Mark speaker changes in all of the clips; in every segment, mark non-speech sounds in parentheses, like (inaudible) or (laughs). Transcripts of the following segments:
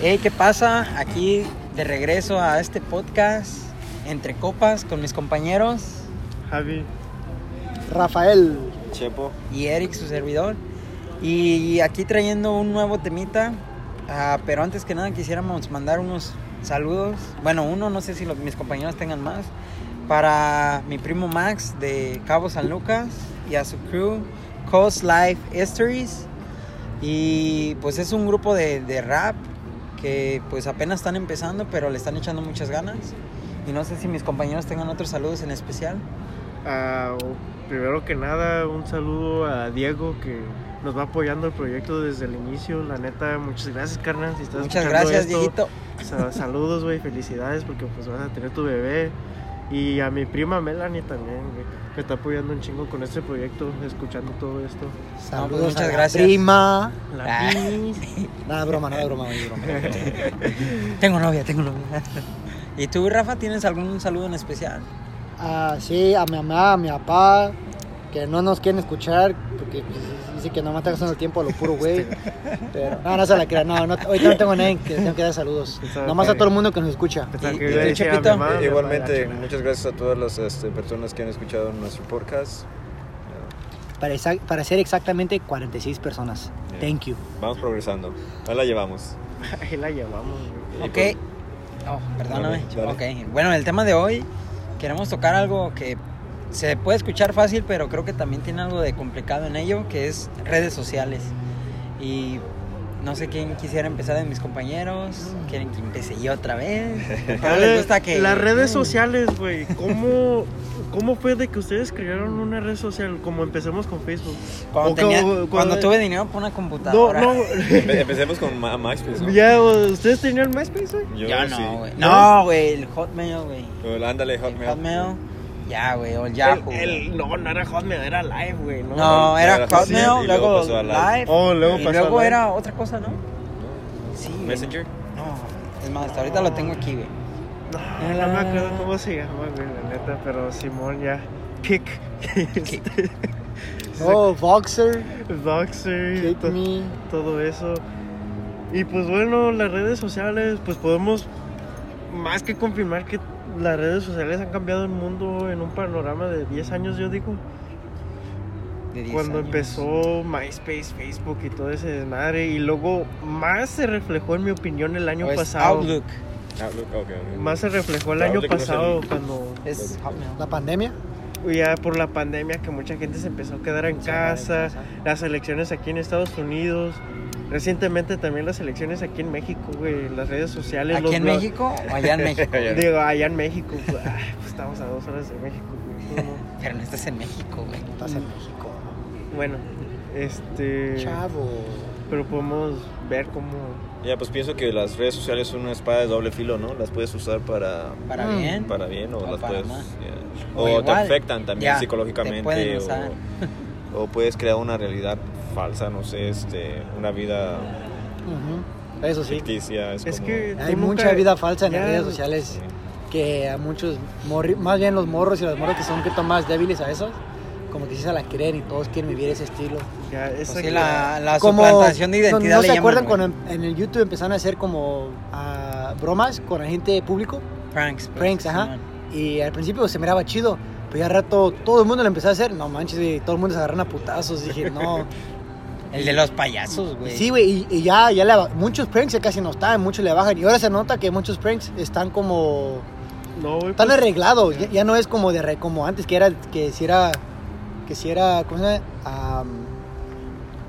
Speaker 1: Hey, ¿qué pasa? Aquí de regreso a este podcast entre copas con mis compañeros
Speaker 2: Javi.
Speaker 3: Rafael.
Speaker 4: Chepo.
Speaker 1: y Eric, su servidor. Y aquí trayendo un nuevo temita. Ah, pero antes que nada quisiéramos mandar unos saludos. Bueno, uno, no sé si lo- mis compañeros tengan más. Para mi primo Max de Cabo San Lucas y a su crew Coast Life Histories. Y pues es un grupo de, de rap que pues apenas están empezando, pero le están echando muchas ganas. Y no sé si mis compañeros tengan otros saludos en especial.
Speaker 2: Ah, o- primero que nada, un saludo a Diego que nos va apoyando el proyecto desde el inicio. La neta, muchas gracias, carnal. Si estás
Speaker 1: Muchas
Speaker 2: escuchando
Speaker 1: gracias,
Speaker 2: esto,
Speaker 1: Dieguito.
Speaker 2: sa- saludos, güey. Felicidades porque pues vas a tener tu bebé. Y a mi prima Melanie también, güey, que está apoyando un chingo con este proyecto, escuchando todo esto.
Speaker 3: Saludos
Speaker 1: pues muchas
Speaker 3: a la
Speaker 1: gracias.
Speaker 3: prima.
Speaker 2: La
Speaker 1: Ah.
Speaker 2: Pis.
Speaker 3: Nada, broma, nada, broma, güey, broma.
Speaker 2: (laughs)
Speaker 1: Tengo novia, tengo novia. (laughs) ¿Y tú, Rafa, tienes algún saludo en especial?
Speaker 3: Ah, sí, a mi mamá, a mi papá, que no nos quieren escuchar, porque pues, dice que nomás está gastando el tiempo a lo puro, güey. Pero, no, no se la crean, no, no, ahorita no tengo nadie que tengo que dar saludos.
Speaker 2: Está
Speaker 3: Nomás a
Speaker 2: bien.
Speaker 3: todo el mundo que nos escucha.
Speaker 2: Pensaba
Speaker 1: ¿Y-
Speaker 2: que
Speaker 1: y
Speaker 2: iba a
Speaker 1: tú,
Speaker 2: decir a mi
Speaker 1: Chepito?
Speaker 2: mamá, mi papá,
Speaker 4: Igualmente,
Speaker 2: la chingada.
Speaker 4: muchas gracias a todas las este, personas que han escuchado nuestro podcast.
Speaker 3: Para, exa- para ser exactamente 46 personas.
Speaker 4: Yeah.
Speaker 3: Thank you.
Speaker 4: Vamos progresando. Ahí la llevamos.
Speaker 2: Ahí la llevamos, güey.
Speaker 4: Y
Speaker 1: Ok.
Speaker 4: pues,
Speaker 1: Oh, perdóname.
Speaker 4: Dale,
Speaker 1: Ok. Bueno, el tema de hoy queremos tocar algo que se puede escuchar fácil, pero creo que también tiene algo de complicado en ello, que es redes sociales. Y no sé quién quisiera empezar de mis compañeros. ¿Quieren que empecé yo otra vez?
Speaker 2: (laughs)
Speaker 1: ¿No les gusta que.?
Speaker 2: Eh, Las redes
Speaker 1: Mm. (laughs)
Speaker 2: sociales, güey. ¿Cómo, ¿Cómo fue de que ustedes crearon una red social? Como empecemos con Facebook.
Speaker 1: Cuando,
Speaker 2: O
Speaker 1: tenía-
Speaker 2: como-
Speaker 1: cuando tuve dinero por una
Speaker 2: No,
Speaker 1: computadora. (laughs)
Speaker 2: no. (laughs)
Speaker 4: empe- empecemos con Ma- Max, pues, ¿no?
Speaker 2: ya, ¿ustedes tenían MySpace, güey?
Speaker 4: Yo,
Speaker 1: Yo
Speaker 4: sí.
Speaker 1: no, güey.
Speaker 4: ¿Yo?
Speaker 1: No, güey, el Hotmail, güey.
Speaker 4: Well, ándale,
Speaker 1: El
Speaker 4: Hotmail.
Speaker 1: Hotmail. Ya, güey, o el Yahoo.
Speaker 2: El-
Speaker 1: güey.
Speaker 2: el- no, no era Hotmail, era Live, güey. No,
Speaker 1: No,
Speaker 4: no,
Speaker 1: era
Speaker 4: era Hotmail,
Speaker 1: Hotmail,
Speaker 4: y luego
Speaker 1: luego
Speaker 4: pasó a Live.
Speaker 1: Live.
Speaker 2: Oh, luego
Speaker 1: y
Speaker 2: pasó a
Speaker 1: luego
Speaker 2: Live.
Speaker 1: era otra cosa, ¿no? Sí. güey.
Speaker 4: Messenger.
Speaker 1: No, es más, hasta ahorita lo tengo aquí, güey.
Speaker 2: No, no me acuerdo cómo se llama, güey, la neta. Pero Simón ya. Kick.
Speaker 3: Oh, Voxer,
Speaker 2: Boxer. y
Speaker 3: Kick
Speaker 2: to-
Speaker 3: Me.
Speaker 2: todo eso. Y pues bueno, las redes sociales, pues podemos más que confirmar que las redes sociales han cambiado el mundo en un panorama de 10 años, yo digo.
Speaker 1: de 10
Speaker 2: Cuando
Speaker 1: años.
Speaker 2: empezó MySpace, Facebook y todo ese desmadre. Y luego más se reflejó, en mi opinión, el año
Speaker 1: O es
Speaker 2: pasado.
Speaker 1: Outlook.
Speaker 4: Outlook, Ah, ok, ok.
Speaker 2: Más se reflejó el año
Speaker 4: Outlook no es el-
Speaker 2: pasado cuando
Speaker 1: Es Hotmail.
Speaker 3: La pandemia.
Speaker 2: ya por la pandemia que mucha gente se empezó a quedar en casa. las elecciones aquí en Estados Unidos, recientemente también las elecciones aquí en México, güey, las redes sociales. los
Speaker 1: ¿Aquí en
Speaker 2: blog-
Speaker 1: México o allá
Speaker 4: (laughs)
Speaker 1: en México? güey?
Speaker 2: Digo, allá en México, güey, ah, pues (laughs) estamos a dos horas de México, güey. ¿cómo?
Speaker 1: Pero no estás en México, güey.
Speaker 3: Estás en México.
Speaker 2: Bueno, este...
Speaker 3: Chavo.
Speaker 2: Pero podemos ver cómo...
Speaker 4: Ya, pues pienso que las redes sociales son una espada de doble filo, ¿no? Las puedes usar para,
Speaker 1: Para
Speaker 3: Mm,
Speaker 1: bien.
Speaker 4: para bien o,
Speaker 1: O
Speaker 4: las
Speaker 1: para
Speaker 4: puedes...
Speaker 1: mal.
Speaker 4: yeah.
Speaker 1: O
Speaker 4: O, te
Speaker 1: igual,
Speaker 4: afectan también
Speaker 1: ya,
Speaker 4: psicológicamente.
Speaker 1: te pueden usar.
Speaker 4: (laughs) O, o puedes crear una realidad falsa, no sé, este, una vida
Speaker 3: Ujú. Eso sí.
Speaker 4: ficticia. Es,
Speaker 2: Es
Speaker 4: como-
Speaker 2: que-
Speaker 3: Hay
Speaker 2: Tú nunca-
Speaker 3: mucha vida falsa en las
Speaker 2: ya-
Speaker 3: redes sociales
Speaker 4: Sí.
Speaker 3: que a muchos, morri- más bien los morros y las morras que son un poquito más débiles a esos, como que sí se la creen y todos quieren vivir ese estilo.
Speaker 2: Ya, esa
Speaker 1: Pues sí,
Speaker 2: que-
Speaker 1: la, la
Speaker 3: como,
Speaker 1: suplantación de
Speaker 3: ¿no-
Speaker 1: identidad
Speaker 3: ¿No,
Speaker 1: le
Speaker 3: se
Speaker 1: llaman,
Speaker 3: acuerdan
Speaker 1: güey.
Speaker 3: cuando en, en el YouTube empezaron a hacer como ah, bromas con la gente público?
Speaker 1: Pranks. pues,
Speaker 3: Pranks, ajá.
Speaker 1: Simón.
Speaker 3: Y al principio se miraba chido, pero ya al rato todo el mundo lo empezó a hacer. No manches, y todo el mundo se agarran a putazos. Dije, no.
Speaker 1: El de los payasos, (laughs) güey.
Speaker 3: Sí, güey, y, y ya, ya le, muchos pranks ya casi no están, muchos le bajan. Y ahora se nota que muchos pranks están como
Speaker 2: No, güey,
Speaker 3: Están
Speaker 2: pues,
Speaker 3: arreglados, ya, ya no es como de re- como antes que era que si era que si era ¿cómo se, llama? Am,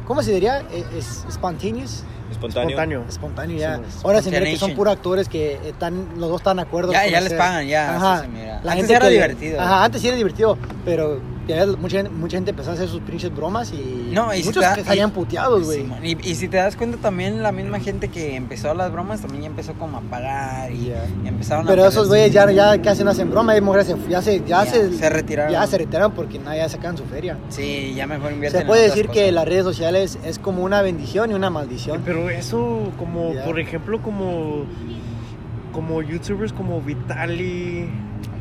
Speaker 3: ¿cómo se diría? E- Es, spontaneous,
Speaker 4: espontáneo.
Speaker 2: espontáneo.
Speaker 3: espontáneo ya.
Speaker 2: Sí,
Speaker 3: Ahora se mira que son
Speaker 1: spontaneation.
Speaker 3: puros actores que están los dos están de acuerdo.
Speaker 1: Ya,
Speaker 3: con
Speaker 1: ya les
Speaker 3: hacer-
Speaker 1: pagan, ya.
Speaker 3: Ajá.
Speaker 1: sí se mira.
Speaker 3: La
Speaker 1: Antes
Speaker 3: gente
Speaker 1: era
Speaker 3: que-
Speaker 1: divertido.
Speaker 3: Ajá, antes sí era divertido, pero ya ves, mucha gente, mucha gente empezó a hacer sus pinches bromas y,
Speaker 1: No, y si
Speaker 3: muchos
Speaker 1: te da-
Speaker 3: que salían
Speaker 1: y-
Speaker 3: puteados, güey.
Speaker 1: Simón. y, y si te das cuenta también la misma gente que empezó las bromas también ya empezó como a pagar y
Speaker 3: Ya.
Speaker 1: y empezaron a
Speaker 3: pero esos
Speaker 1: ponerse-
Speaker 3: güeyes ya, ya casi no hacen broma, y mujeres se- ya se ya,
Speaker 1: Ya,
Speaker 3: se,
Speaker 1: se retiraron.
Speaker 3: Ya se retiraron porque nada, ya sacan su feria.
Speaker 1: Sí, ya mejor invierten
Speaker 3: Se
Speaker 1: en
Speaker 3: puede
Speaker 1: otras
Speaker 3: decir que
Speaker 1: cosas.
Speaker 3: las redes sociales es como una bendición y una maldición.
Speaker 2: Pero eso, como,
Speaker 3: Ya.
Speaker 2: por ejemplo, como... Como youtubers como Vitali,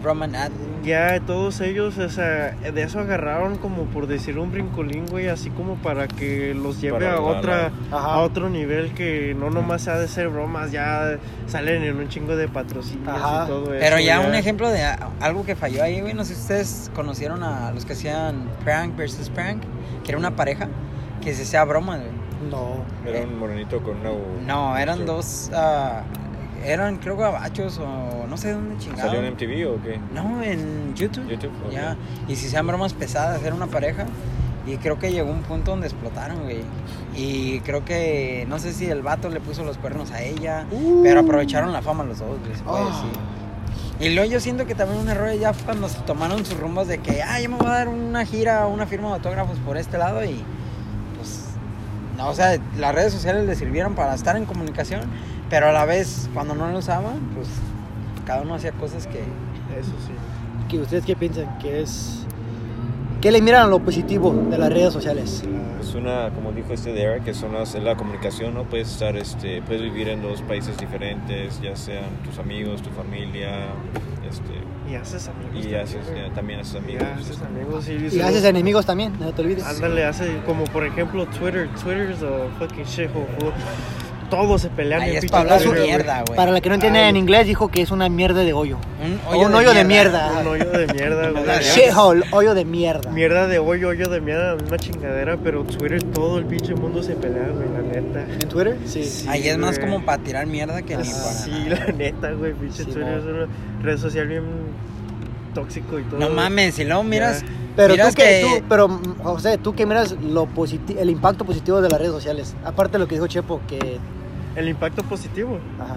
Speaker 1: Roman Atwood.
Speaker 2: Ya todos ellos, o sea, de eso agarraron como por decir un brincolín, güey, así como para que los lleve
Speaker 4: Para
Speaker 2: a
Speaker 4: la-
Speaker 2: otra
Speaker 3: la- Ajá.
Speaker 2: a otro nivel que no nomás ha de ser bromas, ya salen en un chingo de patrocinios
Speaker 3: Ajá.
Speaker 2: y todo eso.
Speaker 1: Pero
Speaker 3: pues,
Speaker 1: ya un ejemplo de a- algo que falló ahí, güey. No sé si ustedes conocieron a los que hacían Prank versus Prank, que era una pareja que se hacía broma, güey.
Speaker 3: No.
Speaker 4: Era un morenito con una.
Speaker 1: No, eran dos. ah, eran, creo, gabachos o no sé de dónde chingados.
Speaker 4: ¿Salió en MTV o qué?
Speaker 1: No, en YouTube.
Speaker 4: YouTube, ok.
Speaker 1: Ya. Y si sean bromas pesadas, era una pareja. Y creo que llegó un punto donde explotaron, güey. Y creo que, no sé si el vato le puso los cuernos a ella, pero aprovecharon pues, la fama los dos, güey, se puede
Speaker 3: Ah.
Speaker 1: decir. Y luego yo siento que también un error ya fue cuando se tomaron sus rumbos de que, ah, yo me voy a dar una gira, una firma de autógrafos por este lado y, pues, no, o sea, las redes sociales le sirvieron para estar en comunicación, pero a la vez, cuando no lo usaban, pues, cada uno hacía cosas que,
Speaker 2: Eso sí.
Speaker 3: ¿Qué- ¿Ustedes qué piensan? ¿Qué es.? ¿Qué le miran a lo positivo de las redes sociales?
Speaker 4: Es una, como dijo este de Eric, que son las, es la comunicación, ¿no? Puedes estar, este, puedes vivir en dos países diferentes, ya sean tus amigos, tu familia, este,
Speaker 2: Y haces amigos.
Speaker 4: y
Speaker 2: también,
Speaker 4: haces,
Speaker 2: güey.
Speaker 4: ya, también haces
Speaker 2: Y
Speaker 4: amigos. (laughs)
Speaker 2: haces amigos. Y,
Speaker 3: Y
Speaker 2: dices,
Speaker 3: haces enemigos también, no te olvides.
Speaker 2: Ándale, hace como por ejemplo Twitter. Twitter es a fucking shithole. fool. Todos se pelean
Speaker 1: Ahí
Speaker 2: en
Speaker 1: es
Speaker 2: pinche
Speaker 1: para hablar su
Speaker 2: Twitter, güey.
Speaker 1: mierda, Ah, güey.
Speaker 3: Para la que no entiende
Speaker 2: Ay.
Speaker 3: en inglés, dijo que es una mierda de hoyo.
Speaker 1: Un
Speaker 3: O un hoyo de mierda.
Speaker 2: Un hoyo de
Speaker 1: (laughs)
Speaker 2: mierda, güey.
Speaker 3: Shithole, hoyo de mierda.
Speaker 2: Mierda de hoyo, hoyo de mierda, la misma chingadera, pero Twitter todo el pinche mundo se pelea, güey, la neta.
Speaker 3: ¿En Twitter? Sí.
Speaker 2: Sí.
Speaker 1: Ahí es más
Speaker 2: güey.
Speaker 1: como para tirar mierda que ni
Speaker 3: Ah,
Speaker 1: para.
Speaker 2: Sí,
Speaker 1: nada.
Speaker 2: la neta, güey, pinche
Speaker 3: Sí,
Speaker 2: Twitter
Speaker 3: no.
Speaker 2: es una red social bien tóxico y todo.
Speaker 1: No
Speaker 2: güey.
Speaker 1: mames, si luego miras.
Speaker 3: Pero
Speaker 1: miras
Speaker 3: tú que,
Speaker 1: que.
Speaker 3: tú- pero mm, José, tú que miras lo positi- el impacto positivo de las redes sociales. Aparte de lo que dijo Chepo, que
Speaker 2: El impacto positivo.
Speaker 3: ajá,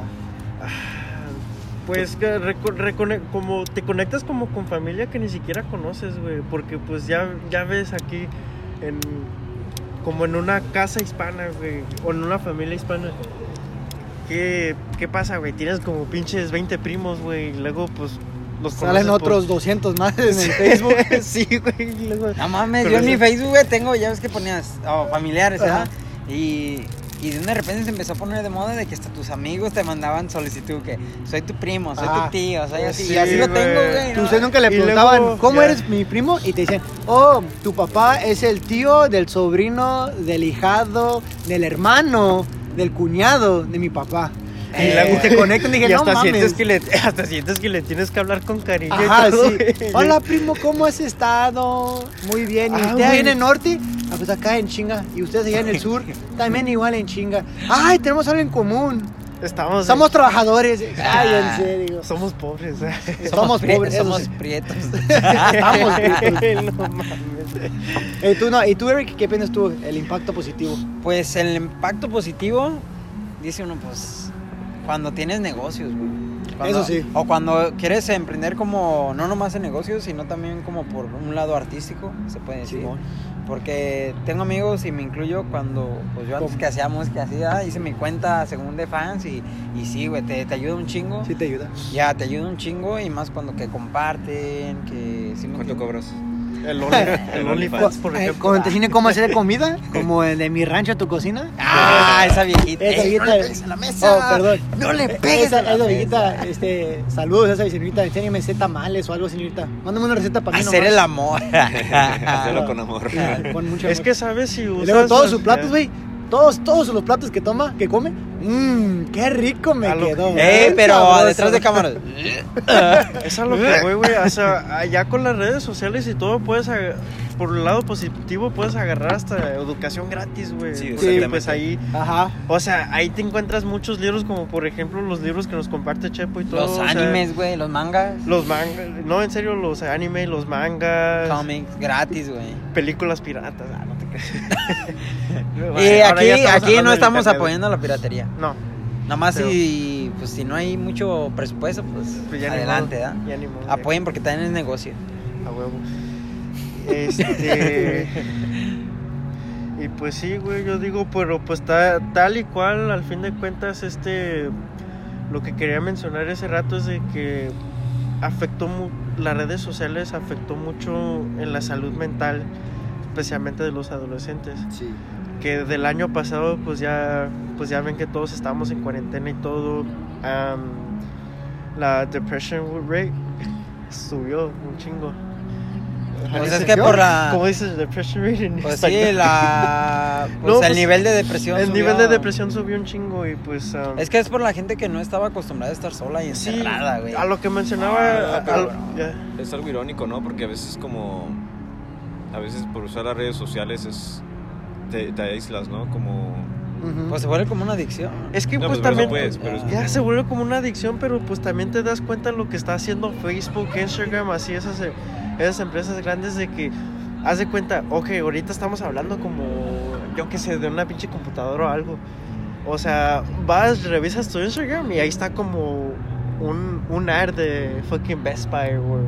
Speaker 2: Pues que reco- recone- como te conectas como con familia que ni siquiera conoces, güey, porque pues ya, ya ves aquí en como en una casa hispana, güey, o en una familia hispana. ¿Qué, qué pasa, güey? Tienes como pinches 20 primos, güey, y luego pues los
Speaker 3: salen
Speaker 2: conoces por-
Speaker 3: otros 200 más en
Speaker 2: (laughs)
Speaker 3: el Facebook.
Speaker 2: sí, güey, (laughs) y luego-
Speaker 1: No mames,
Speaker 2: Pero
Speaker 1: yo en
Speaker 2: eso-
Speaker 1: mi Facebook, güey, tengo, ya ves que ponías oh, familiares,
Speaker 3: Ajá.
Speaker 1: ¿verdad? Y, y de repente se empezó a poner de moda de que hasta tus amigos te mandaban solicitud que soy tu primo, soy
Speaker 3: Ah,
Speaker 1: tu tío, soy así.
Speaker 2: sí,
Speaker 1: y así lo tengo,
Speaker 2: güey.
Speaker 1: güey.
Speaker 3: Tú
Speaker 1: ¿no?
Speaker 3: ustedes nunca le
Speaker 2: Y luego,
Speaker 3: preguntaban, ¿cómo
Speaker 2: ya.
Speaker 3: eres mi primo? Y te dicen, oh, tu papá es el tío del sobrino, del hijado, del hermano, del cuñado de mi papá.
Speaker 1: Eh,
Speaker 3: (laughs) y luego te conectan
Speaker 2: (laughs)
Speaker 3: y
Speaker 2: Y
Speaker 3: dije, no
Speaker 2: hasta, sientes
Speaker 3: mames.
Speaker 2: que le, hasta sientes que le tienes que hablar con cariño. y
Speaker 3: Ajá,
Speaker 2: todo,
Speaker 3: sí.
Speaker 2: güey.
Speaker 3: Hola, primo, ¿cómo has estado? Muy bien. ¿Y
Speaker 2: Ah,
Speaker 3: usted ahí
Speaker 2: güey.
Speaker 3: en el norte? Ah, pues acá en chinga. ¿Y ustedes allá en el sur? También igual en chinga. ¡Ay, tenemos algo en común!
Speaker 2: Estamos,
Speaker 3: Somos trabajadores. ¡Ay, en
Speaker 1: Ah.
Speaker 3: serio!
Speaker 2: somos pobres. ¿eh?
Speaker 3: Somos
Speaker 1: pri-
Speaker 3: pobres, eso
Speaker 1: Somos (laughs)
Speaker 3: sí.
Speaker 1: prietos.
Speaker 3: (laughs) Estamos,
Speaker 2: (laughs)
Speaker 3: prietos.
Speaker 2: no mames.
Speaker 3: Eh, tú, no, ¿Y tú, Eric, qué piensas tú? El impacto positivo.
Speaker 1: Pues el impacto positivo, dice uno, pues cuando tienes negocios, güey. Cuando-
Speaker 3: Eso sí.
Speaker 1: O cuando quieres emprender como, no nomás en negocios, sino también como por un lado artístico, se puede decir.
Speaker 3: Simón.
Speaker 1: Porque tengo amigos y me incluyo cuando, pues yo antes
Speaker 3: ¿Cómo?
Speaker 1: que hacía música, así, ah, hice mi cuenta según de fans y, y sí, güey, te, te ayuda un chingo.
Speaker 3: Sí, te ayuda.
Speaker 1: Ya, te ayuda un chingo y más cuando que comparten, que... ¿sí me
Speaker 4: ¿Cuánto
Speaker 1: entiendes?
Speaker 4: cobras?
Speaker 2: El
Speaker 3: (laughs)
Speaker 2: Only- el OnlyFans, por
Speaker 3: Eh,
Speaker 2: ejemplo. Ah,
Speaker 3: Cuando te enseñan cómo hacer comida, como el de mi rancho a tu cocina.
Speaker 1: Ah, esa viejita.
Speaker 3: Esa
Speaker 1: Ey,
Speaker 3: viejita.
Speaker 1: no le pegues a la mesa.
Speaker 3: Oh, perdón.
Speaker 1: No le pegues
Speaker 3: esa,
Speaker 1: a la
Speaker 3: esa
Speaker 1: mesa.
Speaker 3: viejita, este, saludos a esa señorita, enséñame hacer tamales o algo, señorita. Mándame una receta para mí
Speaker 1: Hacer
Speaker 3: nomás.
Speaker 1: el
Speaker 2: (laughs)
Speaker 1: amor.
Speaker 4: Hazlo con amor.
Speaker 3: Ah, con mucho
Speaker 2: Es
Speaker 3: amor.
Speaker 2: que sabes si
Speaker 3: Y
Speaker 2: usas.
Speaker 3: luego todos sus
Speaker 2: ya.
Speaker 3: platos, güey, todos, todos los platos que toma, que come, mmm, qué rico me
Speaker 2: A lo
Speaker 3: quedó.
Speaker 2: que-
Speaker 1: Ey,
Speaker 3: Bien
Speaker 1: Eh, pero
Speaker 3: sabroso.
Speaker 1: detrás de cámaras.
Speaker 2: Es a lo que voy, güey. O
Speaker 3: (laughs)
Speaker 2: sea, allá con las redes sociales y todo, puedes. ag- Por el lado positivo, puedes agarrar hasta educación gratis, güey. Porque,
Speaker 4: Sí, exactamente.
Speaker 2: Pues ahí.
Speaker 3: Ajá.
Speaker 2: O sea, ahí te encuentras muchos libros, como por ejemplo los libros que nos comparte Chepo y todo.
Speaker 1: Los
Speaker 2: o sea,
Speaker 1: animes, güey, los mangas.
Speaker 2: Los mangas. No, en serio, los anime, los mangas.
Speaker 1: Comics gratis, güey.
Speaker 2: Películas piratas. Ah, no te
Speaker 1: (laughs)
Speaker 2: creas.
Speaker 1: Y
Speaker 2: Ahora
Speaker 1: Eh, aquí,
Speaker 2: ya estamos
Speaker 1: aquí
Speaker 2: hablando
Speaker 1: no
Speaker 2: del
Speaker 1: estamos
Speaker 2: internet.
Speaker 1: apoyando la piratería.
Speaker 2: No,
Speaker 1: Nada más
Speaker 2: Pero-
Speaker 1: si, pues, si no hay mucho presupuesto, pues,
Speaker 2: pues ya ni
Speaker 1: adelante,
Speaker 2: modo,
Speaker 1: ¿da?
Speaker 2: Ya ni modo,
Speaker 1: Apoyen porque también es negocio.
Speaker 2: A huevo. Este. y pues sí, güey, yo digo, pero pues ta- tal y cual, al fin de cuentas, este. Lo que quería mencionar ese rato es de que afectó mu- las redes sociales afectó mucho en la salud mental, especialmente de los adolescentes.
Speaker 3: Sí.
Speaker 2: que del año pasado pues ya pues ya ven que todos estábamos en cuarentena y todo Am, la depression rate (laughs) subió un chingo.
Speaker 1: Pues es que por la-
Speaker 2: ¿Cómo dices? Depression rate en
Speaker 1: Pues
Speaker 2: español.
Speaker 1: sí, la, pues
Speaker 2: (laughs) No,
Speaker 1: el
Speaker 2: pues,
Speaker 1: nivel de depresión.
Speaker 2: El
Speaker 1: subió.
Speaker 2: nivel de depresión subió un chingo y pues... ah,
Speaker 1: Es que es por la gente que no estaba acostumbrada a estar sola y
Speaker 2: sí,
Speaker 1: encerrada, güey.
Speaker 2: a lo que mencionaba...
Speaker 4: Ah,
Speaker 2: a- a-
Speaker 4: cabrón.
Speaker 2: ya.
Speaker 4: (laughs) Es algo irónico, ¿no? Porque a veces como... A veces por usar las redes sociales es... Te, te aíslas, ¿no? Como...
Speaker 3: Ujú.
Speaker 1: Pues se vuelve como una adicción.
Speaker 2: Es que
Speaker 4: No,
Speaker 2: pues,
Speaker 4: pues, pero no
Speaker 2: también...
Speaker 4: puedes, pero es-
Speaker 2: Ya se vuelve como una adicción, pero pues también te das cuenta de lo que está haciendo Facebook, Instagram, así esas, eh, esas empresas grandes de que haz de cuenta, ok, ahorita estamos hablando como, yo qué sé, de una pinche computadora o algo. O sea, vas, revisas tu Instagram y ahí está como un, un ad de fucking Best Buy o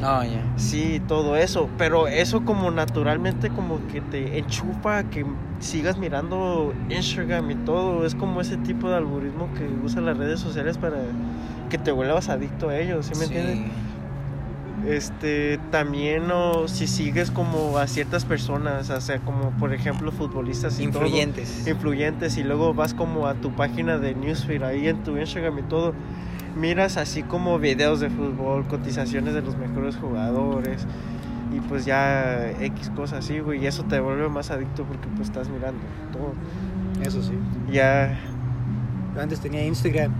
Speaker 1: No, ya.
Speaker 2: sí, todo eso. Pero eso como naturalmente como que te enchupa a que sigas mirando Instagram y todo. Es como ese tipo de algoritmo que usa las redes sociales para que te vuelvas adicto a ellos, ¿sí me entiendes? Este, también o si sigues como a ciertas personas, o sea, como por ejemplo futbolistas y todo,
Speaker 1: Influyentes.
Speaker 2: influyentes y luego vas como a tu página de newsfeed ahí en tu Instagram y todo. Miras así como videos de fútbol, cotizaciones de los mejores jugadores y pues ya X cosas así, güey, y eso te vuelve más adicto porque pues estás mirando todo.
Speaker 3: Eso sí.
Speaker 2: Ya,
Speaker 3: Yo antes tenía Instagram,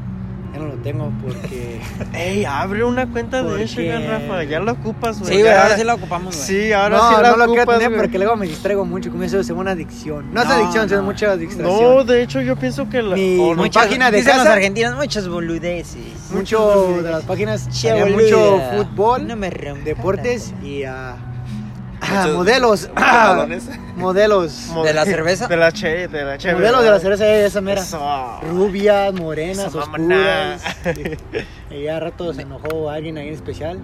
Speaker 3: ya no lo tengo porque.
Speaker 2: ey, abre una cuenta de
Speaker 3: Porque-
Speaker 2: Instagram, Rafa, ya la ocupas,
Speaker 3: pues,
Speaker 2: güey.
Speaker 1: Sí, güey,
Speaker 2: ya-
Speaker 1: ahora sí la ocupamos, güey.
Speaker 2: Sí, (laughs) ahora
Speaker 3: no,
Speaker 2: sí la
Speaker 3: no lo quiero
Speaker 2: ocupas,
Speaker 3: tener
Speaker 2: güey.
Speaker 3: porque luego me distraigo mucho. Como eso es una adicción. No, es
Speaker 1: No,
Speaker 3: adicción,
Speaker 1: no.
Speaker 3: es mucha
Speaker 2: No,
Speaker 3: distracción.
Speaker 2: de hecho yo pienso que la
Speaker 3: Mi-
Speaker 2: o no,
Speaker 3: mucha- página de
Speaker 1: dicen
Speaker 3: casa.
Speaker 1: los argentinos muchas boludeces.
Speaker 3: mucho de las páginas.
Speaker 1: Che,
Speaker 3: había
Speaker 1: boluda.
Speaker 3: mucho fútbol,
Speaker 1: No me rompas.
Speaker 3: deportes y ah, ah,
Speaker 4: Muchos-
Speaker 3: modelos.
Speaker 4: pantalones.
Speaker 3: (laughs) modelos.
Speaker 2: mo-
Speaker 1: ¿De la cerveza?
Speaker 2: De la che, de la che.
Speaker 3: modelos de la cerveza eh, esa mera.
Speaker 2: Eso.
Speaker 3: Rubias, morenas,
Speaker 2: Esa
Speaker 3: oscuras. (laughs) Y ya a rato se enojó alguien ahí
Speaker 1: (laughs)
Speaker 3: en especial.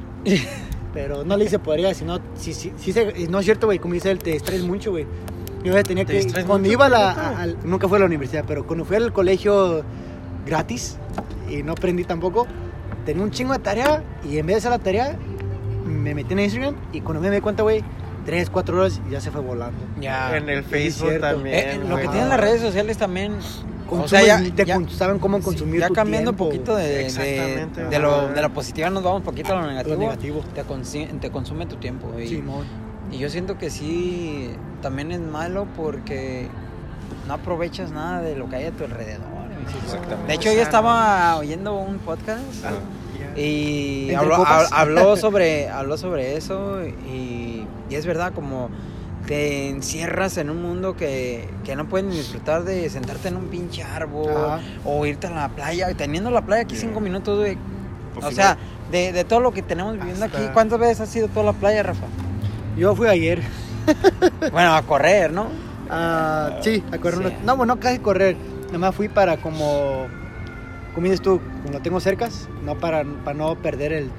Speaker 3: Pero no le hice podría, sino. Si, si, si se- no es cierto, güey, como dice él, te distraes mucho, güey. Yo ya tenía
Speaker 2: Te
Speaker 3: que.
Speaker 2: distraes
Speaker 3: Cuando
Speaker 2: mucho,
Speaker 3: iba a la.
Speaker 2: neta.
Speaker 3: a- al- nunca fui a la universidad, pero cuando fui al colegio gratis y no aprendí tampoco, tenía un chingo de tarea y en vez de hacer la tarea, me metí en Instagram y cuando me di cuenta, güey, 3, 4 horas y ya se fue volando.
Speaker 1: Ya.
Speaker 2: En el
Speaker 3: Sí,
Speaker 2: Facebook
Speaker 3: cierto.
Speaker 2: también.
Speaker 1: Eh, lo que
Speaker 2: güey.
Speaker 1: tienen las redes sociales también.
Speaker 3: Consumen,
Speaker 1: o sea, ya,
Speaker 3: te
Speaker 1: ya-
Speaker 3: con- saben cómo consumir
Speaker 1: ya
Speaker 3: tu
Speaker 1: cambiando
Speaker 3: tiempo,
Speaker 1: un poquito de, de-
Speaker 2: Exactamente,
Speaker 1: de lo,
Speaker 2: ajá.
Speaker 1: de la positiva, nos vamos un poquito a lo negativo.
Speaker 3: lo negativo.
Speaker 1: Te, consi- te consume tu tiempo. güey.
Speaker 3: Simón.
Speaker 1: Y yo siento que sí, también es malo porque no aprovechas nada de lo que hay a tu alrededor. güey.
Speaker 4: (laughs) Exactamente.
Speaker 1: De hecho, yo estaba oyendo un podcast
Speaker 4: Ah,
Speaker 1: y
Speaker 3: ¿Entre
Speaker 1: habló,
Speaker 3: copas?
Speaker 1: hab-
Speaker 3: (laughs)
Speaker 1: habló sobre habló sobre eso y, y es verdad como te encierras en un mundo que, que no pueden disfrutar de sentarte en un pinche árbol
Speaker 3: Ajá.
Speaker 1: o irte a la playa y teniendo la playa aquí
Speaker 4: Yeah.
Speaker 1: cinco minutos güey.
Speaker 4: pues
Speaker 1: o
Speaker 4: sí,
Speaker 1: sea de, de todo lo que tenemos viviendo
Speaker 2: Hasta-
Speaker 1: aquí cuántas veces has ido tú a la playa Rafa
Speaker 3: Yo fui ayer.
Speaker 1: bueno a correr no
Speaker 3: Ah, sí, a correr.
Speaker 1: Sí.
Speaker 3: una- No, bueno, no casi correr. Nada más fui para como. Como dices tú, como lo tengo cercas, no para, para no perder el.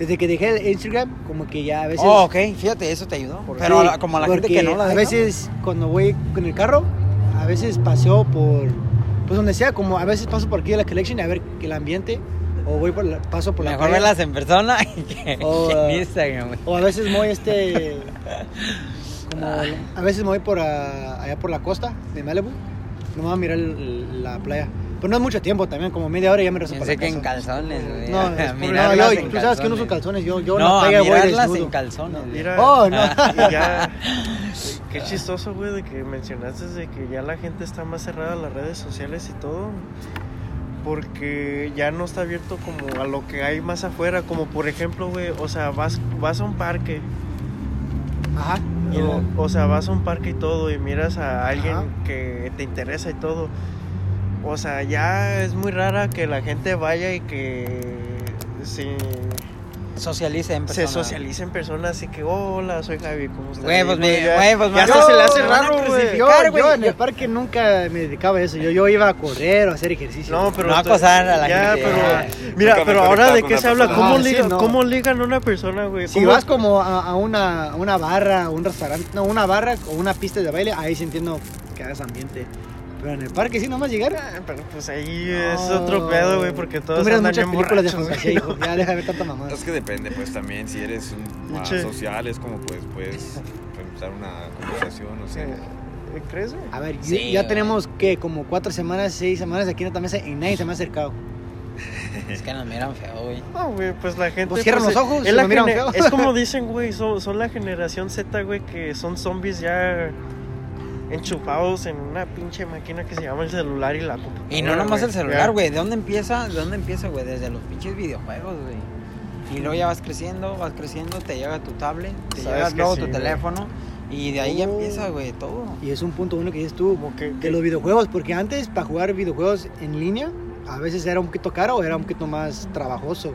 Speaker 3: Desde que dejé el Instagram, como que ya a veces.
Speaker 1: oh ok fíjate eso te ayudó
Speaker 3: Por-
Speaker 1: pero a
Speaker 3: sí,
Speaker 1: la- como a la gente
Speaker 3: porque
Speaker 1: que no la
Speaker 3: A
Speaker 1: deja.
Speaker 3: veces cuando voy con el carro, a veces paseo por. Pues donde sea, como a veces paso por aquí de la collection a ver el ambiente. O voy por la- paso por la
Speaker 1: mejor
Speaker 3: calle,
Speaker 1: verlas en persona que,
Speaker 3: Oh,
Speaker 1: que (laughs) en
Speaker 3: ah.
Speaker 1: Instagram güey.
Speaker 3: O a veces me voy este. Como, a veces me voy por ah, allá por la costa de Malibu. No me voy a mirar el- la playa. Pero no es mucho tiempo también, como media hora ya me rezo para
Speaker 1: Pensé
Speaker 3: la
Speaker 1: que en
Speaker 3: casa.
Speaker 1: calzones, güey.
Speaker 3: No, es- no,
Speaker 1: Mirarlas
Speaker 3: yo,
Speaker 1: en
Speaker 3: tú sabes que no uso
Speaker 1: calzones.
Speaker 3: calzones. Yo, yo
Speaker 1: no,
Speaker 3: no,
Speaker 1: a
Speaker 3: pega, voy
Speaker 1: mirarlas
Speaker 3: desnudo.
Speaker 1: en calzones. güey.
Speaker 2: Mira,
Speaker 3: Oh, no.
Speaker 2: y
Speaker 1: (laughs)
Speaker 2: ya, qué chistoso, güey, de que mencionaste de que ya la gente está más cerrada a las redes sociales y todo. Porque ya no está abierto como a lo que hay más afuera. Como por ejemplo, güey, o sea, vas, vas a un parque.
Speaker 3: Ajá.
Speaker 2: Y o, o sea, vas a un parque y todo y miras a alguien
Speaker 3: Ajá.
Speaker 2: que te interesa y todo. O sea, ya es muy rara que la gente vaya y que se,
Speaker 1: Socialice en
Speaker 2: se
Speaker 1: persona.
Speaker 2: socialice en persona. Así que, hola, soy Javi, ¿cómo estás?
Speaker 1: Güey, pues,
Speaker 2: Y,
Speaker 1: me-
Speaker 2: ya-
Speaker 1: güey, pues,
Speaker 2: ya
Speaker 1: me-
Speaker 2: hasta se le hace
Speaker 1: no,
Speaker 2: raro,
Speaker 1: no,
Speaker 2: güey.
Speaker 3: pues, Yo,
Speaker 1: Claro, güey,
Speaker 3: yo en
Speaker 1: yo-
Speaker 3: el parque nunca me dedicaba a eso. Yo, yo iba a correr o a hacer ejercicio.
Speaker 2: No, pero
Speaker 1: No
Speaker 2: estoy-
Speaker 1: acosar a la
Speaker 2: ya,
Speaker 1: gente.
Speaker 2: Pero, mira,
Speaker 4: Nunca me
Speaker 2: pero
Speaker 4: he
Speaker 2: ahora
Speaker 4: conectado
Speaker 2: de
Speaker 4: con
Speaker 2: qué
Speaker 4: una
Speaker 2: se habla,
Speaker 4: persona.
Speaker 2: ¿cómo,
Speaker 3: Ah, sí,
Speaker 2: ligan,
Speaker 3: no.
Speaker 2: cómo ligan una persona, güey?
Speaker 3: Si
Speaker 2: ¿Cómo-
Speaker 3: vas como a, a una, a una barra, a un restaurante, no, una barra o una pista de baile, ahí sí entiendo que hagas ambiente. Pero en el parque sí, nomás llegar.
Speaker 2: Ah, (laughs) Pero pues ahí es otro pedo, güey, porque todos
Speaker 3: Tú miras
Speaker 2: andan
Speaker 3: muchas
Speaker 2: bien
Speaker 3: películas de
Speaker 2: borrachos,
Speaker 3: fantasía,
Speaker 2: güey. (laughs)
Speaker 3: hijo. Ya deja de ver tanta mamada.
Speaker 4: Es que depende, pues también, si eres un, más
Speaker 2: Pinche.
Speaker 4: social, es como pues puedes empezar una conversación, no sé.
Speaker 2: Eh, ¿Crees, güey?
Speaker 3: A ver,
Speaker 1: Sí,
Speaker 3: ya
Speaker 1: güey.
Speaker 3: tenemos que como cuatro semanas, seis semanas aquí en esta mesa y nadie se me ha acercado.
Speaker 1: Es que nos miran feo, güey.
Speaker 2: No, güey, pues la gente.
Speaker 3: Pues cierran
Speaker 2: pues,
Speaker 3: los ojos,
Speaker 2: es
Speaker 3: se
Speaker 2: la
Speaker 3: lo miran
Speaker 2: gene-
Speaker 3: feo.
Speaker 1: (laughs)
Speaker 2: Es como dicen, güey, son, son la generación Z, güey, que son zombies ya enchufados en una pinche máquina que se llama el celular y la computadora.
Speaker 1: Y no nomás el celular,
Speaker 2: Ya.
Speaker 1: güey. ¿De dónde empieza? ¿De dónde empieza, güey? Desde los pinches videojuegos, güey. Y luego ya vas creciendo, vas creciendo, te llega tu tablet, te
Speaker 2: Sabes
Speaker 1: llega
Speaker 2: que
Speaker 1: luego
Speaker 2: sí,
Speaker 1: tu
Speaker 2: güey.
Speaker 1: teléfono. Y de ahí ya
Speaker 3: Oh.
Speaker 1: empieza, güey, todo.
Speaker 3: Y es un punto bueno que dices tú,
Speaker 2: Como que-
Speaker 3: de los videojuegos, porque antes para jugar videojuegos en línea a veces era un poquito caro o era un poquito más trabajoso.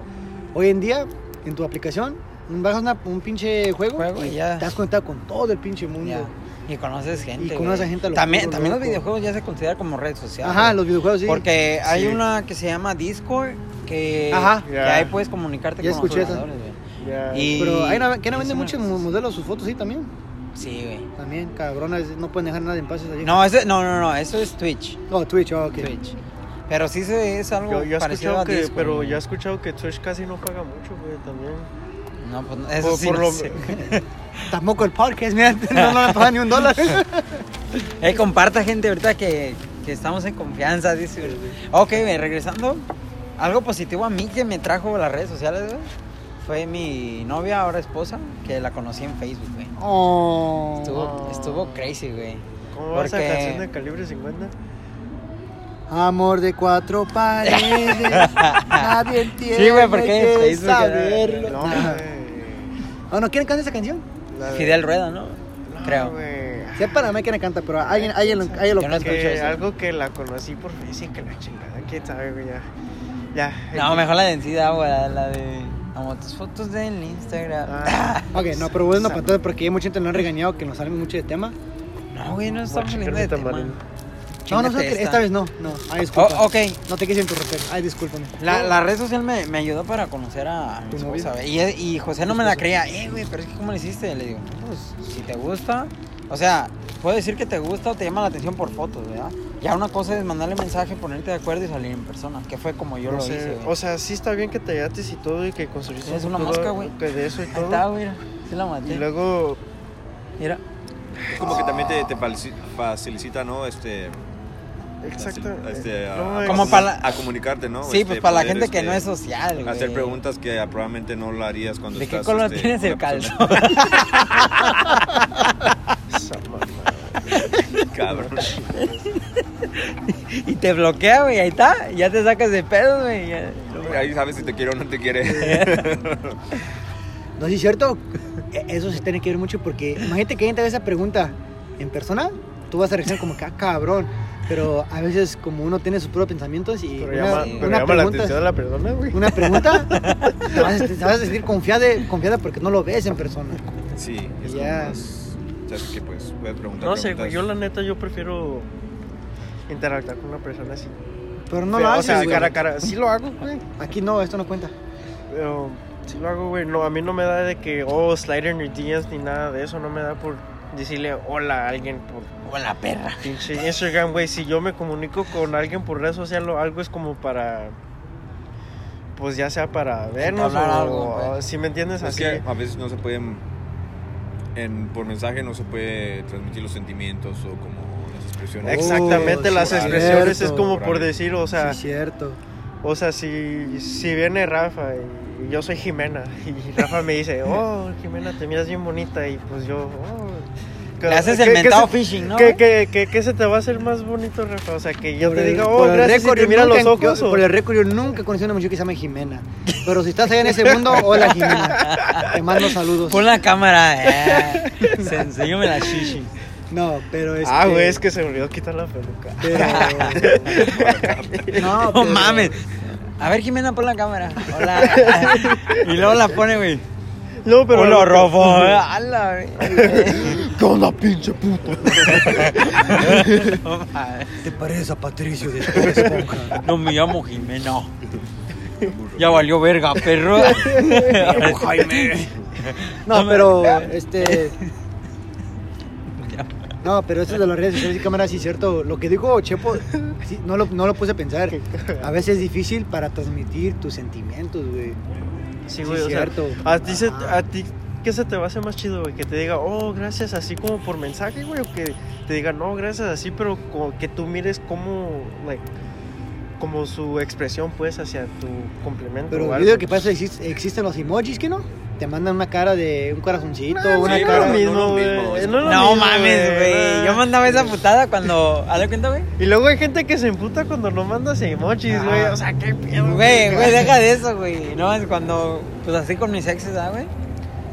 Speaker 3: Hoy en día, en tu aplicación, bajas una- un pinche juego,
Speaker 1: Juego y
Speaker 3: y
Speaker 1: ya.
Speaker 3: estás conectado con todo el pinche mundo.
Speaker 1: Ya. Y conoces gente.
Speaker 3: Y conoces
Speaker 1: güey.
Speaker 3: gente a lo
Speaker 1: También,
Speaker 3: puro
Speaker 1: también los
Speaker 3: loco.
Speaker 1: videojuegos ya se consideran como red social.
Speaker 3: Ajá,
Speaker 1: güey.
Speaker 3: los videojuegos sí.
Speaker 1: Porque hay
Speaker 2: Sí.
Speaker 1: una que se llama Discord. Que,
Speaker 3: Ajá.
Speaker 1: que
Speaker 2: Ya.
Speaker 1: ahí puedes comunicarte
Speaker 3: Ya
Speaker 1: con los
Speaker 3: escuché esa.
Speaker 1: jugadores, güey.
Speaker 2: Ya.
Speaker 1: Y-
Speaker 3: Pero hay una, que
Speaker 1: y
Speaker 3: no vende
Speaker 1: es una-
Speaker 3: muchos mo- modelos sus fotos, sí, también.
Speaker 1: Sí, güey.
Speaker 3: También, cabronas, no pueden dejar nada en paz. esas viejas.
Speaker 1: No, ese- no, no, no, eso es Twitch.
Speaker 3: Oh, Twitch, oh, ok.
Speaker 1: Twitch. Pero sí se, es algo
Speaker 2: Yo, yo he
Speaker 1: parecido
Speaker 2: escuchado
Speaker 1: a
Speaker 2: que,
Speaker 1: Discord.
Speaker 2: pero
Speaker 1: güey.
Speaker 2: ya he escuchado que Twitch casi no paga mucho, güey, también.
Speaker 1: No, pues no, eso
Speaker 2: Por-
Speaker 1: sí
Speaker 2: por
Speaker 1: no
Speaker 2: lo- (laughs)
Speaker 1: sé.
Speaker 3: Tampoco el podcast, mira, (laughs) no, no le pagan ni
Speaker 1: (laughs)
Speaker 3: un dólar.
Speaker 1: Eh, comparta gente ahorita que, que estamos en confianza, dice. güey. Ok, güey, regresando. Algo positivo a mí que me trajo las redes sociales, güey, fue mi novia, ahora esposa, que la conocí en Facebook, güey.
Speaker 3: Oh.
Speaker 1: Estuvo, estuvo crazy, güey.
Speaker 2: ¿Cómo va esa
Speaker 1: Porque-
Speaker 2: canción de calibre 50?
Speaker 3: Amor de cuatro paredes,
Speaker 1: (laughs)
Speaker 3: nadie entiende.
Speaker 1: Sí, güey, ¿por qué?
Speaker 3: que
Speaker 1: Facebook era-
Speaker 3: saberlo.
Speaker 2: No,
Speaker 3: Nah. Oh, ¿No quieren cantar esa canción?
Speaker 1: Fidel Rueda, ¿no? Creo.
Speaker 3: Sé para mí quién la canta, pero
Speaker 1: Eh,
Speaker 3: alguien, alguien, lo- alguien lo
Speaker 1: Yo no
Speaker 3: canta.
Speaker 1: escucho
Speaker 2: Que
Speaker 1: eso.
Speaker 2: algo que la conocí por Facebook, que la chingada, quién sabe, güey, ya. Ya. eh,
Speaker 1: No, mejor la densidad, güey, la de... Como tus fotos del Instagram.
Speaker 2: Ah.
Speaker 3: Ok, no, pero bueno, pues,
Speaker 2: Esa-
Speaker 3: para todo, porque hay mucha gente que nos han regañado que nos salen mucho de tema.
Speaker 1: No, güey, no estamos
Speaker 2: Bueno,
Speaker 1: saliendo de
Speaker 2: carnita
Speaker 1: tema.
Speaker 2: Marín.
Speaker 3: No, no,
Speaker 1: Chíngate
Speaker 3: sé que-
Speaker 1: esta.
Speaker 3: esta vez no, no, ay, disculpa.
Speaker 1: Oh, ok.
Speaker 3: No te quise interrumpir, ay, discúlpame.
Speaker 1: La, la red social me, me ayudó para conocer a a mi
Speaker 3: ¿Tu novia?
Speaker 1: esposa, güey. Y, y José no me la creía. Eh, güey, pero es que ¿cómo le hiciste? Le digo, "No, pues, si te gusta. O sea, puedo decir que te gusta o te llama la atención por fotos, ¿verdad? Ya una cosa es mandarle mensaje, ponerte de acuerdo y salir en persona. Que fue como yo
Speaker 2: No
Speaker 1: lo
Speaker 2: sé,
Speaker 1: hice, güey.
Speaker 2: O sea, sí está bien que te yates y todo y que construiste
Speaker 1: Eres
Speaker 2: un
Speaker 1: una
Speaker 2: futuro
Speaker 1: mosca, güey.
Speaker 2: que de eso y
Speaker 1: Ahí está,
Speaker 2: todo.
Speaker 1: güey. Sí la maté.
Speaker 2: Y luego,
Speaker 1: Mira.
Speaker 4: Es como que también te, te falci- facilita, ¿no? Este,
Speaker 2: exacto. eh,
Speaker 4: este, a,
Speaker 2: no,
Speaker 4: a-
Speaker 1: Como
Speaker 4: a-
Speaker 1: para la-
Speaker 4: a comunicarte, ¿no?
Speaker 1: sí,
Speaker 4: Este,
Speaker 1: pues para la
Speaker 4: poder,
Speaker 1: gente que
Speaker 4: este,
Speaker 1: no es social, güey.
Speaker 4: Hacer preguntas que ah, probablemente no lo harías cuando
Speaker 1: ¿De qué
Speaker 4: estás,
Speaker 1: color
Speaker 4: este,
Speaker 1: tienes
Speaker 4: con
Speaker 1: el
Speaker 4: una persona-
Speaker 1: calzón?
Speaker 2: esa mamá.
Speaker 4: (laughs) Cabrón.
Speaker 1: y te bloquea, güey. Ahí está. Ya te sacas de pedo, güey. ya.
Speaker 4: Ahí sabes si te quiere o no te quiere.
Speaker 3: No, sí, es cierto. E- Eso sí tiene que ver mucho porque imagínate que alguien te haga esa pregunta en persona, tú vas a reaccionar como que, ah, cabrón. Pero a veces, como uno tiene sus propios pensamientos y
Speaker 2: Pero
Speaker 3: una,
Speaker 2: llama, pero
Speaker 3: una
Speaker 2: llama la
Speaker 3: pregunta,
Speaker 2: atención de la persona, güey.
Speaker 3: una pregunta, te vas, a- te vas a sentir confiada, confiada porque no lo ves en persona.
Speaker 4: (laughs) sí, es
Speaker 3: Ya.
Speaker 4: como más... Ya sé que pues puedes preguntar
Speaker 2: No sé, güey.
Speaker 4: preguntas.
Speaker 2: Yo, la neta, yo prefiero interactuar con una persona así.
Speaker 3: Pero no
Speaker 2: Fea,
Speaker 3: lo
Speaker 2: o
Speaker 3: haces,
Speaker 2: sea,
Speaker 3: güey.
Speaker 2: cara a cara. Sí lo hago, güey.
Speaker 3: Aquí no, esto no cuenta.
Speaker 2: Pero sí lo hago, güey. No, a mí no me da de que, oh, slider ni DMs ni nada de eso. No me da por decirle hola a alguien por
Speaker 1: Con la perra.
Speaker 2: pinche Instagram, güey. Si yo me comunico con alguien por red social o algo, es como para. Pues ya sea para vernos o
Speaker 1: Entablar algo,
Speaker 2: o-
Speaker 1: pues.
Speaker 2: Si me entiendes,
Speaker 4: Es
Speaker 2: así.
Speaker 4: que a veces no se pueden, en, por mensaje no se puede transmitir los sentimientos o como las expresiones.
Speaker 2: Exactamente,
Speaker 3: Oh,
Speaker 2: las
Speaker 3: sí,
Speaker 2: expresiones es
Speaker 3: cierto.
Speaker 2: como por decir, o sea,
Speaker 3: sí, cierto.
Speaker 2: o sea si, si viene Rafa y, y yo soy Jimena (laughs) y Rafa me dice, oh, Jimena, te miras bien bonita y pues yo, oh.
Speaker 1: Le haces
Speaker 2: ¿Qué-
Speaker 1: el
Speaker 2: qué se-
Speaker 1: mentado fishing, ¿no?
Speaker 2: ¿Qué,
Speaker 1: güey?
Speaker 2: qué, qué, qué se te va a hacer más bonito, Rafa? O sea, que yo te
Speaker 3: el-
Speaker 2: diga, oh,
Speaker 3: el
Speaker 2: gracias, y
Speaker 3: récord,
Speaker 2: te
Speaker 3: yo
Speaker 2: mira los
Speaker 3: nunca-
Speaker 2: ojos.
Speaker 3: yo-
Speaker 2: o-
Speaker 3: por el récord, yo nunca conocí a una muchacha que se llama Jimena. Pero si estás allá en ese
Speaker 2: (laughs)
Speaker 3: mundo, hola Jimena. Te mando saludos.
Speaker 1: Pon la cámara. Eh. Enséñame la shishi.
Speaker 3: No, pero es
Speaker 2: Ah,
Speaker 3: que-
Speaker 2: güey, es que se me olvidó quitar la peluca. (laughs)
Speaker 3: Pero...
Speaker 1: No,
Speaker 3: no, pero-
Speaker 1: mames. A ver, Jimena, pon la cámara. Hola. y luego la pone, güey.
Speaker 2: No, pero.
Speaker 1: Hola,
Speaker 2: (laughs)
Speaker 1: Rafa. Ala, güey.
Speaker 2: ¿Qué onda, pinche puto?
Speaker 1: (laughs) No mames.
Speaker 3: Te pareces a Patricio de Bob Esponja.
Speaker 1: No me llamo Jimena. Ya valió verga, perro. Jaime.
Speaker 3: No, pero este.
Speaker 2: (laughs)
Speaker 3: No, pero esto de las redes sociales y cámaras, sí, cierto. Lo que dijo Chepo, sí, no, lo, no lo puse a pensar. A veces es difícil para transmitir tus sentimientos, güey.
Speaker 2: Sí,
Speaker 3: Sí,
Speaker 2: güey, o sea, ah,
Speaker 3: cierto.
Speaker 2: a ti, se-
Speaker 3: Ajá.
Speaker 2: a ti, ¿qué se te va a hacer más chido, güey? Que te diga, oh, gracias, así como por mensaje, güey, o que te diga, no, gracias, así, pero como que tú mires cómo, like, como su expresión, pues, hacia tu complemento.
Speaker 3: Pero
Speaker 2: o
Speaker 3: yo
Speaker 2: algo.
Speaker 3: digo que pasa, exis- existen los emojis, ¿qué no? Te mandan una cara de un corazoncito,
Speaker 2: Ah, No,
Speaker 3: una
Speaker 4: sí,
Speaker 2: no es
Speaker 3: cara.
Speaker 2: lo
Speaker 4: pero
Speaker 2: mismo,
Speaker 4: no es lo
Speaker 2: güey.
Speaker 4: mismo, es
Speaker 2: No es lo
Speaker 4: lo
Speaker 1: No
Speaker 2: mismo, Ah,
Speaker 1: mames, güey. Yo mandaba esa putada cuando. ¿Haz de cuenta, güey?
Speaker 2: Y luego hay gente que se emputa cuando no mandas emojis, güey. O sea, qué pedo.
Speaker 1: Güey, güey, deja de eso, güey. No, es cuando, pues así con mis exes, ¿ah, güey?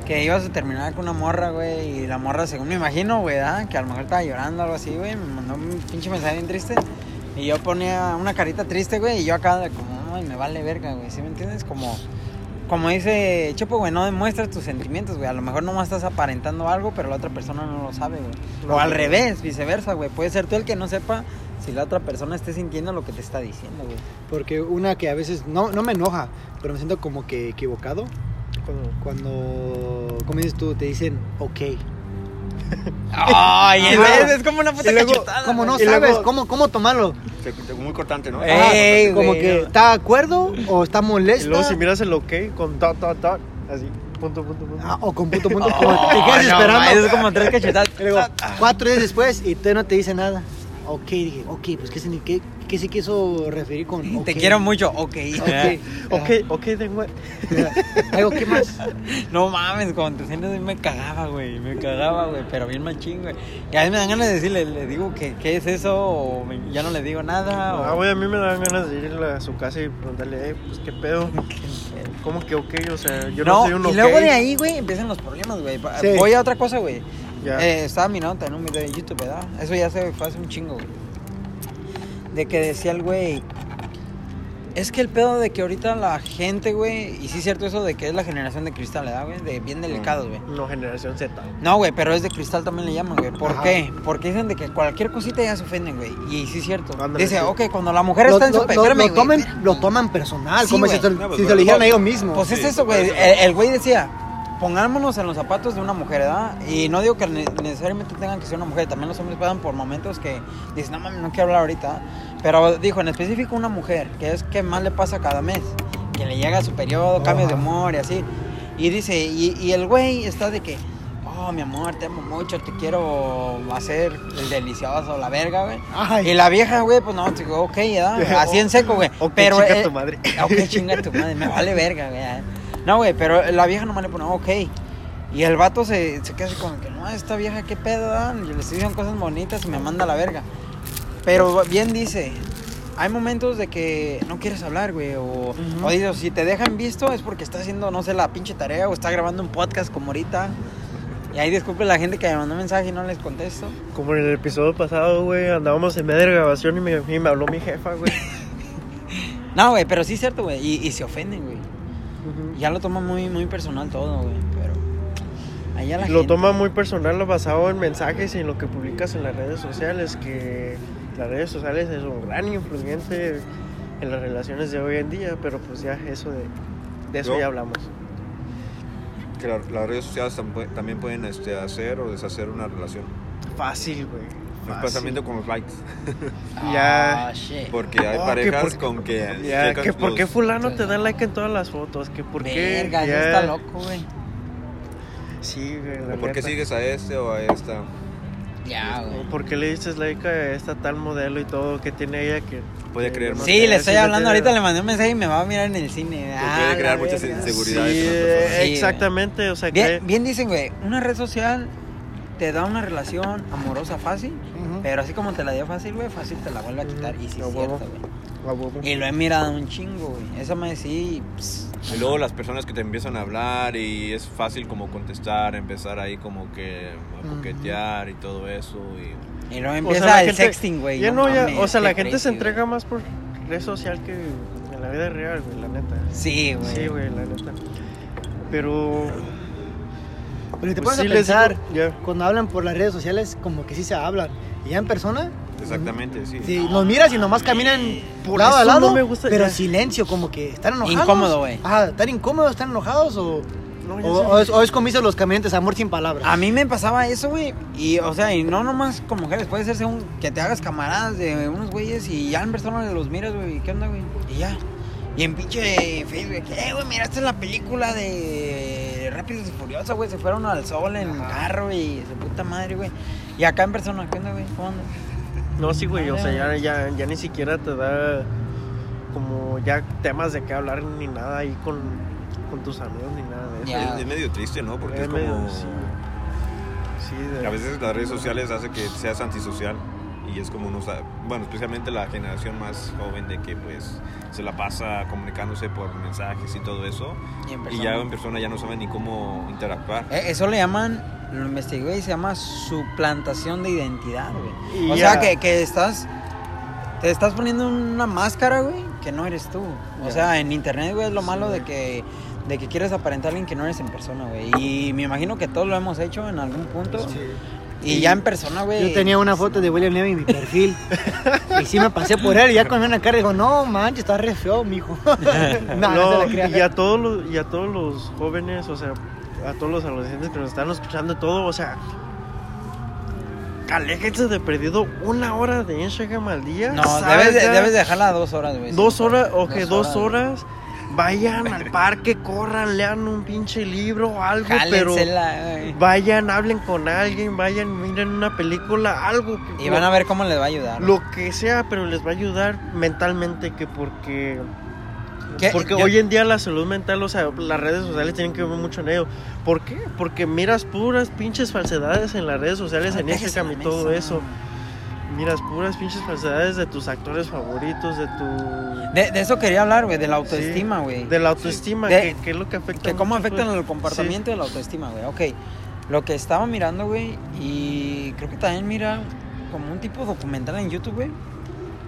Speaker 1: Que ibas a terminar con una morra, güey. Y la morra, según me imagino, güey, ¿ah? Que a lo mejor estaba llorando o algo así, güey. Me mandó un pinche mensaje bien triste. Y yo ponía una carita triste, güey. Y yo acá, de como, ay, me vale verga, güey. ¿Sí me entiendes? Como, como dice Chopo, güey, no demuestras tus sentimientos, güey. A lo mejor nomás estás aparentando algo, pero la otra persona no lo sabe, güey. O al revés, viceversa, güey. Puede ser tú el que no sepa si la otra persona esté sintiendo lo que te está diciendo, güey.
Speaker 3: Porque una que a veces no, no me enoja, pero me siento como que equivocado.
Speaker 2: Cuando-
Speaker 3: Cuando, como dices tú, te dicen, ok.
Speaker 1: Ay,
Speaker 3: Y
Speaker 1: es,
Speaker 3: luego-
Speaker 1: es- es como una puta
Speaker 3: Y luego,
Speaker 1: cachetada.
Speaker 3: como no
Speaker 1: güey.
Speaker 2: Ah, Y luego-
Speaker 3: sabes cómo, cómo tomarlo.
Speaker 4: Se- se- Muy cortante, ¿no?
Speaker 1: Ey,
Speaker 3: Ajá, como
Speaker 1: güey.
Speaker 3: que, ¿está de acuerdo o está
Speaker 2: Y
Speaker 3: molesto?
Speaker 2: luego si miras el ok con dot, dot, dot, así, punto, punto, punto.
Speaker 3: Ah, o con puto
Speaker 1: (laughs)
Speaker 3: punto. como
Speaker 1: Oh,
Speaker 3: te quedas
Speaker 1: no, ma,
Speaker 3: esperando.
Speaker 1: eso es como tres cachetadas.
Speaker 3: Y luego, cuatro días después y todavía no te dice nada. Ok, dije, ok, pues ¿qué, signi- qué, qué se quiso referir con ok?
Speaker 1: Te quiero mucho, ok.
Speaker 3: Ok,
Speaker 2: ok, ok, then what?
Speaker 3: algo que más.
Speaker 1: (laughs) No mames, cuando te sientes así me cagaba, güey. Me cagaba, güey, pero bien machín, güey. Y a mí me dan ganas de decirle, le digo que qué es eso, o me- ya no le digo nada.
Speaker 2: Ah,
Speaker 1: o...
Speaker 2: güey, a mí me dan ganas de ir a su casa y preguntarle, eh, pues qué pedo. (laughs) ¿Cómo que ok? O sea, yo no, soy un ok.
Speaker 1: y luego de ahí, güey, empiezan los problemas, güey. Pa-
Speaker 3: Sí.
Speaker 1: Voy a otra cosa, güey.
Speaker 2: Ya.
Speaker 1: Eh, estaba mirando también un video de YouTube, ¿verdad? Eso ya se fue hace un chingo, güey. De que decía el güey. Es que el pedo de que ahorita la gente, güey. Y sí es cierto eso de que es la generación de cristal, ¿verdad, güey? De bien delicados, güey.
Speaker 2: No, generación Z.
Speaker 1: No, güey, pero es de cristal también le llaman, güey. ¿Por
Speaker 3: Ajá.
Speaker 1: qué? Porque dicen de que cualquier cosita ya se ofenden, güey. Y sí es cierto.
Speaker 2: Ándale,
Speaker 1: Dice,
Speaker 2: sí.
Speaker 1: ok, cuando la mujer está en su... pe- espérame, güey,
Speaker 3: tomen,
Speaker 1: espérame.
Speaker 3: lo toman personal,
Speaker 1: Sí,
Speaker 3: como
Speaker 1: güey.
Speaker 3: si, se-
Speaker 4: No, pues,
Speaker 3: si se
Speaker 4: pero-
Speaker 3: lo dijeran a ellos mismos.
Speaker 1: Pues es
Speaker 4: Sí,
Speaker 1: eso, güey.
Speaker 4: por eso.
Speaker 1: El el güey decía, pongámonos en los zapatos de una mujer, ¿verdad? Y no digo que ne- necesariamente tengan que ser una mujer. También los hombres pasan por momentos que dicen, no mames, no quiero hablar ahorita. Pero dijo, en específico una mujer, que es que más le pasa cada mes. Que le llega su periodo, cambios de
Speaker 3: Ajá.
Speaker 1: humor y así. Y dice, y, y el güey está de que, oh, mi amor, te amo mucho, te quiero hacer el delicioso, la verga, güey.
Speaker 3: Ay.
Speaker 1: Y la vieja, güey, pues no, digo, ok, ¿verdad? Así en seco, güey.
Speaker 2: (laughs) Ok,
Speaker 1: pero
Speaker 2: chica
Speaker 1: eh,
Speaker 2: tu madre.
Speaker 1: (laughs) Ok, chinga tu madre, me vale verga, güey. No, güey, pero la vieja nomás le pone, ok. Y el vato se, se queda así como que, no, esta vieja, qué pedo, ah? Y le estoy diciendo cosas bonitas y me manda a la verga. Pero bien dice, hay momentos de que no quieres hablar, güey. O, o digo, si te dejan visto es porque está haciendo, no sé, la pinche tarea o está grabando un podcast como ahorita. Y ahí disculpe la gente que me mandó mensaje y no les contesto.
Speaker 2: Como en el episodio pasado, güey, andábamos en medio de grabación y me, y me habló mi jefa, güey.
Speaker 1: No, güey, pero sí es cierto, güey. Y, y se ofenden, güey.
Speaker 2: Ujú.
Speaker 1: Ya lo toma muy, muy personal todo, güey. Pero. Allá la
Speaker 2: Lo
Speaker 1: gente-
Speaker 2: toma muy personal, lo basado en mensajes y en lo que publicas en las redes sociales, que las redes sociales es un gran influyente en las relaciones de hoy en día, pero pues ya eso de, de eso
Speaker 4: Yo-
Speaker 2: ya hablamos.
Speaker 4: Que la- las redes sociales tam- también pueden este, hacer o deshacer una relación.
Speaker 2: Fácil, güey. fácil.
Speaker 4: Especialmente con
Speaker 2: (laughs)
Speaker 4: los likes.
Speaker 2: Ya.
Speaker 1: Ah, shit.
Speaker 4: Porque hay
Speaker 2: Oh, que
Speaker 4: parejas
Speaker 2: por-
Speaker 4: con que.
Speaker 2: Ya,
Speaker 4: checas
Speaker 2: que por qué
Speaker 4: los-
Speaker 2: fulano te da like en todas las fotos, que por qué
Speaker 1: Verga, eso
Speaker 2: ya-
Speaker 1: está loco, güey.
Speaker 2: Sí, güey, la
Speaker 4: o ¿Por qué
Speaker 2: neta.
Speaker 4: sigues a este o a esta?
Speaker 1: Ya, güey.
Speaker 2: ¿Por qué le dices like a esta tal modelo y todo que tiene ella que que
Speaker 4: Puede creer
Speaker 2: no
Speaker 4: más.
Speaker 1: Sí,
Speaker 2: te-
Speaker 1: le estoy
Speaker 2: no te-
Speaker 1: hablando ahorita, le mandé un mensaje y me va a mirar en el cine.
Speaker 4: Pues
Speaker 1: Ah,
Speaker 4: puede crear
Speaker 1: la
Speaker 4: muchas
Speaker 1: verga.
Speaker 2: Sí,
Speaker 4: inseguridades en las personas.
Speaker 1: eh,
Speaker 2: exactamente, o sea, que
Speaker 1: Bien, bien dicen, güey, una red social te da una relación amorosa fácil,
Speaker 3: Ujú.
Speaker 1: pero así como te la dio fácil, güey, fácil te la vuelve a quitar. Y sí,
Speaker 2: A
Speaker 1: es
Speaker 2: Ah, huevo.
Speaker 1: cierto, güey. Y lo he mirado un chingo, güey. Esa me sí. pss,
Speaker 4: Y luego las personas que te empiezan a hablar y es fácil como contestar, empezar ahí como que a coquetear y todo eso. Y...
Speaker 1: Y luego
Speaker 2: O sea,
Speaker 1: empieza
Speaker 2: la
Speaker 1: el
Speaker 2: gente-
Speaker 1: sexting, güey.
Speaker 2: Ya no, ya,
Speaker 1: mames,
Speaker 2: o sea, la
Speaker 1: qué
Speaker 2: gente
Speaker 1: crazy,
Speaker 2: se
Speaker 1: güey.
Speaker 2: entrega más por red social que en la vida real, güey, la neta.
Speaker 1: Sí, güey.
Speaker 2: Sí, güey, la neta. Pero
Speaker 3: Pero te
Speaker 2: pues
Speaker 3: pones
Speaker 2: sí
Speaker 3: a
Speaker 2: les
Speaker 3: pensar,
Speaker 2: digo- ya.
Speaker 3: cuando hablan por las redes sociales, como que sí se hablan. Y ya en persona,
Speaker 4: Exactamente, sí.
Speaker 3: sí, los miras y nomás caminan
Speaker 2: Por
Speaker 3: lado a
Speaker 2: eso
Speaker 3: lado,
Speaker 2: no me gusta-
Speaker 3: pero
Speaker 2: ya.
Speaker 3: silencio, como que están enojados.
Speaker 1: Incómodo, güey.
Speaker 3: Ah, están incómodos, están enojados o...
Speaker 2: No, ya
Speaker 3: O,
Speaker 2: sé.
Speaker 3: o es, o es como dicen los caminantes, amor sin palabras.
Speaker 1: A mí me pasaba eso, güey. Y, o sea, y no nomás con mujeres. Puede ser según que te hagas camaradas de unos güeyes y ya en persona los miras, güey. ¿Qué onda, güey? Y ya. Y en pinche Facebook, eh, güey, miraste la película de Rápidos y Furiosos, güey. Se fueron al sol en carro y su puta madre, güey. Y acá en persona, ¿qué onda, güey? ¿Cómo andas?
Speaker 2: No, sí, güey, o sea, ya, ya, ya ni siquiera te da como ya temas de qué hablar ni nada ahí con, con tus amigos ni nada de eso.
Speaker 1: Ya.
Speaker 4: Es, es medio triste, ¿no? Porque
Speaker 2: Es
Speaker 4: es como...
Speaker 2: medio- sí. Sí, de-
Speaker 4: A veces las redes sociales hace que seas antisocial y es como uno, sa- bueno, especialmente la generación más joven de que pues se la pasa comunicándose por mensajes y todo eso
Speaker 1: Y en
Speaker 4: y
Speaker 1: persona.
Speaker 4: ya en persona ya no saben ni cómo interactuar.
Speaker 1: Eh, Eso le llaman, lo investigué y se llama suplantación de identidad, güey.
Speaker 2: Y
Speaker 1: O
Speaker 2: ya.
Speaker 1: sea, que, que estás, te estás poniendo una máscara, güey, que no eres tú. O
Speaker 2: Ya.
Speaker 1: sea, en internet, güey, es lo
Speaker 2: Sí,
Speaker 1: malo de
Speaker 2: güey.
Speaker 1: que, de que quieres aparentar a alguien que no eres en persona, güey. Y me imagino que todos lo hemos hecho en algún punto.
Speaker 2: sí.
Speaker 1: Y ya en persona, güey.
Speaker 3: Yo tenía una foto de William Levy en mi perfil. y sí me pasé por él. Y ya con una cara dijo, no manches, está re feo, mijo. (laughs) no, no,
Speaker 2: No,
Speaker 3: se la crea.
Speaker 2: y a todos los, y a todos los jóvenes, o sea, a todos los adolescentes que nos están escuchando y todo, o sea, aléjense de perdido una hora de Instagram al día.
Speaker 1: No,
Speaker 2: salgan
Speaker 1: debes, de- debes dejarla dos horas, güey.
Speaker 2: dos
Speaker 1: Sí,
Speaker 2: horas, o que dos
Speaker 1: güey.
Speaker 2: horas. Vayan al parque, corran, lean un pinche libro o algo, pero
Speaker 1: Jálensela, güey.
Speaker 2: vayan, hablen con alguien, vayan, miren una película, algo. que-
Speaker 1: Y van a ver cómo les va a ayudar.
Speaker 2: Lo que sea, pero les va a ayudar mentalmente que porque
Speaker 1: ¿Qué?
Speaker 2: porque
Speaker 1: Yo-
Speaker 2: hoy en día la salud mental, o sea, las redes sociales tienen que ver mucho en ello. ¿Por qué? Porque miras puras pinches falsedades en las redes sociales, en
Speaker 1: Dejes
Speaker 2: Instagram y
Speaker 1: la
Speaker 2: todo
Speaker 1: mesa.
Speaker 2: eso. Miras puras pinches falsedades de tus actores favoritos, de tu...
Speaker 1: De, de eso quería hablar, güey, de la autoestima,
Speaker 2: Sí,
Speaker 1: güey.
Speaker 2: De la autoestima,
Speaker 1: Sí.
Speaker 2: que,
Speaker 1: De-
Speaker 2: que es lo que afecta.
Speaker 1: Que cómo
Speaker 2: mucho,
Speaker 1: afectan
Speaker 2: pues.
Speaker 1: el comportamiento de la autoestima, güey. Ok, lo que estaba mirando, güey, y creo que también mira como un tipo documental en YouTube, güey,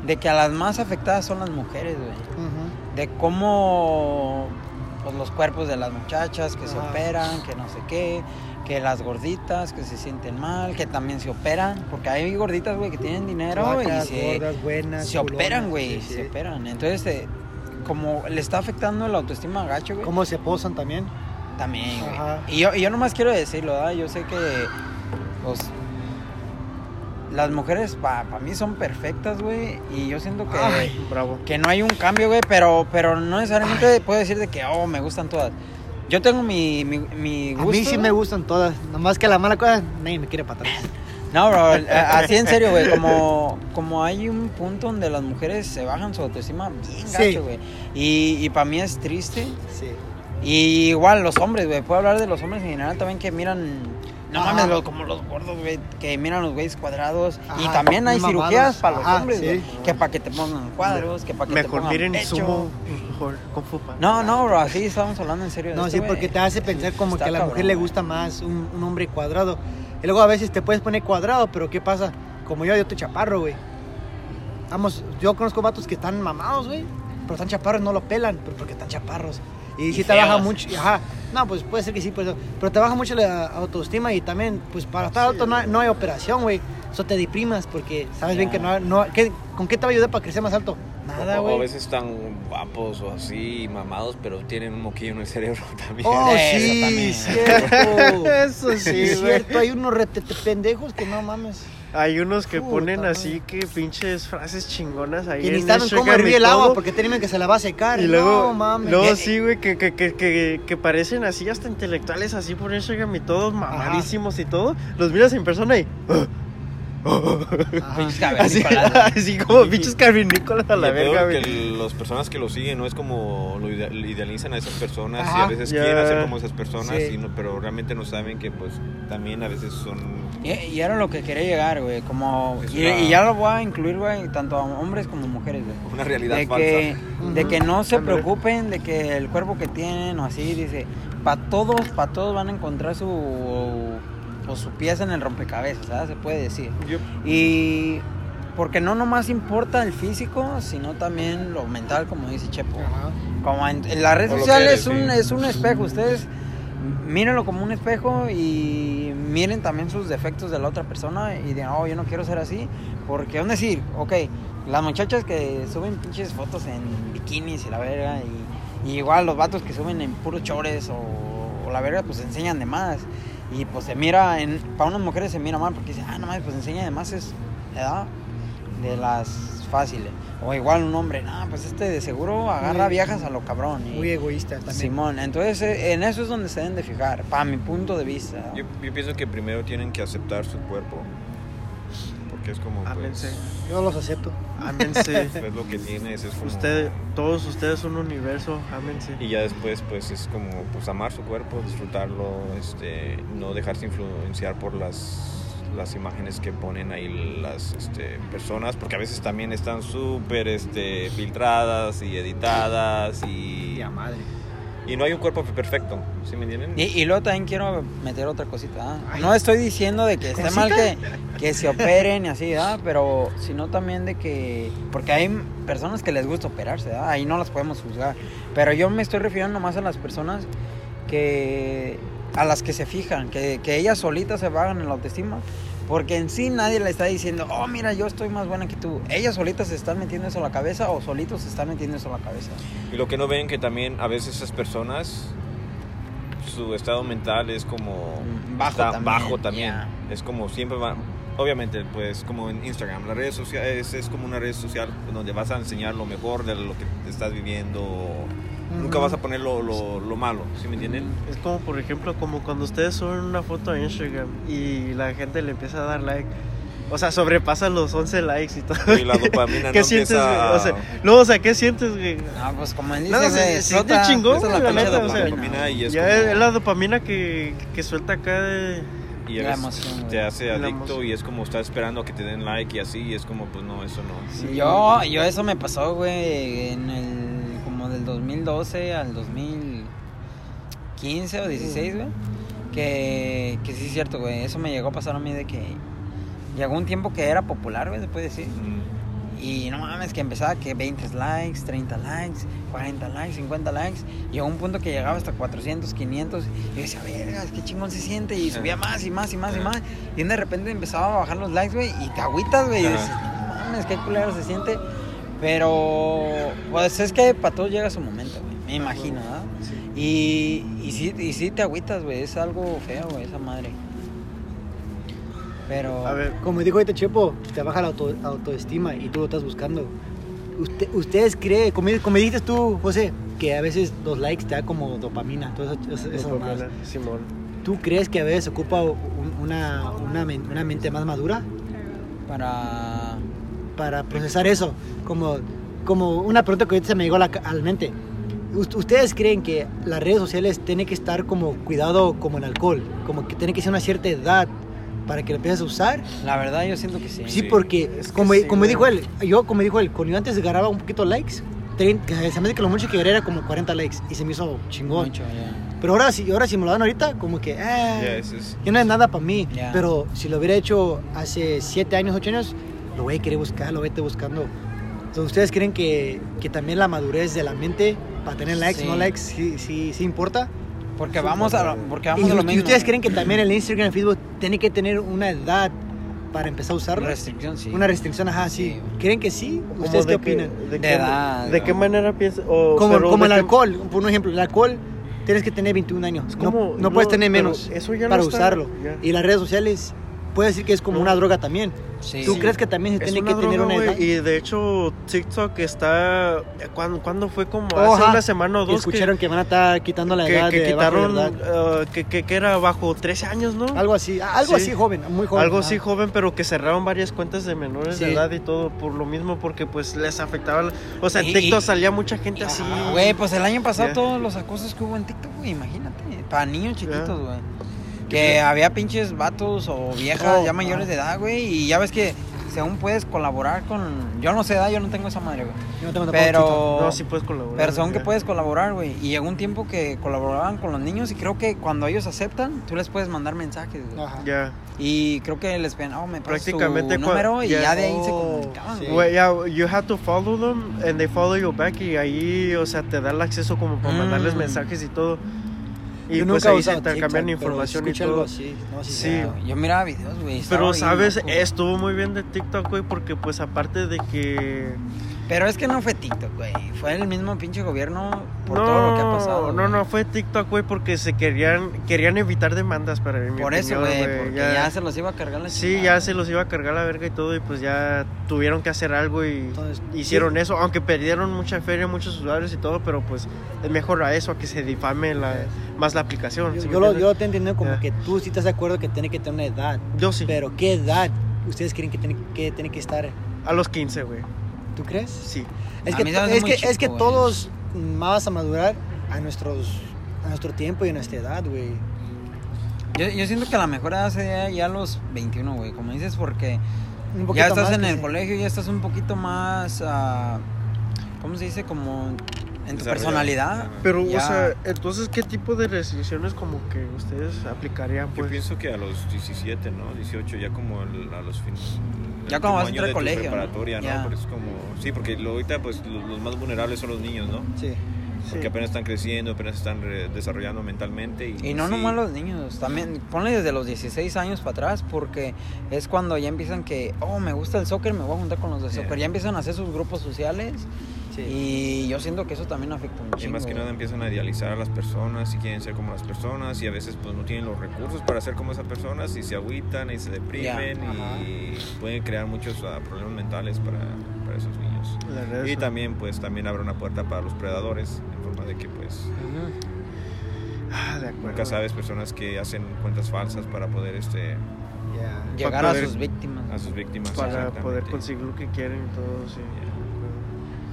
Speaker 1: de que a las más afectadas son las mujeres, güey.
Speaker 3: Ujú.
Speaker 1: De cómo pues, los cuerpos de las muchachas que se
Speaker 3: Ajá.
Speaker 1: operan, que no sé qué, que las gorditas que se sienten mal, que también se operan, porque hay gorditas, güey, que tienen dinero
Speaker 3: Flacas,
Speaker 1: y se,
Speaker 3: gordas, buenas,
Speaker 1: se operan,
Speaker 3: culonas,
Speaker 1: güey,
Speaker 3: sí, sí.
Speaker 1: se operan. Entonces, eh, como le está afectando la autoestima a Gacho, güey.
Speaker 3: ¿Cómo se posan también?
Speaker 1: También, güey.
Speaker 3: Ajá.
Speaker 1: Y yo, y yo nomás quiero decirlo, ¿verdad? Yo sé que pues, las mujeres para mí son perfectas, güey. Y yo siento que,
Speaker 3: Ay.
Speaker 2: Bravo.
Speaker 1: que no hay un cambio, güey. Pero, pero no necesariamente puedo decir de que, oh, me gustan todas. Yo tengo mi, mi, mi
Speaker 3: A
Speaker 1: gusto.
Speaker 3: mí sí me
Speaker 1: güey.
Speaker 3: gustan todas. Nomás que la mala cosa, nadie me quiere
Speaker 1: (laughs)
Speaker 3: para atrás.
Speaker 1: No, bro, eh, así en serio, güey. Como, como hay un punto donde las mujeres se bajan su autoestima bien
Speaker 3: Sí.
Speaker 1: gacho, güey. Y, y para mí es triste.
Speaker 3: Sí.
Speaker 1: Y igual los hombres, güey. Puedo hablar de los hombres en general también que miran. No
Speaker 3: Ajá.
Speaker 1: mames, los- como los gordos, güey. Que miran los güeyes cuadrados. y
Speaker 3: Ajá,
Speaker 1: también hay
Speaker 3: mamados.
Speaker 1: cirugías para los
Speaker 3: Ajá,
Speaker 1: hombres,
Speaker 3: sí.
Speaker 1: güey. Que para que te pongan cuadros, que para que te
Speaker 2: Mejor
Speaker 1: pongan
Speaker 2: miren
Speaker 1: pecho.
Speaker 2: sumo, mejor con fupa.
Speaker 1: No, no, bro. Así estamos hablando en serio. de
Speaker 3: No,
Speaker 1: esto,
Speaker 3: sí,
Speaker 1: Este
Speaker 3: porque
Speaker 1: güey.
Speaker 3: te hace pensar como
Speaker 1: Está
Speaker 3: que a la
Speaker 1: cabrón,
Speaker 3: mujer le
Speaker 1: güey.
Speaker 3: gusta más un, un hombre cuadrado. Y luego a veces te puedes poner cuadrado, pero ¿qué pasa? Como yo, yo estoy chaparro, güey. Vamos, yo conozco vatos que están mamados, güey. Pero están chaparros, no lo pelan, pero porque están chaparros. Y,
Speaker 1: Y
Speaker 3: sí te baja
Speaker 1: feos.
Speaker 3: mucho. Ajá. No, pues puede ser que sí, pues, pero te baja mucho la autoestima y también, pues para estar alto no hay, no hay operación, güey. Eso te deprimas porque sabes bien que no, no ¿qué- ¿Con qué te va a ayudar para crecer más alto? Nada,
Speaker 4: O- o, a
Speaker 3: güey.
Speaker 4: veces están guapos o así, mamados, pero tienen un moquillo en el cerebro (laughs) también.
Speaker 3: Oh,
Speaker 1: Eso
Speaker 3: sí,
Speaker 1: también.
Speaker 3: cierto.
Speaker 2: Eso
Speaker 3: Sí,
Speaker 2: sí,
Speaker 3: es
Speaker 2: güey.
Speaker 3: cierto, hay unos retete pendejos que no mames.
Speaker 2: Hay unos que
Speaker 3: Puta
Speaker 2: ponen
Speaker 3: madre.
Speaker 2: así que pinches frases chingonas ahí
Speaker 3: Que ni
Speaker 2: en
Speaker 3: saben cómo
Speaker 2: Instagram y
Speaker 3: hervir el agua
Speaker 2: todo.
Speaker 3: porque tienen que se la va a secar.
Speaker 2: Y luego,
Speaker 3: no mames.
Speaker 2: luego sí, güey, que, que, que, que, que parecen así hasta intelectuales, así por Instagram y todos mamadísimos y todo. Los miras en persona y...
Speaker 3: Ajá.
Speaker 1: Pinches cavernícolas,
Speaker 2: (laughs) así,
Speaker 1: güey.
Speaker 2: así como pinches carvinícolas a
Speaker 4: Y
Speaker 2: la
Speaker 4: el peor
Speaker 2: verga,
Speaker 4: que
Speaker 2: güey.
Speaker 4: el- las personas que lo siguen no es como lo ide- lo idealizan a esas personas y
Speaker 3: Ajá.
Speaker 4: a veces
Speaker 2: Ya.
Speaker 4: quieren hacer como esas personas,
Speaker 3: Sí.
Speaker 4: y no- pero realmente no saben que pues también a veces son (laughs)
Speaker 1: Y, y era lo que quería llegar, güey. Como.
Speaker 4: Es
Speaker 1: Y,
Speaker 4: una-
Speaker 1: y ya lo voy a incluir, güey, tanto a hombres como mujeres, güey.
Speaker 4: una realidad
Speaker 1: de
Speaker 4: falsa.
Speaker 1: que, de
Speaker 3: Ujú.
Speaker 1: que no se
Speaker 2: Ándale.
Speaker 1: preocupen de que el cuerpo que tienen o así dice para todos para todos van a encontrar su o su pieza en el rompecabezas ¿verdad? se puede decir
Speaker 2: Yo-
Speaker 1: y porque no nomás importa el físico sino también lo mental como dice Chepo
Speaker 3: Ajá.
Speaker 1: como en, en las redes
Speaker 4: O lo que
Speaker 1: sociales
Speaker 4: eres,
Speaker 1: es un,
Speaker 4: sí.
Speaker 1: es un espejo ustedes mírenlo como un espejo y miren también sus defectos de la otra persona y digan oh yo no quiero ser así porque es decir, ok, las muchachas que suben pinches fotos en bikinis y la verga, y, y igual los vatos que suben en puros chores o, o la verga, pues enseñan de más. Y pues se mira, en, para unas mujeres se mira mal porque dicen, ah, no mames, pues enseña de más es edad de las fáciles. O igual un hombre, no, pues este de seguro agarra
Speaker 3: Muy-
Speaker 1: viejas a lo cabrón. y-
Speaker 3: Muy egoísta también.
Speaker 1: Simón, entonces eh, en eso es donde se deben de fijar, para mi punto de vista.
Speaker 4: Yo, yo pienso que primero tienen que aceptar su cuerpo. Porque que es como,
Speaker 2: Ámense.
Speaker 4: pues,
Speaker 3: Yo los acepto.
Speaker 2: Ámense.
Speaker 4: es lo que tienes, es como...
Speaker 2: Usted, todos ustedes son un universo. Ámense.
Speaker 4: Y ya después, pues, es como, pues, amar su cuerpo, disfrutarlo, este, no dejarse influenciar por las, las imágenes que ponen ahí las este, personas, porque a veces también están súper, este, filtradas y editadas y...
Speaker 3: madre.
Speaker 4: Y no hay un cuerpo perfecto, ¿sí me entienden?
Speaker 1: Y, y luego también quiero meter otra cosita. ¿ah?
Speaker 2: Ay.
Speaker 1: No estoy diciendo de que esté
Speaker 2: ¿Cosita?
Speaker 1: mal que, que se operen y así, ¿ah? pero sino también de que... Porque hay personas que les gusta operarse, ¿ah? ahí no las podemos juzgar. Pero yo me estoy refiriendo más a las personas que... A las que se fijan, que, que ellas solitas se bajan en la autoestima. Porque en sí nadie le está diciendo, oh, mira, yo estoy más buena que tú. Ellas solitas se están metiendo eso a la cabeza o solitos se están metiendo eso a la cabeza.
Speaker 4: Y lo que no ven que también a veces esas personas, su estado mental es como
Speaker 1: Mm, bajo
Speaker 4: está
Speaker 1: también,
Speaker 4: bajo también.
Speaker 1: ya.
Speaker 4: Es como siempre van, obviamente pues como en Instagram, las redes sociales es como una red social donde vas a enseñar lo mejor de lo que te estás viviendo. Nunca vas a poner lo, lo- lo malo, ¿sí me entienden?
Speaker 2: Es como, por ejemplo, como cuando ustedes suben una foto a Instagram y la gente le empieza a dar like. O sea, sobrepasa los 11 likes y todo.
Speaker 4: Y
Speaker 2: (laughs)
Speaker 4: la dopamina
Speaker 2: ¿Qué
Speaker 4: no
Speaker 2: sientes,
Speaker 4: empieza
Speaker 2: güey?
Speaker 4: a-
Speaker 2: O sea, no, o sea, ¿qué sientes, güey?
Speaker 1: No, pues como él dice,
Speaker 2: No,
Speaker 1: güey,
Speaker 2: se- se siente
Speaker 1: explota-
Speaker 2: chingón,
Speaker 1: explota pues,
Speaker 2: güey, la
Speaker 1: pinche
Speaker 2: neta, o sea,
Speaker 1: dopamina.
Speaker 4: y es
Speaker 2: ya
Speaker 4: como-
Speaker 2: es, es la dopamina que, que suelta acá de...
Speaker 4: y a
Speaker 1: la
Speaker 4: veces
Speaker 1: emoción, güey.
Speaker 4: te hace
Speaker 2: La
Speaker 4: adicto
Speaker 2: emoción.
Speaker 4: y es como estás esperando a que te den like y así y es como pues no, eso no.
Speaker 2: Sí.
Speaker 1: Yo, yo eso me pasó, güey, en el, como del 2012 al 2015 o 16, güey. Que, que sí es cierto, güey. Eso me llegó a pasar a mí de que llegó un tiempo que era popular, güey, se puede decir.
Speaker 4: Mm.
Speaker 1: Y no mames, que empezaba que 20 likes, 30 likes, 40 likes, 50 likes. Llegó un punto que llegaba hasta 400, 500. Y yo decía, vergas, qué chingón se siente. Y subía más y más y más y
Speaker 4: Ajá.
Speaker 1: más. Y de repente empezaba a bajar los likes, güey. Y te agüitas, güey. Y
Speaker 4: Ajá.
Speaker 1: dices, no mames, qué culero se siente. Pero, pues es que para todos llega su momento, güey. Me imagino, ¿verdad?
Speaker 2: Sí.
Speaker 1: Y, y, sí, y sí te agüitas, güey. Es algo feo, güey, esa madre. Pero.
Speaker 2: A ver,
Speaker 3: Como dijo este Chepo, te baja la auto- autoestima y tú lo estás buscando. Usted- ustedes creen, como, como dijiste tú, José, que a veces los likes te da como dopamina, todas esas- esas mamadas.
Speaker 2: dopamina, Simón.
Speaker 3: ¿Tú crees que a veces ocupa un- una, una, men- una mente más madura
Speaker 1: Para.
Speaker 3: para procesar eso? Como, como una pregunta que ahorita se me llegó a la, ca- a la mente. Ust- ¿Ustedes creen que las redes sociales tienen que estar como cuidado como el alcohol? Como que tiene que ser una cierta edad para que lo empieces a usar.
Speaker 1: La verdad, yo siento que sí.
Speaker 3: Sí,
Speaker 4: Sí.
Speaker 3: porque
Speaker 2: Es que
Speaker 3: como,
Speaker 2: sí,
Speaker 3: como
Speaker 2: güey.
Speaker 3: dijo él, yo como dijo él, con yo antes agarraba un poquito likes. 30, que se me hace que lo mucho que agarré era como 40 likes y se me hizo chingón.
Speaker 1: Mucho, ya.
Speaker 3: Pero ahora si, ahora si me lo dan ahorita, como que... ah,
Speaker 4: Ya, ese es-
Speaker 3: ya no es nada para mí,
Speaker 1: Ya.
Speaker 3: pero si lo hubiera hecho hace 7 años, 8 años, lo voy a querer buscar, lo voy a estar buscando. Entonces, ¿ustedes creen que, que también la madurez de la mente para tener likes,
Speaker 1: Sí.
Speaker 3: no likes, sí, sí, sí importa?
Speaker 1: Porque vamos a lo, porque vamos
Speaker 3: ¿Y,
Speaker 1: a lo
Speaker 3: y
Speaker 1: mismo.
Speaker 3: ustedes creen que también el Instagram y Facebook tiene que tener una edad para empezar a usarlo?
Speaker 1: restricción sí.
Speaker 3: Una restricción, ajá, sí.
Speaker 1: Sí.
Speaker 3: ¿Creen que sí?
Speaker 2: Como
Speaker 3: ¿Ustedes qué
Speaker 2: de que-
Speaker 3: opinan?
Speaker 2: de,
Speaker 1: De
Speaker 2: qué-
Speaker 1: edad,
Speaker 2: ¿De
Speaker 1: ¿no?
Speaker 2: qué manera piensas? o-
Speaker 3: Como,
Speaker 2: pero
Speaker 3: como
Speaker 2: de
Speaker 3: el
Speaker 2: qué-
Speaker 3: alcohol, por un ejemplo, el alcohol tienes que tener 21 años,
Speaker 2: es
Speaker 3: no,
Speaker 2: como-
Speaker 3: no puedes tener
Speaker 2: pero
Speaker 3: menos
Speaker 2: eso ya no
Speaker 3: para
Speaker 2: está-
Speaker 3: usarlo.
Speaker 2: ya.
Speaker 3: Y las redes sociales, puede decir que es como
Speaker 2: No.
Speaker 3: una droga también.
Speaker 1: Sí.
Speaker 3: ¿Tú
Speaker 1: Sí.
Speaker 3: crees que también se
Speaker 2: Es
Speaker 3: tiene
Speaker 2: una
Speaker 3: que tener
Speaker 2: droga,
Speaker 3: una
Speaker 2: güey,
Speaker 3: edad?
Speaker 2: Y de hecho, TikTok está. ¿Cuándo, cuándo fue como
Speaker 3: Oh,
Speaker 2: hace
Speaker 3: ajá.
Speaker 2: una semana o
Speaker 3: Que
Speaker 2: dos? que-
Speaker 3: escucharon que, van a estar quitando la
Speaker 2: que,
Speaker 3: edad
Speaker 2: que
Speaker 3: de abajo de
Speaker 2: quitaron
Speaker 3: la edad.
Speaker 2: eh, que, que- que era bajo 13 años, ¿no? Algo,
Speaker 3: Algo así, ah, algo
Speaker 2: Sí.
Speaker 3: así joven, muy joven. ah.
Speaker 2: así joven, pero que cerraron varias cuentas de menores de
Speaker 3: Sí.
Speaker 2: edad y todo por lo mismo porque pues les afectaba, la- o sea, en
Speaker 1: Y-
Speaker 2: TikTok
Speaker 1: y-
Speaker 2: salía mucha gente así.
Speaker 1: Ajá, Güey, pues el año pasado
Speaker 2: Ya.
Speaker 1: todos los acosos que hubo en TikTok, güey, imagínate. Para niños
Speaker 2: Ya.
Speaker 1: chiquitos, güey. Que había pinches vatos o viejas
Speaker 3: Oh,
Speaker 1: ya mayores
Speaker 3: ah.
Speaker 1: de edad, güey. Y ya ves que según puedes colaborar con. Yo no sé edad, yo no tengo esa madre, güey.
Speaker 3: Yo no tengo tampoco TikTok.
Speaker 1: Pero.
Speaker 2: no, sí puedes colaborar.
Speaker 1: Pero son que
Speaker 2: ya.
Speaker 1: puedes colaborar, güey. Y llegó un tiempo que colaboraban con los niños y creo que cuando ellos aceptan, tú les puedes mandar mensajes, güey.
Speaker 3: Ajá.
Speaker 2: Ya.
Speaker 1: Y creo que les pedían, oh, me Prácticamente
Speaker 2: Prácticamente cua-
Speaker 1: tu número y
Speaker 2: ya.
Speaker 1: ya de ahí se
Speaker 3: Oh,
Speaker 1: comunicaban,
Speaker 3: sí.
Speaker 1: güey.
Speaker 2: Güey, ya, you have to follow them and they follow you back y ahí, o sea, te da el acceso como para
Speaker 1: Mm.
Speaker 2: mandarles mensajes y todo. Y
Speaker 3: Yo
Speaker 2: pues
Speaker 3: nunca he
Speaker 2: ahí se
Speaker 3: usado
Speaker 2: intercambian
Speaker 3: TikTok, pero
Speaker 2: información y
Speaker 3: escuché algo
Speaker 2: todo.
Speaker 3: así, no, sí,
Speaker 2: Sí.
Speaker 3: sí.
Speaker 1: Yo miraba videos, güey. estaba
Speaker 2: Pero
Speaker 1: bien
Speaker 2: sabes,
Speaker 1: loco, güey.
Speaker 2: estuvo muy bien de TikTok, güey, porque pues aparte de que...
Speaker 1: Pero es que no fue TikTok, güey. Fue el mismo pinche gobierno por todo lo que ha pasado.
Speaker 2: No,
Speaker 1: güey.
Speaker 2: no, fue TikTok, güey, porque se querían querían evitar demandas para mí.
Speaker 1: Por eso, güey. Porque ya. se los iba a cargar la
Speaker 2: Sí, ya se los iba a cargar la verga y todo, y pues ya tuvieron que hacer algo y
Speaker 3: Entonces,
Speaker 2: hicieron eso, aunque perdieron mucha feria, muchos usuarios y todo, pero pues es mejor a eso, a que se difame la, más la aplicación.
Speaker 3: Yo,
Speaker 2: ¿sí me
Speaker 3: yo lo, yo
Speaker 2: entiendes?
Speaker 3: lo te entiendo como
Speaker 2: Ya.
Speaker 3: que tú sí estás de acuerdo que tiene que tener una edad,
Speaker 2: Yo sí.
Speaker 3: pero ¿qué edad? ustedes creen que tiene que, tiene que estar?
Speaker 2: A los 15, güey.
Speaker 3: ¿Tú crees?
Speaker 2: Sí.
Speaker 3: Es
Speaker 1: A
Speaker 3: que,
Speaker 1: mí se
Speaker 3: to-
Speaker 1: me hace
Speaker 3: es
Speaker 1: muy
Speaker 3: que, es que
Speaker 1: chico, güey.
Speaker 3: todos vas a madurar a, nuestros, a nuestro tiempo y a nuestra edad, güey.
Speaker 1: Yo, yo siento que la mejor edad sería ya a los 21, güey, como dices, porque
Speaker 3: Un poquito
Speaker 1: ya estás
Speaker 3: más
Speaker 1: en
Speaker 3: que
Speaker 1: el
Speaker 3: se-
Speaker 1: colegio, ya estás un poquito más, ah, ¿cómo se dice? Como en tu
Speaker 4: Desarrollado.
Speaker 1: personalidad.
Speaker 4: Ajá.
Speaker 2: Pero,
Speaker 1: Ya.
Speaker 2: o sea, entonces, ¿qué tipo de restricciones como que ustedes aplicarían?
Speaker 4: Yo
Speaker 2: Pues?
Speaker 4: pienso que a los 17, ¿no? 18, ya como el- a los fines.
Speaker 1: Ya cuando vas a entrar
Speaker 4: de
Speaker 1: al
Speaker 4: tu
Speaker 1: colegio, ¿no?
Speaker 4: preparatoria, ¿no?
Speaker 1: Ya.
Speaker 4: Pero es como. Sí, porque lo- ahorita, pues lo- los más vulnerables son los niños, ¿no?
Speaker 3: Sí.
Speaker 2: Sí.
Speaker 4: Porque apenas están creciendo, apenas están re- desarrollando mentalmente. Y,
Speaker 1: Y no
Speaker 4: sí,
Speaker 1: nomás los niños, también ponle desde los 16 años para atrás, porque es cuando ya empiezan que, oh, me gusta el soccer, me voy a juntar con los de
Speaker 4: Yeah.
Speaker 1: soccer. Ya empiezan a hacer sus grupos sociales
Speaker 3: sí.
Speaker 1: y yo siento que eso también afecta un
Speaker 4: Y
Speaker 1: chingo.
Speaker 4: más que nada empiezan a idealizar a las personas y quieren ser como las personas y a veces pues no tienen los recursos para ser como esas personas y se agüitan y se deprimen y pueden crear muchos ah, problemas mentales para, para esos niños.
Speaker 2: Las redes
Speaker 4: Y
Speaker 2: so-
Speaker 4: también pues también abre una puerta para los predadores en forma de que pues
Speaker 1: Ujú.
Speaker 2: Ah, de acuerdo.
Speaker 4: nunca sabes personas que hacen cuentas falsas para poder este
Speaker 3: Ya.
Speaker 1: Llegar
Speaker 2: Para
Speaker 1: a
Speaker 2: poder-
Speaker 1: sus víctimas.
Speaker 4: a sus víctimas
Speaker 2: Para
Speaker 4: exactamente.
Speaker 2: poder conseguir lo que quieren y todo, sí.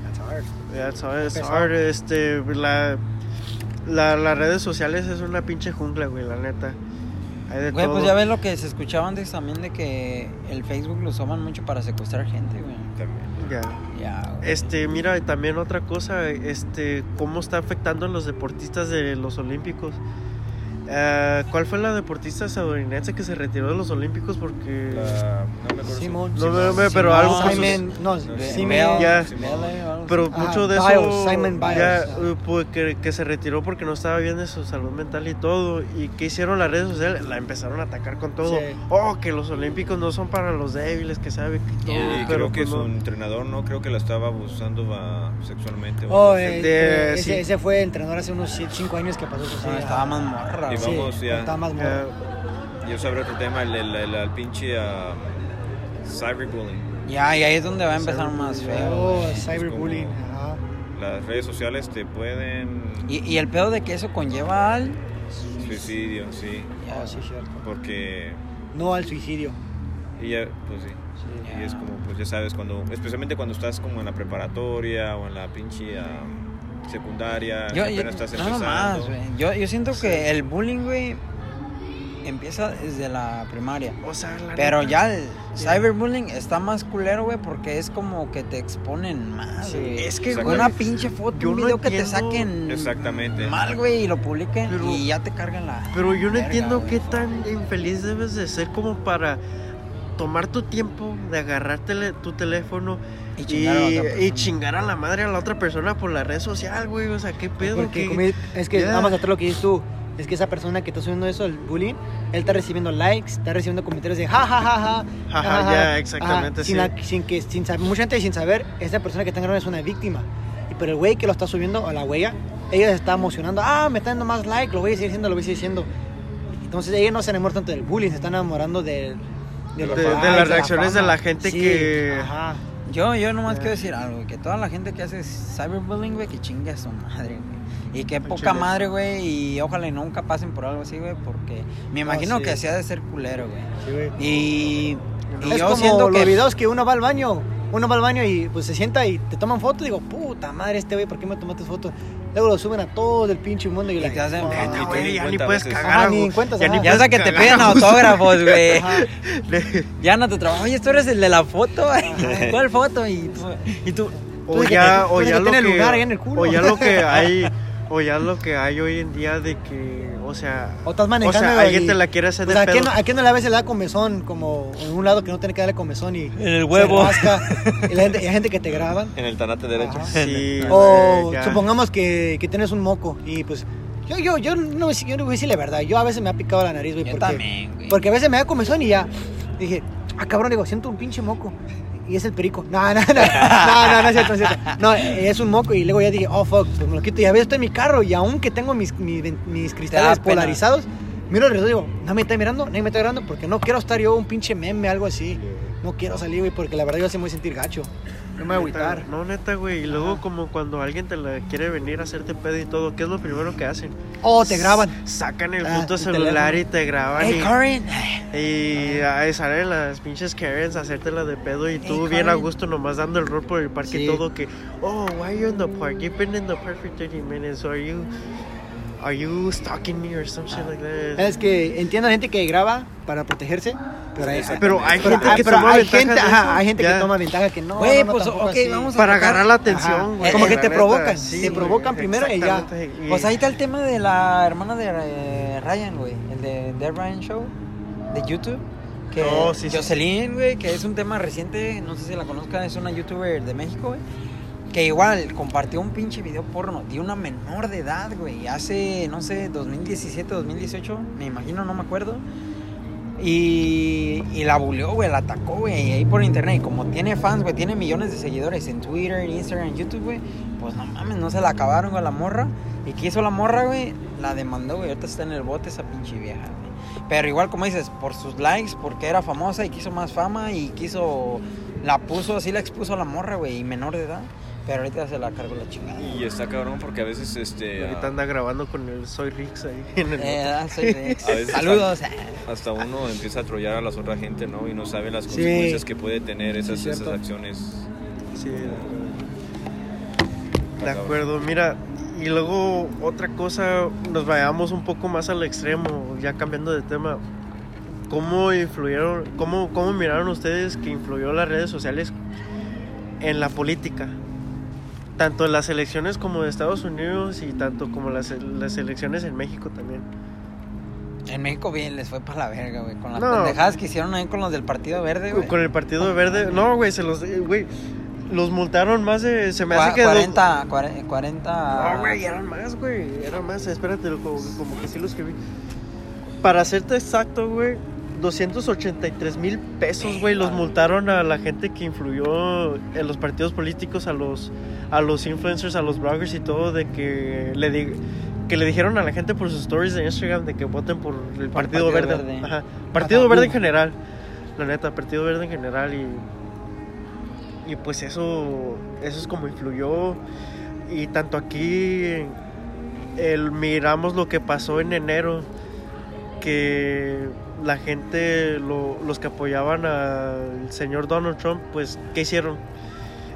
Speaker 3: That's hard.
Speaker 2: Ya sabes,
Speaker 3: Pesado.
Speaker 2: ahora, este, la, la- las redes sociales es una pinche jungla, güey, la neta. Hay de
Speaker 1: Güey,
Speaker 2: todo.
Speaker 1: pues ya ves lo que se escuchaba antes también de que el Facebook lo usaban mucho para secuestrar gente, güey.
Speaker 4: También.
Speaker 2: Ya.
Speaker 1: Ya, güey.
Speaker 2: Este, mira, y también otra cosa, este, cómo está afectando a los deportistas de los Olímpicos. Ah, ¿Cuál fue la deportista estadounidense que se retiró de los Olímpicos porque...
Speaker 4: La- no me acuerdo su-
Speaker 3: Simón.
Speaker 2: No, no, no, pero
Speaker 1: Simón,
Speaker 2: algo... pasó.
Speaker 3: Simon, no,
Speaker 4: Simon.
Speaker 3: Simon.
Speaker 2: Ya.
Speaker 1: Vele o algo
Speaker 2: Pero
Speaker 3: Ah,
Speaker 2: mucho de eso
Speaker 3: Biles, Simon Biles. ah.
Speaker 2: ya, eh, pues, que, que se retiró porque no estaba bien de su salud mental y todo. ¿Y qué hicieron las redes sociales? La empezaron a atacar con todo.
Speaker 3: Sí.
Speaker 2: Oh, que los olímpicos no son para los débiles, que sabe que todo.
Speaker 1: Ya.
Speaker 4: Y
Speaker 2: pero
Speaker 4: creo que
Speaker 2: pues,
Speaker 4: su
Speaker 2: no.
Speaker 4: entrenador no creo que la estaba abusando ah, sexualmente. o
Speaker 3: Oh,
Speaker 4: no sé.
Speaker 3: eh,
Speaker 2: De-
Speaker 3: eh, ese,
Speaker 2: sí. Ah,
Speaker 3: ese fue entrenador hace unos 5 años que pasó eso. ah.
Speaker 1: así. No, estaba más morra,
Speaker 4: Y
Speaker 1: güey.
Speaker 4: vamos- ya.
Speaker 3: Estaba más
Speaker 2: Ya,
Speaker 3: morro.
Speaker 4: Yo sabré otro tema, el, el, el- el pinche ah, cyberbullying.
Speaker 1: Ya, y ahí es donde va a empezar más feo.
Speaker 3: Oh,
Speaker 1: güey.
Speaker 3: cyberbullying.
Speaker 4: como-
Speaker 3: Ajá.
Speaker 4: Las redes sociales te pueden...
Speaker 1: Y, y el pedo de que eso conlleva al...
Speaker 4: Suicidio, sí.
Speaker 1: Ya,
Speaker 3: Oh, sí, cierto.
Speaker 4: Porque...
Speaker 3: No al suicidio.
Speaker 4: Y ya, pues sí.
Speaker 3: Sí.
Speaker 4: Y es como, pues ya sabes, cuando... Especialmente cuando estás como en la preparatoria o en la pinche ah, secundaria.
Speaker 1: Yo,
Speaker 4: Ah, que
Speaker 1: yo-
Speaker 4: apenas estás
Speaker 1: no
Speaker 4: empezando.
Speaker 1: más, güey. Yo, yo siento que el bullying, güey, empieza desde la primaria.
Speaker 2: o sea, la
Speaker 1: Pero
Speaker 2: Ah, neta,
Speaker 1: ya el cyberbullying está más culero, güey, porque es como que te exponen más.
Speaker 3: Sí.
Speaker 1: güey.
Speaker 2: Es que,
Speaker 4: Exacto.
Speaker 1: Con una pinche foto,
Speaker 2: Yo
Speaker 1: un
Speaker 2: no
Speaker 1: video que te
Speaker 2: entiendo-
Speaker 1: saquen
Speaker 4: Exactamente.
Speaker 1: mal, güey, y lo publiquen
Speaker 2: Pero-
Speaker 1: y ya te cargan la.
Speaker 2: Pero yo no
Speaker 1: Verga,
Speaker 2: entiendo
Speaker 1: güey.
Speaker 2: qué tan infeliz debes de ser como para tomar tu tiempo de agarrar tele- tu teléfono
Speaker 1: Y
Speaker 2: y,
Speaker 1: chingar a la otra
Speaker 2: y
Speaker 1: persona.
Speaker 2: chingar a la madre a la otra persona por la red social, güey. O sea, qué pedo.
Speaker 3: Pues Porque
Speaker 2: qué-
Speaker 3: comi- es que
Speaker 2: Ya.
Speaker 3: vamos a hacer lo que dices tú. Es que esa persona que está subiendo eso, el bullying, él está recibiendo likes, está recibiendo comentarios de ja, ja, ja, ja.
Speaker 2: Ajá,
Speaker 3: ja, ja,
Speaker 2: ya,
Speaker 3: ja".
Speaker 2: exactamente,
Speaker 3: Ajá, sin,
Speaker 2: sí.
Speaker 3: la- sin que, sin saber, mucha gente sin saber, esa persona que está grabando es una víctima. Y pero el güey que lo está subiendo, o la huella, ella se está emocionando. Ah, me está dando más like, lo voy a seguir diciendo, lo voy a seguir diciendo. Entonces ella no se enamora tanto del bullying, se está enamorando del- de, los
Speaker 2: de, de
Speaker 3: likes,
Speaker 2: las reacciones de
Speaker 3: fama.
Speaker 2: la gente
Speaker 3: Sí,
Speaker 2: que.
Speaker 3: Ajá.
Speaker 1: Yo, yo nomás
Speaker 2: Ya.
Speaker 1: quiero decir algo, que toda la gente que hace cyberbullying, güey, que chingue a su madre, güey. Y que
Speaker 2: Al
Speaker 1: poca
Speaker 2: chile.
Speaker 1: madre, güey, y ojalá y nunca pasen por algo así, güey, porque me imagino
Speaker 3: sí.
Speaker 1: que así ha de ser culero, güey.
Speaker 3: Sí, güey.
Speaker 1: Y, y
Speaker 3: es
Speaker 1: yo
Speaker 3: como
Speaker 1: siento
Speaker 3: los
Speaker 1: que...
Speaker 3: videos que uno va al baño, uno va al baño y pues se sienta y te toman fotos. Digo, puta madre, este güey, ¿por qué me tomaste fotos? Luego lo suben a todo el pinche mundo y,
Speaker 1: Y
Speaker 3: la
Speaker 1: te hacen-
Speaker 2: Neta,
Speaker 1: Ni
Speaker 2: güey,
Speaker 4: te
Speaker 2: ya
Speaker 4: di
Speaker 2: ni
Speaker 4: cuenta a
Speaker 2: puedes
Speaker 4: veces.
Speaker 2: cagar.
Speaker 3: Ajá, Ah, ni
Speaker 2: güey.
Speaker 3: encuentras,
Speaker 2: Ya ni
Speaker 3: ajá.
Speaker 1: Ya hasta que te piden
Speaker 2: (laughs)
Speaker 1: autógrafos, güey.
Speaker 3: (laughs) Ajá.
Speaker 2: puedes-
Speaker 1: Ya no te trabajo. Oye, tú eres el de la foto. (laughs) ¿Cuál foto? Y tú, y tú
Speaker 2: O
Speaker 3: que
Speaker 2: ya,
Speaker 3: te- tú
Speaker 2: o
Speaker 3: eres
Speaker 2: ya
Speaker 3: que
Speaker 2: lo que.
Speaker 3: tiene lugar ahí en el culo.
Speaker 2: O ya lo
Speaker 3: (laughs)
Speaker 2: que hay. O ya lo que hay hoy en día de que. O sea.
Speaker 3: O estás manejando.
Speaker 2: O sea,
Speaker 3: y-
Speaker 2: alguien te la quiere hacer
Speaker 3: pues,
Speaker 2: de
Speaker 3: ¿a, quién
Speaker 2: pedo.
Speaker 3: no, ¿A quién no le a veces le da comezón? Como en un lado que no tiene que darle comezón y.
Speaker 1: en el huevo.
Speaker 3: (laughs) se rasca. y la gente, y hay gente que te graban.
Speaker 4: En el tanate derecho.
Speaker 3: Ajá. (laughs)
Speaker 2: Sí,
Speaker 3: O
Speaker 2: güey, ya.
Speaker 3: supongamos que, que tienes un moco y pues. Yo, yo, yo no, yo no voy a decir la verdad. Yo a veces me ha picado la nariz, güey.
Speaker 1: Yo
Speaker 3: porque-
Speaker 1: también, güey.
Speaker 3: Porque a veces me da comezón y ya. Dije, ah, cabrón, digo, siento un pinche moco. Y es el perico. No, no, no. No, no, no es cierto, no es cierto. No, es un moco. Y luego ya dije, oh, fuck, pues me lo quito. Y a veces estoy en mi carro y aunque tengo mis, mi- mis
Speaker 2: Ah,
Speaker 3: cristales
Speaker 1: da pena.
Speaker 3: polarizados, miro alrededor y digo, no me está mirando, nadie me está mirando porque no quiero estar yo un pinche meme, algo así. No quiero salir, güey, porque la verdad yo se me voy a sentir gacho. No me voy a agüitar.
Speaker 2: No, neta, güey. Y luego,
Speaker 3: Ajá.
Speaker 2: como cuando alguien te la quiere venir a hacerte pedo y todo, ¿qué es lo primero que hacen?
Speaker 3: Oh, te graban.
Speaker 2: Sacan el
Speaker 3: Ah,
Speaker 2: puto
Speaker 3: el
Speaker 2: celular
Speaker 3: teléfono.
Speaker 2: y te graban.
Speaker 1: Hey,
Speaker 2: y-
Speaker 1: Karen.
Speaker 2: Y ahí salen las pinches Karens a hacértela de pedo y tú
Speaker 1: Hey,
Speaker 2: bien a
Speaker 1: Karen.
Speaker 2: gusto nomás dando el rol por el parque y
Speaker 3: Sí.
Speaker 2: todo que oh why are you in the park? You've been in the park for 30 minutes are you are you stalking me or some shit like that?
Speaker 3: Es que entiendo a gente que graba para protegerse, pero hay,
Speaker 2: Pero hay
Speaker 3: pero-
Speaker 2: gente
Speaker 3: ah,
Speaker 2: que
Speaker 3: pero
Speaker 2: toma
Speaker 3: hay
Speaker 2: ventaja
Speaker 3: gente,
Speaker 2: de
Speaker 3: ajá,
Speaker 2: eso.
Speaker 3: hay gente
Speaker 2: Ya.
Speaker 3: que toma ventaja que no.
Speaker 1: Güey,
Speaker 3: no, no,
Speaker 1: pues,
Speaker 3: tampoco
Speaker 1: ok,
Speaker 3: así.
Speaker 1: vamos a-
Speaker 2: para agarrar la
Speaker 3: Ajá. Eh,
Speaker 2: atención, güey.
Speaker 3: Como que
Speaker 2: la
Speaker 3: te
Speaker 2: neta,
Speaker 3: provocan,
Speaker 2: sí,
Speaker 3: te
Speaker 2: güey,
Speaker 3: provocan primero y ya.
Speaker 2: exactamente, y-
Speaker 1: Pues ahí está el tema de la hermana de eh, Ryan, güey. El de Dead Ryan Show, de YouTube. Que
Speaker 2: Oh, sí, sí.
Speaker 1: Jocelyn, güey, que es un tema reciente, no sé si la conozcan, es una youtuber de México, güey. Que igual compartió un pinche video porno de una menor de edad, güey. Hace, no sé, 2017, 2018, me imagino, no me acuerdo. Y, y la buleó, güey, la atacó, güey, ahí por internet. Y como tiene fans, güey, tiene millones de seguidores en Twitter, en Instagram, en YouTube, güey. Pues no mames, no se la acabaron con la morra. ¿Y qué hizo la morra, güey? La demandó, güey. Ahorita está en el bote esa pinche vieja, güey. Pero igual, como dices, por sus likes, porque era famosa y quiso más fama y quiso. La puso, así la expuso a la morra, güey, y menor de edad. Pero ahorita se la cargó la chingada.
Speaker 4: Y está cabrón porque a veces este
Speaker 2: Ahorita
Speaker 4: ah,
Speaker 2: anda grabando con el Soy Rix ahí (laughs) en el
Speaker 1: Eh, ah, soy de-
Speaker 4: A veces-
Speaker 1: Saludos. eh.
Speaker 4: hasta uno empieza a trollar a la otra gente, ¿no? Y no sabe las
Speaker 3: Sí.
Speaker 4: consecuencias que puede tener esas,
Speaker 3: Sí,
Speaker 4: esas
Speaker 3: cierto.
Speaker 4: acciones.
Speaker 2: Sí, de acuerdo, mira, y luego otra cosa, nos vayamos un poco más al extremo, ya cambiando de tema. ¿Cómo influyeron, cómo, cómo miraron ustedes que influyó las redes sociales en la política? Tanto en las elecciones como de Estados Unidos y tanto como las, las elecciones en México también.
Speaker 1: En México, bien, les fue para la verga, güey. Con las
Speaker 2: No.
Speaker 1: pendejadas que hicieron ahí con los del Partido Verde, güey.
Speaker 2: Con el Partido Verde, no, güey, se los, eh, güey, los multaron más de, se me hace
Speaker 1: Cua-
Speaker 2: que... do-
Speaker 1: 40, 40, 40.
Speaker 2: No, güey, eran más, güey. Eran más, espérate, como, como que sí los que vi. Para serte exacto, güey, 283 mil pesos, güey, los multaron a la gente que influyó en los partidos políticos, a los, a los influencers, a los bloggers y todo, de que le di- que le dijeron a la gente por sus stories de Instagram de que voten por el
Speaker 1: Partido
Speaker 2: Partido, Verde.
Speaker 1: Verde.
Speaker 2: Ajá. Partido
Speaker 1: Ajá.
Speaker 2: Verde en general. La neta, Partido Verde en general y y pues eso eso es como influyó y tanto aquí el, miramos lo que pasó en enero que la gente lo- los que apoyaban al señor Donald Trump pues qué hicieron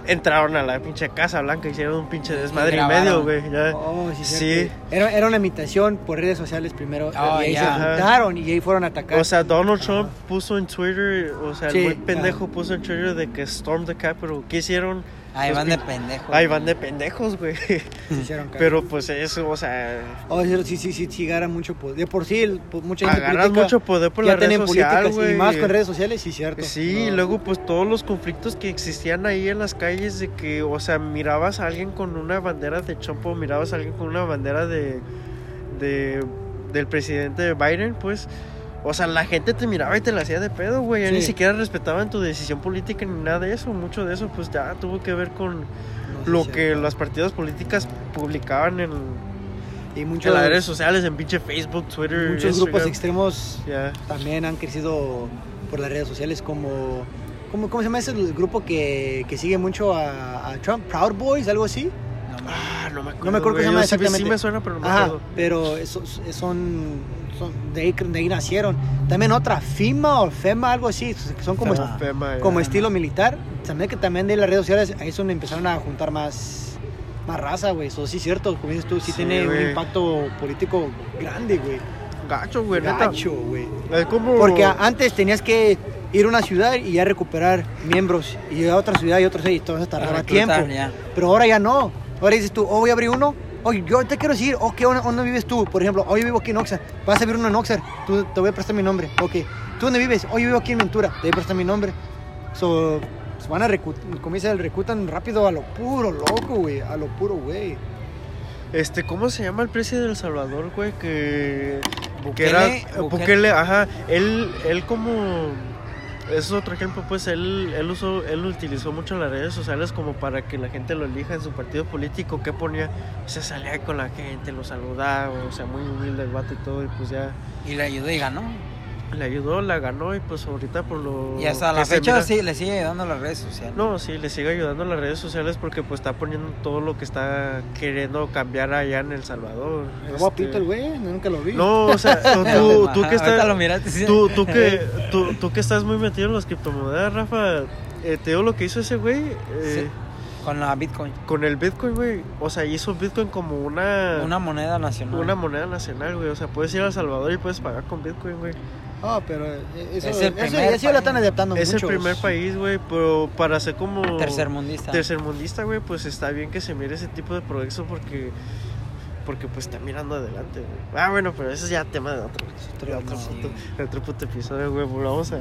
Speaker 2: entraron a la pinche Casa Blanca hicieron un pinche desmadre y
Speaker 1: grabaron.
Speaker 2: medio güey ya.
Speaker 3: Oh, sí,
Speaker 2: Sí. Ah,
Speaker 3: cierto. Era, era una imitación por redes sociales primero.
Speaker 1: Oh,
Speaker 3: y ahí
Speaker 1: ya.
Speaker 3: se juntaron y ahí fueron a atacar.
Speaker 2: O sea, Donald Trump puso en Twitter, o sea, el
Speaker 3: Sí, Ah.
Speaker 2: muy pendejo puso en Twitter de que Storm the Capitol. ¿Qué hicieron?
Speaker 1: Ahí
Speaker 2: Los
Speaker 1: van de
Speaker 2: pin-
Speaker 1: pendejo.
Speaker 2: Ahí van de pendejos, güey.
Speaker 3: se hicieron cagar.
Speaker 2: Pero pues eso, o sea,
Speaker 3: Oh, sí, sí, sí, sí, sí, gana mucho poder. De por sí, el- po- mucha gente
Speaker 2: agarras
Speaker 3: política
Speaker 2: mucho poder por
Speaker 3: ya
Speaker 2: la red
Speaker 3: tienen
Speaker 2: social,
Speaker 3: políticas
Speaker 2: güey.
Speaker 3: y más con redes sociales, sí, cierto.
Speaker 2: Sí, y
Speaker 3: No.
Speaker 2: luego pues todos los conflictos que existían ahí en las calles de que, o sea, mirabas a alguien con una bandera de Trump o mirabas a alguien con una bandera de, de- del presidente Biden, pues, o sea, la gente te miraba y te la hacía de pedo, güey, ya ni
Speaker 3: Sí.
Speaker 2: siquiera respetaban tu decisión política ni nada de eso, mucho de eso pues ya tuvo que ver con
Speaker 3: No, sí,
Speaker 2: lo
Speaker 3: cierto.
Speaker 2: que las partidas políticas publicaban en,
Speaker 3: Y
Speaker 2: en
Speaker 3: muchos,
Speaker 2: las redes sociales, en pinche Facebook, Twitter,
Speaker 3: muchos
Speaker 2: Instagram.
Speaker 3: grupos extremos
Speaker 2: Ya.
Speaker 3: también han crecido por las redes sociales como... como ¿Cómo se llama ese el grupo que, que sigue mucho a, a Trump? ¿Proud Boys? ¿Algo así?
Speaker 1: No, mames.
Speaker 2: Ah, no me acuerdo.
Speaker 3: acuerdo cómo se
Speaker 2: güey,
Speaker 3: llama
Speaker 2: yo sí- Sí
Speaker 3: exactamente.
Speaker 2: me suena, pero no me
Speaker 3: Ajá,
Speaker 2: acuerdo.
Speaker 3: pero eso- son... son de, ahí, de ahí nacieron. También otra, FIMA o FEMA, algo así. Son como...
Speaker 1: Fema.
Speaker 2: Fema, ya.
Speaker 3: como estilo militar. También que también de las redes sociales, ahí es donde empezaron a juntar más, más raza, güey. Eso sí es cierto, como dices tú, sí,
Speaker 2: Sí,
Speaker 3: tiene
Speaker 2: güey.
Speaker 3: un impacto político grande, güey.
Speaker 1: este
Speaker 2: Gacho, güey, Pues neta. Oh.
Speaker 3: Gacho, güey.
Speaker 2: Es como.
Speaker 3: Porque
Speaker 1: ah,
Speaker 3: a- antes tenías que ir a una ciudad y ya recuperar miembros, y a otra ciudad y otros y todo eso tardaba tiempo.
Speaker 1: Reclutar, ya.
Speaker 3: Pero ahora ya no. Ahora dices tú, oh, voy a abrir uno. Oye, yo te quiero decir, ok, ¿dónde, dónde vives tú? Por ejemplo, hoy vivo aquí en Oxar. Vas a abrir uno en Oxar. Tú, te voy a prestar mi nombre. Ok. ¿Tú dónde vives? Hoy vivo aquí en Ventura. Te voy a prestar mi nombre. So, se van a reclutar, como dice, el reclutan rápido a lo puro, loco, güey. A lo puro, güey.
Speaker 2: Este, ¿cómo se llama el presidente del Salvador, güey? Que.
Speaker 1: Bukele,
Speaker 2: que era.
Speaker 1: Bukele.
Speaker 2: Bukele, ajá. Él, él como. Es otro ejemplo, pues él, él usó, él utilizó mucho las redes sociales como para que la gente lo elija en su partido político. ¿Qué ponía? Se salía con la gente, lo saludaba, o sea, muy humilde el vato y todo, y pues ya.
Speaker 1: Y le ayudó y ganó.
Speaker 2: le ayudó, la ganó y pues ahorita por lo.
Speaker 1: Y hasta la
Speaker 2: que se
Speaker 1: fecha
Speaker 2: mira-
Speaker 1: sí, le sigue ayudando a las redes sociales.
Speaker 2: No, sí, le sigue ayudando las redes sociales porque pues está poniendo todo lo que está queriendo cambiar allá en El Salvador.
Speaker 3: Es
Speaker 2: Este,
Speaker 3: guapito el güey, nunca lo vi.
Speaker 2: No,
Speaker 1: (laughs)
Speaker 2: o sea, tú, tú, tú
Speaker 1: Ajá,
Speaker 2: que
Speaker 1: ahorita lo
Speaker 2: estás,
Speaker 1: miraste, sí.
Speaker 2: tú, tú que, tú, tú que estás muy metido en las criptomonedas, Rafa, eh, te digo lo que hizo ese güey eh,
Speaker 1: Con la Bitcoin.
Speaker 2: con el Bitcoin, güey. O sea, hizo Bitcoin como una,
Speaker 1: Una moneda nacional.
Speaker 2: una moneda nacional, güey. O sea, puedes ir a El Salvador y puedes pagar con Bitcoin, güey.
Speaker 3: Ah, pero eh, eso,
Speaker 1: Es el
Speaker 3: eso
Speaker 1: primer
Speaker 3: ya sí lo están
Speaker 1: país.
Speaker 3: adaptando
Speaker 2: es
Speaker 3: mucho.
Speaker 2: el primer país, güey, pero para ser como...
Speaker 1: Tercermundista.
Speaker 2: tercermundista, güey, pues está bien que se mire ese tipo de progreso porque porque pues está mirando adelante, güey. Ah, bueno, pero eso es ya tema de otro, de otro,
Speaker 1: Sí.
Speaker 2: puto, de otro puto episodio, güey. pero Vamos a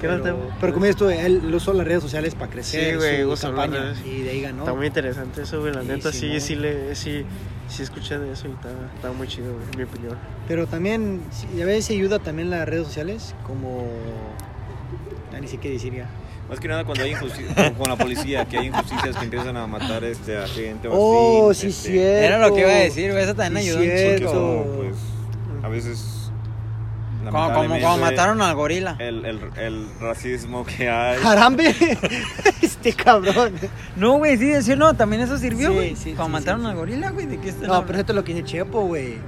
Speaker 2: ¿Qué era el
Speaker 3: Pero,
Speaker 2: tema?
Speaker 3: pero como dices tú, él usó las redes sociales para crecer
Speaker 2: Sí, güey,
Speaker 3: su
Speaker 2: usa las
Speaker 3: campaña.
Speaker 2: redes.
Speaker 3: Y de ahí ganó.
Speaker 2: Está muy interesante eso, güey. La
Speaker 1: Sí,
Speaker 2: neta, sí,
Speaker 1: Simón.
Speaker 2: sí, le, sí, sí escuché de eso y está, está muy chido, güey, en mi opinión.
Speaker 3: Pero también, sí, a veces ayuda también las redes sociales, como... Ah, ni sé qué decir ya.
Speaker 4: Más que nada cuando hay injusticia, con la policía, que hay injusticias que empiezan a matar este, a gente o
Speaker 3: Oh,
Speaker 4: así,
Speaker 3: sí,
Speaker 4: este,
Speaker 3: cierto.
Speaker 1: Era lo que iba a decir, güey. Eso también
Speaker 3: Sí,
Speaker 1: ayudó un
Speaker 4: porque
Speaker 3: cierto.
Speaker 1: chingo.
Speaker 4: como, pues, a veces...
Speaker 1: Como, como, como
Speaker 4: lamentablemente, Eh.
Speaker 1: mataron al gorila.
Speaker 4: El, el, el racismo que hay.
Speaker 3: ¡Jarambe! (laughs) este cabrón.
Speaker 1: No, güey, sí, sí, no, también eso sirvió,
Speaker 3: Sí,
Speaker 1: güey.
Speaker 3: sí,
Speaker 1: como
Speaker 3: sí,
Speaker 1: mataron
Speaker 3: sí,
Speaker 1: al gorila, güey, de qué está
Speaker 3: No, pero esto es lo que dice Chepo, güey.
Speaker 2: Sí,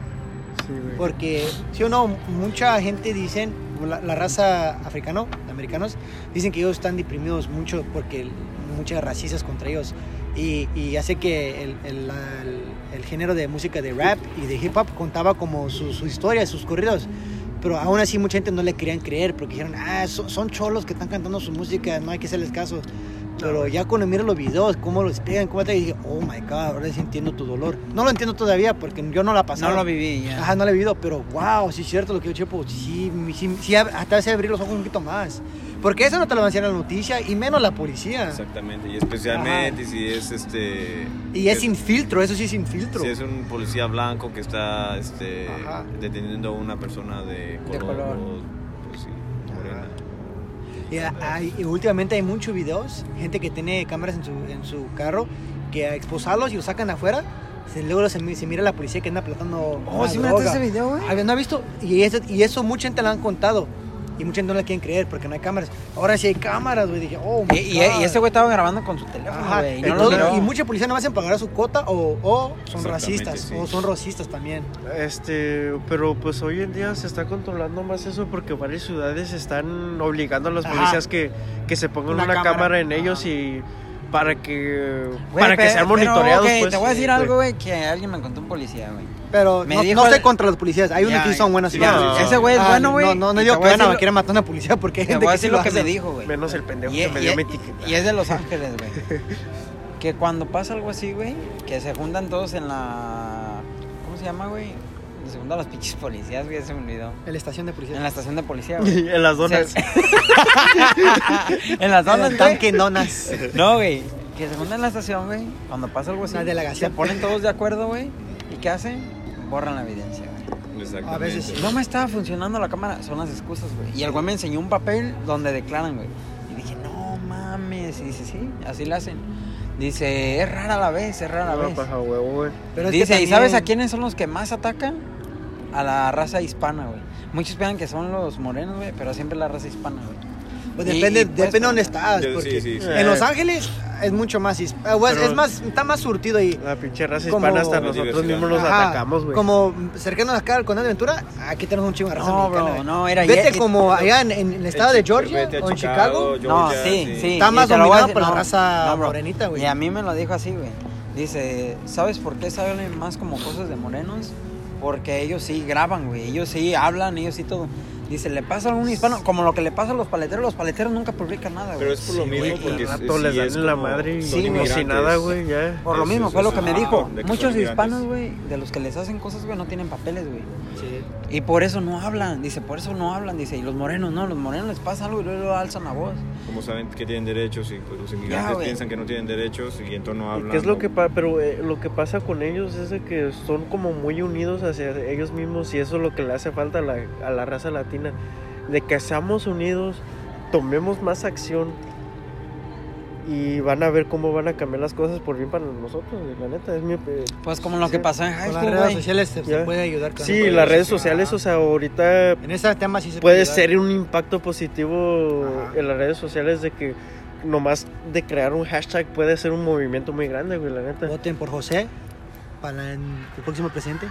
Speaker 2: güey.
Speaker 3: Porque, si o no, mucha gente dicen, la, la raza africano, americanos, dicen que ellos están deprimidos mucho porque el- muchas racistas contra ellos. Y, y hace que el, el- la- el- el género de música de rap y de hip hop contaba como su, su historia, sus corridos. Pero aún así mucha gente no le querían creer porque dijeron, ah, son, son cholos que están cantando su música, no hay que hacerles caso. Pero ya cuando miro los videos, cómo los pegan, cómo te dije, oh my god, ahora sí entiendo tu dolor. No lo entiendo todavía porque yo no la pasé.
Speaker 1: No lo viví ya.
Speaker 3: Ajá, no lo he vivido, pero wow, sí es cierto lo que yo Chepo. Sí, mi- sí, sí, ab- hasta hace abrir los ojos un poquito más. Porque eso no te lo van a enseñar la noticia y menos la policía.
Speaker 4: Exactamente, y especialmente si es este...
Speaker 3: Y es
Speaker 4: es-
Speaker 3: sin filtro, eso sí es sin filtro.
Speaker 4: Si es un policía blanco que está este,
Speaker 3: Ajá.
Speaker 4: deteniendo a una persona de color,
Speaker 1: color.
Speaker 4: o, pues sí, morena.
Speaker 3: Y, a- hay- y últimamente hay muchos videos, gente que tiene cámaras en su, en su carro, que a exposarlos y los sacan afuera, se, luego se, mi- se mira la policía que anda plantando.
Speaker 1: Oh,
Speaker 3: una
Speaker 1: sí, miraste
Speaker 3: Ah, droga.
Speaker 1: ese video, güey.
Speaker 3: Ay, ¿No ha visto? Y eso, y eso mucha gente la han contado. Y mucha gente no la quieren creer porque no hay cámaras. Ahora sí hay cámaras, güey. Dije, oh, my
Speaker 1: Y, y,
Speaker 3: God.
Speaker 1: y ese güey estaba grabando con su teléfono,
Speaker 3: Ajá,
Speaker 1: güey. Y no lo
Speaker 3: entonces-
Speaker 1: miró.
Speaker 3: y mucha policía no hacen pagar a su cuota o, o son
Speaker 4: Exactamente,
Speaker 3: racistas
Speaker 4: sí.
Speaker 3: o son racistas también.
Speaker 2: Este, pero pues hoy en día se está controlando más eso porque varias ciudades están obligando a los
Speaker 3: Ajá.
Speaker 2: policías que, que se pongan
Speaker 3: Una
Speaker 2: una,
Speaker 3: cámara.
Speaker 2: cámara. en ellos
Speaker 3: Ajá.
Speaker 2: y para que
Speaker 1: Güey,
Speaker 2: para que
Speaker 1: pe-
Speaker 2: sean
Speaker 1: pero,
Speaker 2: monitoreados.
Speaker 1: ok,
Speaker 2: pues.
Speaker 1: te voy a decir
Speaker 2: Sí,
Speaker 1: algo, güey, que alguien me contó un policía, güey.
Speaker 3: Pero
Speaker 1: Me
Speaker 3: no,
Speaker 1: dijo
Speaker 3: no estoy
Speaker 1: el-
Speaker 3: contra los policías. Hay unos
Speaker 1: Ya,
Speaker 3: que son buenos.
Speaker 1: ya,
Speaker 2: sí,
Speaker 3: pero-
Speaker 2: sí, sí.
Speaker 1: Ese güey es
Speaker 3: Ah,
Speaker 1: bueno, güey.
Speaker 3: No, no, no
Speaker 1: y te
Speaker 3: digo
Speaker 1: voy
Speaker 3: que
Speaker 1: a
Speaker 3: van a
Speaker 1: decir
Speaker 3: querer matar a una policía porque hay
Speaker 1: Te
Speaker 3: gente
Speaker 1: voy a
Speaker 3: que sí
Speaker 1: decir
Speaker 3: lo
Speaker 1: lo que
Speaker 3: hace.
Speaker 1: me dijo, güey.
Speaker 2: Menos el pendejo
Speaker 1: Y,
Speaker 2: que me dio
Speaker 1: y-
Speaker 2: mi etiqueta. (laughs)
Speaker 1: y es de Los Ángeles, güey. que cuando pasa algo así, güey, que se juntan todos en la. ¿Cómo se llama, güey? Donde Se juntan los pinches policías, güey, se me olvidó.
Speaker 3: En la estación de policía.
Speaker 1: En la estación de policía,
Speaker 3: (laughs)
Speaker 1: güey.
Speaker 2: en las donas.
Speaker 1: Se- en las donas, güey.
Speaker 3: tanque donas.
Speaker 1: (laughs) No, güey. Que se juntan en la estación, güey. Cuando pasa algo así.
Speaker 3: La delegación.
Speaker 1: Se ponen todos de acuerdo, güey. ¿Y qué hacen? Borran la evidencia, güey.
Speaker 4: Exactamente.
Speaker 3: A veces sí.
Speaker 1: No me estaba funcionando la cámara. Son las excusas, güey. Y el güey me enseñó un papel donde declaran, güey. Y dije, no mames. Y dice, sí, así le hacen. Dice, es rara la vez, es
Speaker 2: Ah,
Speaker 1: rara la vez.
Speaker 2: Baja pues, huevo, güey.
Speaker 3: Pero es que
Speaker 1: Dice, ¿y
Speaker 3: también-
Speaker 1: sabes a quiénes son los que más atacan? A la raza hispana, güey. Muchos piensan que son los morenos, güey, pero siempre la raza hispana, güey.
Speaker 3: Pues
Speaker 1: Y-
Speaker 3: depende,
Speaker 1: y puedes
Speaker 3: depende de dónde
Speaker 1: poner-
Speaker 3: estás.
Speaker 4: Yo- sí,
Speaker 3: porque
Speaker 4: sí, sí.
Speaker 3: En Los Ángeles es mucho más. his- ah, güey,
Speaker 2: Pero-
Speaker 3: es más, está más surtido ahí.
Speaker 2: La pinche raza
Speaker 3: Como-
Speaker 2: hispana hasta
Speaker 4: La
Speaker 2: nosotros
Speaker 4: diversidad.
Speaker 2: mismos nos
Speaker 3: Ajá,
Speaker 2: atacamos, güey.
Speaker 3: Como cercanos acá al Condado de Ventura, aquí tenemos un chingo de raza
Speaker 1: No,
Speaker 3: mexicana,
Speaker 1: bro,
Speaker 3: güey.
Speaker 1: no, era
Speaker 3: Vete
Speaker 1: ya-
Speaker 3: como allá en, en el estado de Georgia
Speaker 4: Vete a
Speaker 3: o en Chicago.
Speaker 1: No,
Speaker 4: Georgia,
Speaker 1: sí, sí.
Speaker 3: Está
Speaker 1: y
Speaker 3: más
Speaker 1: te lo voy a
Speaker 3: dominado
Speaker 1: decir-
Speaker 3: por la
Speaker 1: no,
Speaker 3: raza
Speaker 1: no, bro.
Speaker 3: morenita, güey.
Speaker 1: Y a mí me lo dijo así, güey. Dice, ¿sabes por qué salen más como cosas de morenos? Porque ellos sí graban, güey. Ellos sí hablan, ellos sí todo. Dice, le pasa a un hispano, como lo que le pasa a los paleteros. Los paleteros nunca publican nada, güey.
Speaker 4: Pero es por lo
Speaker 1: Sí,
Speaker 4: mismo,
Speaker 1: güey,
Speaker 4: porque
Speaker 1: y-
Speaker 4: es-
Speaker 2: Rato les
Speaker 4: sí,
Speaker 2: dan
Speaker 4: es
Speaker 2: en la
Speaker 4: como-
Speaker 2: madre y
Speaker 1: Sí,
Speaker 2: como
Speaker 1: güey.
Speaker 2: si nada, güey, ya.
Speaker 1: Por lo
Speaker 4: es-
Speaker 1: mismo,
Speaker 4: es-
Speaker 1: fue lo que
Speaker 4: es-
Speaker 1: me
Speaker 4: ah,
Speaker 1: dijo.
Speaker 4: de que son
Speaker 1: Muchos
Speaker 4: migrantes.
Speaker 1: hispanos, güey, de los que les hacen cosas, güey, no tienen papeles, güey.
Speaker 3: Sí.
Speaker 1: Y por eso no hablan, dice, por eso no hablan, dice. Y los morenos, no, los morenos les pasa algo y luego alzan la voz.
Speaker 4: Como saben que tienen derechos y pues, los inmigrantes
Speaker 1: güey.
Speaker 4: piensan que no tienen derechos y entonces no hablan.
Speaker 2: ¿Qué es lo
Speaker 4: ¿no?
Speaker 2: que pa- pero eh, lo que pasa con ellos es de que son como muy unidos hacia ellos mismos y eso es lo que le hace falta a la, a la raza latina, de que seamos unidos, tomemos más acción y van a ver cómo van a cambiar las cosas por bien para nosotros, güey, la neta, es mi eh,
Speaker 1: Pues como lo que
Speaker 2: sí.
Speaker 1: pasó en high
Speaker 3: Con las
Speaker 1: school,
Speaker 3: redes
Speaker 1: güey.
Speaker 3: sociales se, se
Speaker 2: Ya.
Speaker 3: puede ayudar. claro.
Speaker 2: Sí, las redes sociales, o sea, ahorita
Speaker 3: En ese tema sí se
Speaker 2: puede
Speaker 3: ayudar.
Speaker 2: ser un impacto positivo
Speaker 3: Ajá.
Speaker 2: en las redes sociales de que nomás de crear un hashtag puede ser un movimiento muy grande, güey, la neta.
Speaker 3: Voten por José para el próximo presidente.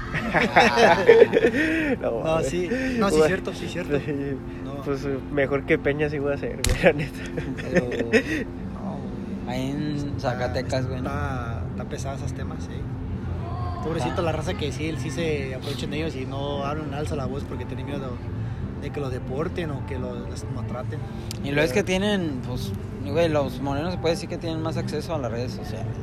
Speaker 2: (laughs) No,
Speaker 3: No,
Speaker 2: Oh, güey.
Speaker 3: sí, no, sí,
Speaker 2: Güey.
Speaker 3: cierto, sí,
Speaker 2: (laughs)
Speaker 3: cierto.
Speaker 2: Sí,
Speaker 3: No,
Speaker 2: Pues eh, mejor que Peña sí voy a hacer, güey, la neta.
Speaker 3: pero, no,
Speaker 1: Ahí en Mm, Zacatecas, güey. ¿no?
Speaker 3: Está, está pesado esos temas, sí. Pobrecito
Speaker 1: Está.
Speaker 3: la raza que sí, sí se aprovechan de ellos y no hablan alza la voz porque tienen miedo de que los deporten o que los, los maltraten.
Speaker 1: Y lo es que tienen, pues, güey, los morenos se puede decir que tienen más acceso a las redes sociales.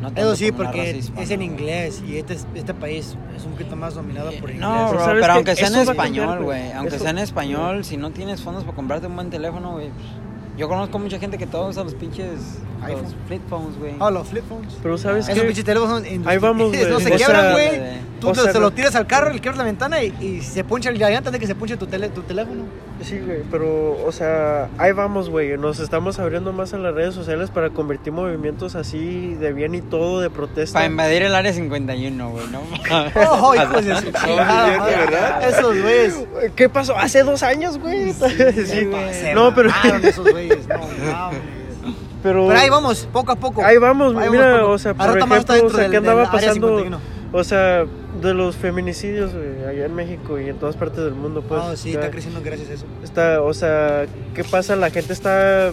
Speaker 1: No tanto
Speaker 3: Eso sí,
Speaker 1: como la raza
Speaker 3: porque
Speaker 1: hispana,
Speaker 3: es en
Speaker 1: güey.
Speaker 3: inglés y este, es- este país es un poquito más dominado por inglés.
Speaker 1: Eh, No,
Speaker 2: Pero
Speaker 1: bro,
Speaker 2: ¿sabes
Speaker 1: pero
Speaker 2: qué?
Speaker 1: aunque sea en
Speaker 2: Eso va a cambiar,
Speaker 1: español,
Speaker 2: güey.
Speaker 1: güey. Aunque
Speaker 2: Eso-
Speaker 1: sea en español, si no tienes fondos para comprarte un buen teléfono, güey. pues, Yo conozco mucha gente que todos usa los pinches los
Speaker 3: iPhone.
Speaker 1: flip phones, güey.
Speaker 3: Ah, los flip phones.
Speaker 2: Pero sabes
Speaker 3: Esos
Speaker 2: qué?
Speaker 3: pinches teléfonos
Speaker 2: Ahí vamos, güey.
Speaker 3: (laughs) no se
Speaker 2: O
Speaker 3: quiebran,
Speaker 2: sea, eh,
Speaker 3: güey. Tú
Speaker 2: o
Speaker 3: te-
Speaker 2: sea,
Speaker 3: se lo
Speaker 2: no-
Speaker 3: tiras al carro, le quiebras la ventana y, y se poncha la llanta antes de que se ponche tu, tele,
Speaker 2: (laughs)
Speaker 3: tu teléfono.
Speaker 2: Sí, güey, pero, o sea, ahí vamos, güey. Nos estamos abriendo más a las redes sociales para convertir movimientos así de bien y todo, de protesta.
Speaker 1: Para invadir el área 51, güey,
Speaker 3: (laughs)
Speaker 1: ¿no?
Speaker 3: ¡Oh, hijos de su chingada
Speaker 4: cierto,
Speaker 3: madre!
Speaker 4: ¿verdad?
Speaker 3: Esos güeyes.
Speaker 2: ¿Qué pasó? Hace dos años, güey. (laughs) Sí,
Speaker 3: Sí, güey. Se
Speaker 2: No, pero,
Speaker 3: mamaron esos
Speaker 2: (laughs)
Speaker 3: güeyes, no mames.
Speaker 2: pero.
Speaker 3: Pero ahí vamos, poco a poco.
Speaker 2: Ahí vamos,
Speaker 3: Ahí
Speaker 2: mira,
Speaker 3: poco.
Speaker 2: o sea,
Speaker 3: Al
Speaker 2: por
Speaker 3: rato más está
Speaker 2: ejemplo, o
Speaker 3: dentro
Speaker 2: sea,
Speaker 3: del-
Speaker 2: que andaba
Speaker 3: del área
Speaker 2: pasando,
Speaker 3: 51.
Speaker 2: o sea, de los feminicidios, güey, allá en México y en todas partes del mundo, pues.
Speaker 3: No, Ah, sí,
Speaker 2: ya
Speaker 3: está creciendo gracias a eso.
Speaker 2: está, o sea, ¿qué pasa? La gente está,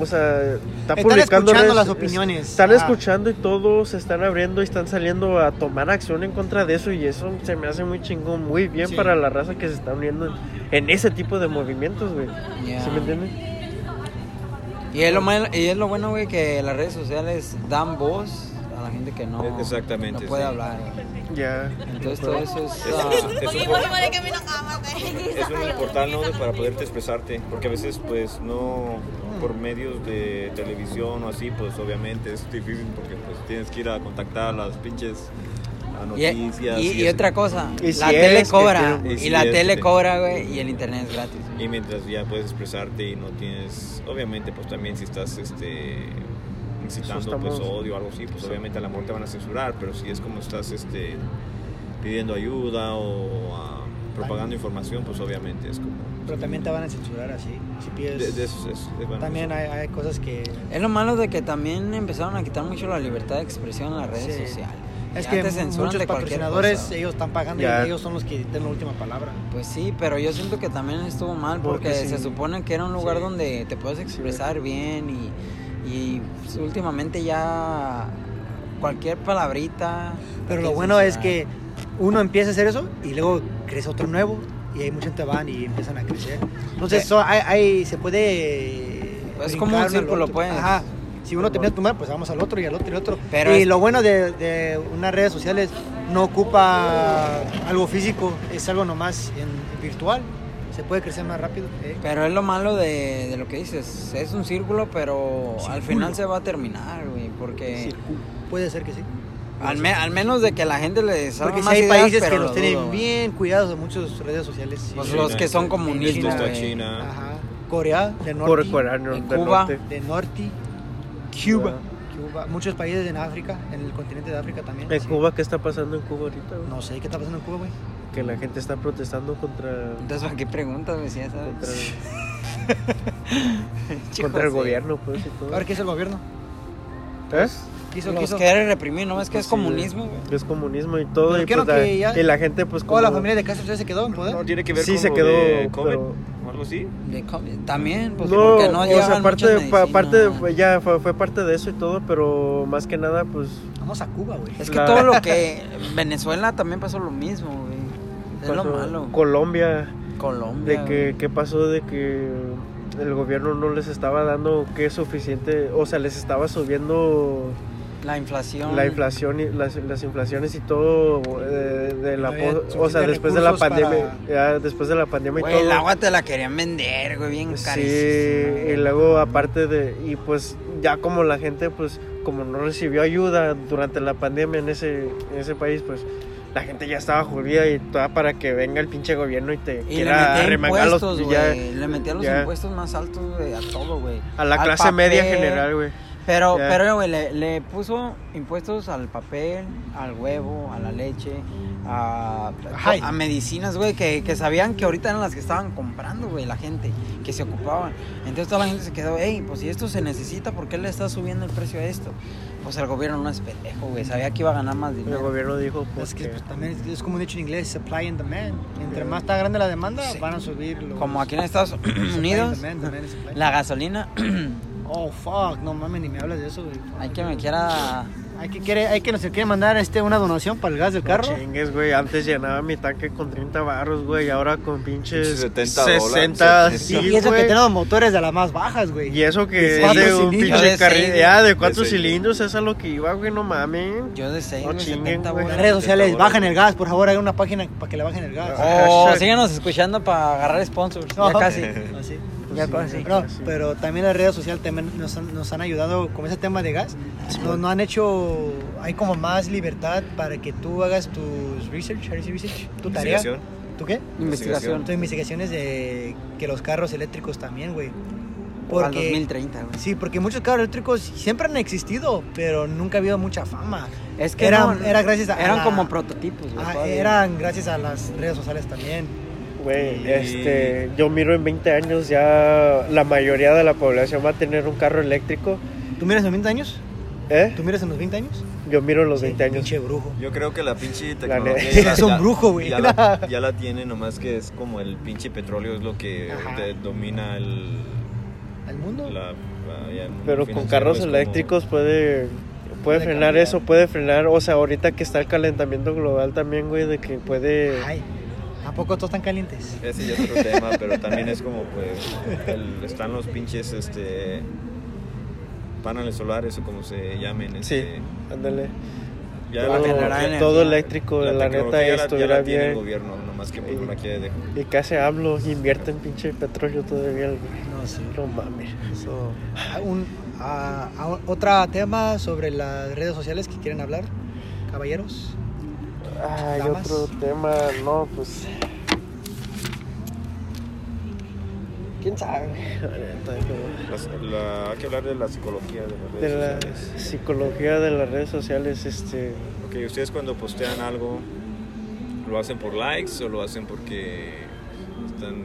Speaker 2: o sea, está
Speaker 3: Están
Speaker 2: publicando
Speaker 3: escuchando
Speaker 2: redes-
Speaker 3: las opiniones.
Speaker 2: Están
Speaker 3: Ah.
Speaker 2: escuchando y todos se están abriendo y están saliendo a tomar acción en contra de eso y eso se me hace muy chingón, muy bien
Speaker 3: Sí.
Speaker 2: para la raza que se está uniendo en, en ese tipo de movimientos, güey.
Speaker 1: Ya.
Speaker 2: ¿Sí me entiendes?
Speaker 1: Y es lo, mal- y es lo bueno, güey, que las redes sociales dan voz a la gente que no,
Speaker 4: Exactamente,
Speaker 1: no puede
Speaker 4: sí.
Speaker 1: hablar. güey.
Speaker 2: Ya.
Speaker 1: Entonces todo eso es...
Speaker 4: Es-
Speaker 1: ah,
Speaker 4: es un- es un portal ¿no? de- para poderte expresarte, porque a veces pues no por medios de televisión o así, pues obviamente es difícil porque pues tienes que ir a contactar las pinches a
Speaker 1: y, e-
Speaker 4: noticias.
Speaker 1: y- y
Speaker 4: eso.
Speaker 1: otra cosa, la
Speaker 2: Y si
Speaker 1: tele
Speaker 2: es que
Speaker 1: cobra,
Speaker 2: tiene-
Speaker 4: y
Speaker 1: y,
Speaker 4: si
Speaker 1: la
Speaker 4: es
Speaker 1: tele
Speaker 4: que-
Speaker 1: cobra, güey, y el internet es gratis. güey.
Speaker 4: Y mientras ya puedes expresarte y no tienes, obviamente pues también si estás este incitando
Speaker 2: Eso estamos-
Speaker 4: pues odio o algo así, pues obviamente a la muerte van a censurar, pero si es como estás este pidiendo ayuda o ah, propagando información, pues obviamente es como
Speaker 3: Pero también te van a censurar así. Si pides.
Speaker 4: de, de eso es, es- bueno,
Speaker 3: también hay, hay cosas que.
Speaker 1: Es lo malo de que también empezaron a quitar mucho la libertad de expresión en las redes
Speaker 3: Sí.
Speaker 1: sociales.
Speaker 3: Es
Speaker 1: Ya
Speaker 3: que
Speaker 1: te censuran
Speaker 3: muchos
Speaker 1: de cualquier
Speaker 3: patrocinadores,
Speaker 1: cosa.
Speaker 3: ellos están pagando
Speaker 2: Ya.
Speaker 3: y ellos son los que tienen la última palabra.
Speaker 1: Pues sí, pero yo siento que también estuvo mal porque,
Speaker 2: Porque sí.
Speaker 1: se supone que era un lugar
Speaker 3: Sí.
Speaker 1: donde te puedes expresar bien y, y, pues, últimamente ya cualquier palabrita.
Speaker 3: Pero lo
Speaker 1: que
Speaker 3: bueno es
Speaker 1: censurar.
Speaker 3: que uno empieza a hacer eso y luego crece otro nuevo y hay mucha gente van y empiezan a crecer. Entonces,
Speaker 1: Sí.
Speaker 3: so- hay, hay- se puede.
Speaker 1: Pues es
Speaker 3: brincar
Speaker 1: como un
Speaker 3: uno al
Speaker 1: círculo,
Speaker 3: otro.
Speaker 1: pues.
Speaker 3: Ajá. Si uno termina de tomar, pues vamos al otro y al otro y al otro.
Speaker 1: Pero
Speaker 3: y
Speaker 1: es-
Speaker 3: lo bueno de, de unas redes sociales no ocupa algo físico, es algo nomás en virtual. Se puede crecer más rápido. ¿eh?
Speaker 1: Pero es lo malo de, de lo que dices. Es un círculo, pero al
Speaker 3: Círculo.
Speaker 1: final se va a terminar, güey. Porque
Speaker 3: eh, Puede ser que sí.
Speaker 1: al, me- al menos de que la gente les haga
Speaker 3: Porque
Speaker 1: Pues
Speaker 3: si
Speaker 1: más
Speaker 3: hay
Speaker 1: ideas,
Speaker 3: países
Speaker 1: pero
Speaker 3: que los
Speaker 1: lo
Speaker 3: tienen
Speaker 1: dudo, güey.
Speaker 3: bien cuidados en muchas redes sociales. sí.
Speaker 1: Pues
Speaker 4: China,
Speaker 1: los que son
Speaker 4: esto
Speaker 1: comunistas,
Speaker 4: está
Speaker 1: güey.
Speaker 4: China.
Speaker 3: Ajá. Corea, del norte.
Speaker 2: Por coreano,
Speaker 1: en
Speaker 2: del
Speaker 1: Cuba.
Speaker 2: norte.
Speaker 3: de norte, Cuba, Cuba, muchos países en África, en el continente de África también.
Speaker 2: En
Speaker 3: sí.
Speaker 2: Cuba, ¿qué está pasando en Cuba ahorita? güey?
Speaker 3: No sé qué está pasando en Cuba, güey.
Speaker 2: Que la gente está protestando contra,
Speaker 1: Entonces, ¿para qué preguntas, güey? Si ya
Speaker 3: (laughs)
Speaker 1: sabes.
Speaker 2: contra,
Speaker 1: (laughs) Chico,
Speaker 2: contra el
Speaker 1: sí.
Speaker 2: gobierno, pues, y todo.
Speaker 3: Ahora qué hizo el gobierno. pues,
Speaker 2: ¿Eh?
Speaker 3: ¿Qué hizo?
Speaker 1: Los
Speaker 3: ¿Qué hizo?
Speaker 1: quiere reprimir, ¿no? Es que es
Speaker 2: Sí,
Speaker 1: comunismo, güey.
Speaker 2: Es comunismo y todo.
Speaker 3: Pero
Speaker 2: Y,
Speaker 3: ¿qué
Speaker 2: pues,
Speaker 3: no
Speaker 2: la,
Speaker 3: que ya-
Speaker 2: y la gente, pues,
Speaker 3: ¿Cómo
Speaker 2: como...
Speaker 3: la familia de Castro Chávez se quedó en poder?
Speaker 4: No tiene que ver
Speaker 2: Sí,
Speaker 4: con
Speaker 2: se
Speaker 4: lo
Speaker 2: quedó,
Speaker 4: de COVID
Speaker 2: pero-
Speaker 4: o algo así.
Speaker 1: De COVID. También, pues,
Speaker 2: no,
Speaker 1: porque no
Speaker 2: o
Speaker 1: llevan
Speaker 2: sea, parte,
Speaker 1: muchas
Speaker 2: de- pa- parte de- pues,
Speaker 1: medicinas.
Speaker 2: ya fue, fue parte de eso y todo, pero más que nada, pues,
Speaker 3: Vamos a Cuba, güey.
Speaker 1: Es que
Speaker 2: la-
Speaker 1: todo
Speaker 2: (laughs)
Speaker 1: lo que... Venezuela también pasó lo mismo, güey. Es lo
Speaker 2: pasó-
Speaker 1: malo.
Speaker 2: Colombia,
Speaker 1: Colombia.
Speaker 2: de que,
Speaker 1: güey.
Speaker 2: qué pasó de que el gobierno no les estaba dando que suficiente, o sea, les estaba subiendo
Speaker 1: La inflación.
Speaker 2: la inflación y las, las inflaciones y todo eh, de la po-
Speaker 3: No había
Speaker 2: o sea
Speaker 3: suficientes
Speaker 2: después de la
Speaker 3: recursos
Speaker 2: pandemia ya, después de la pandemia y
Speaker 1: Güey,
Speaker 2: todo
Speaker 1: el agua te la querían vender, güey, bien
Speaker 2: sí
Speaker 1: carísima.
Speaker 2: y luego aparte de y pues ya como la gente pues como no recibió ayuda durante la pandemia en ese en ese país pues la gente ya estaba jodida y toda para que venga el pinche gobierno y te
Speaker 1: Y le
Speaker 2: quiera
Speaker 1: metía
Speaker 2: arremangar los
Speaker 1: impuestos,
Speaker 2: y ya-
Speaker 1: güey. Le metía los
Speaker 2: ya.
Speaker 1: impuestos más altos, güey, a todo, güey.
Speaker 2: a la
Speaker 1: Al
Speaker 2: clase media
Speaker 1: papel.
Speaker 2: general, güey.
Speaker 1: Pero,
Speaker 2: Ya.
Speaker 1: pero, güey, le, le puso impuestos al papel, al huevo, a la leche, a,
Speaker 3: Ay.
Speaker 1: a medicinas, güey, que, que sabían que ahorita eran las que estaban comprando, güey, la gente, que se ocupaban. Entonces toda la gente se quedó, hey, pues si esto se necesita, ¿por qué le está subiendo el precio a esto? Pues el gobierno no es pendejo, güey, sabía que iba a ganar más
Speaker 2: El
Speaker 1: dinero.
Speaker 2: gobierno dijo
Speaker 3: Es que
Speaker 2: porque-
Speaker 3: pues, también es, es como un dicho en inglés, supply and demand. Entre
Speaker 2: Yeah.
Speaker 3: más está grande la demanda,
Speaker 1: Sí.
Speaker 3: van a subir los...
Speaker 1: Como aquí en
Speaker 4: (coughs)
Speaker 1: Estados
Speaker 3: supply and
Speaker 1: Unidos, (coughs)
Speaker 3: demand, demand and supply.
Speaker 1: la gasolina, (coughs)
Speaker 3: Oh, fuck, no mames, ni me hablas de eso, güey.
Speaker 1: hay que me quiera...
Speaker 3: Hay que, quiere, hay que nos quiere mandar este, una donación para el gas del
Speaker 2: No
Speaker 3: carro.
Speaker 2: chingues, güey. Antes llenaba mi tanque con 30 barros, güey. Ahora con pinches
Speaker 4: 70
Speaker 2: 60.
Speaker 4: dólares,
Speaker 2: sí,
Speaker 3: y eso que
Speaker 2: güey.
Speaker 3: tenemos motores de las más bajas, güey.
Speaker 2: Y eso que es
Speaker 1: Cuatro
Speaker 2: de un
Speaker 3: cilindros.
Speaker 1: Yo
Speaker 2: pinche
Speaker 1: de
Speaker 2: carril.
Speaker 1: seis,
Speaker 2: Ya, de
Speaker 4: güey.
Speaker 2: cuatro
Speaker 4: De seis,
Speaker 2: cilindros, esa es lo que iba, güey. No mamen.
Speaker 1: Yo de seis,
Speaker 2: No
Speaker 1: güey,
Speaker 2: chinguen,
Speaker 1: 70
Speaker 2: güey.
Speaker 1: bolas.
Speaker 3: Las redes (laughs) sociales,
Speaker 4: Ahora-
Speaker 3: bajen el gas, por favor, hagan una página para que le bajen el
Speaker 1: Oh,
Speaker 3: gas.
Speaker 1: O
Speaker 2: Hashtag.
Speaker 1: síganos escuchando para agarrar sponsors.
Speaker 3: No.
Speaker 1: Ya
Speaker 4: (laughs)
Speaker 1: casi.
Speaker 3: Así.
Speaker 1: Ah, Ya casi.
Speaker 3: No, pero también las redes sociales también nos han, nos han ayudado con ese tema de gas. Nos, nos han hecho, hay como más libertad para que tú hagas tus research, research, research, tu tarea.
Speaker 4: Investigación.
Speaker 3: ¿Tú qué?
Speaker 1: (laughs) Investigación.
Speaker 4: Investigación.
Speaker 3: Tus investigaciones de que los carros eléctricos también, güey.
Speaker 1: Al 2030, güey.
Speaker 3: Sí, porque muchos carros eléctricos siempre han existido, pero nunca ha habido mucha fama.
Speaker 1: Es que
Speaker 3: Eran-
Speaker 1: no,
Speaker 3: era gracias a
Speaker 1: Eran
Speaker 3: la-
Speaker 1: como prototipos, güey.
Speaker 3: Ah,
Speaker 1: todavía.
Speaker 3: eran gracias a las redes sociales también.
Speaker 2: Güey,
Speaker 4: Y-
Speaker 2: este, yo miro en 20 años ya la mayoría de la población va a tener un carro eléctrico.
Speaker 3: ¿Tú miras en los 20 años?
Speaker 2: ¿Eh?
Speaker 3: ¿Tú miras en los 20 años?
Speaker 2: Yo miro los 20 años.
Speaker 3: Pinche brujo.
Speaker 4: Yo creo que la pinche
Speaker 2: La neta.
Speaker 4: tecnología. ya-
Speaker 3: Es un
Speaker 4: ya-
Speaker 3: brujo, güey.
Speaker 4: Ya, la- ya la tiene, nomás que es como el pinche petróleo, es lo que
Speaker 3: Ajá.
Speaker 4: ahorita domina el.
Speaker 3: ¿Al mundo?
Speaker 4: la- la- ya el mundo
Speaker 2: Pero con
Speaker 4: financiero,
Speaker 2: carros
Speaker 4: es como-
Speaker 2: eléctricos puede, puede
Speaker 3: Puede
Speaker 2: frenar
Speaker 3: cambiar.
Speaker 2: eso, puede frenar. O sea, ahorita que está el calentamiento global también, güey, de que puede.
Speaker 3: Ay, ¿a poco todos están calientes?
Speaker 4: Ese ya es otro
Speaker 2: (laughs)
Speaker 4: tema, pero también es como, pues, el- están los pinches, este, paneles solares o como se llamen.
Speaker 2: Sí,
Speaker 4: este,
Speaker 2: ándale.
Speaker 4: ya
Speaker 1: Para
Speaker 4: la-
Speaker 1: generar
Speaker 4: la
Speaker 1: energía.
Speaker 2: todo eléctrico, la, neta,
Speaker 4: tecnología ya la- ya
Speaker 2: estuviera
Speaker 4: la tiene el
Speaker 2: bien.
Speaker 4: gobierno, nomás que pues, no la quiere dejar.
Speaker 2: Y casi hablo, invierte en pinche petróleo todavía. güey.
Speaker 3: No sé.
Speaker 2: No mames.
Speaker 3: So, ah, un, ah, ah, otra tema sobre las redes sociales que quieren hablar, caballeros.
Speaker 2: Ay,
Speaker 3: Damas.
Speaker 2: otro tema, no, pues. ¿Quién sabe?
Speaker 4: Las- la- hay que hablar de la psicología de las
Speaker 2: De
Speaker 4: redes
Speaker 2: la
Speaker 4: sociales.
Speaker 2: psicología de las redes sociales, este.
Speaker 4: Ok, ustedes cuando postean algo, ¿lo hacen por likes o lo hacen porque están...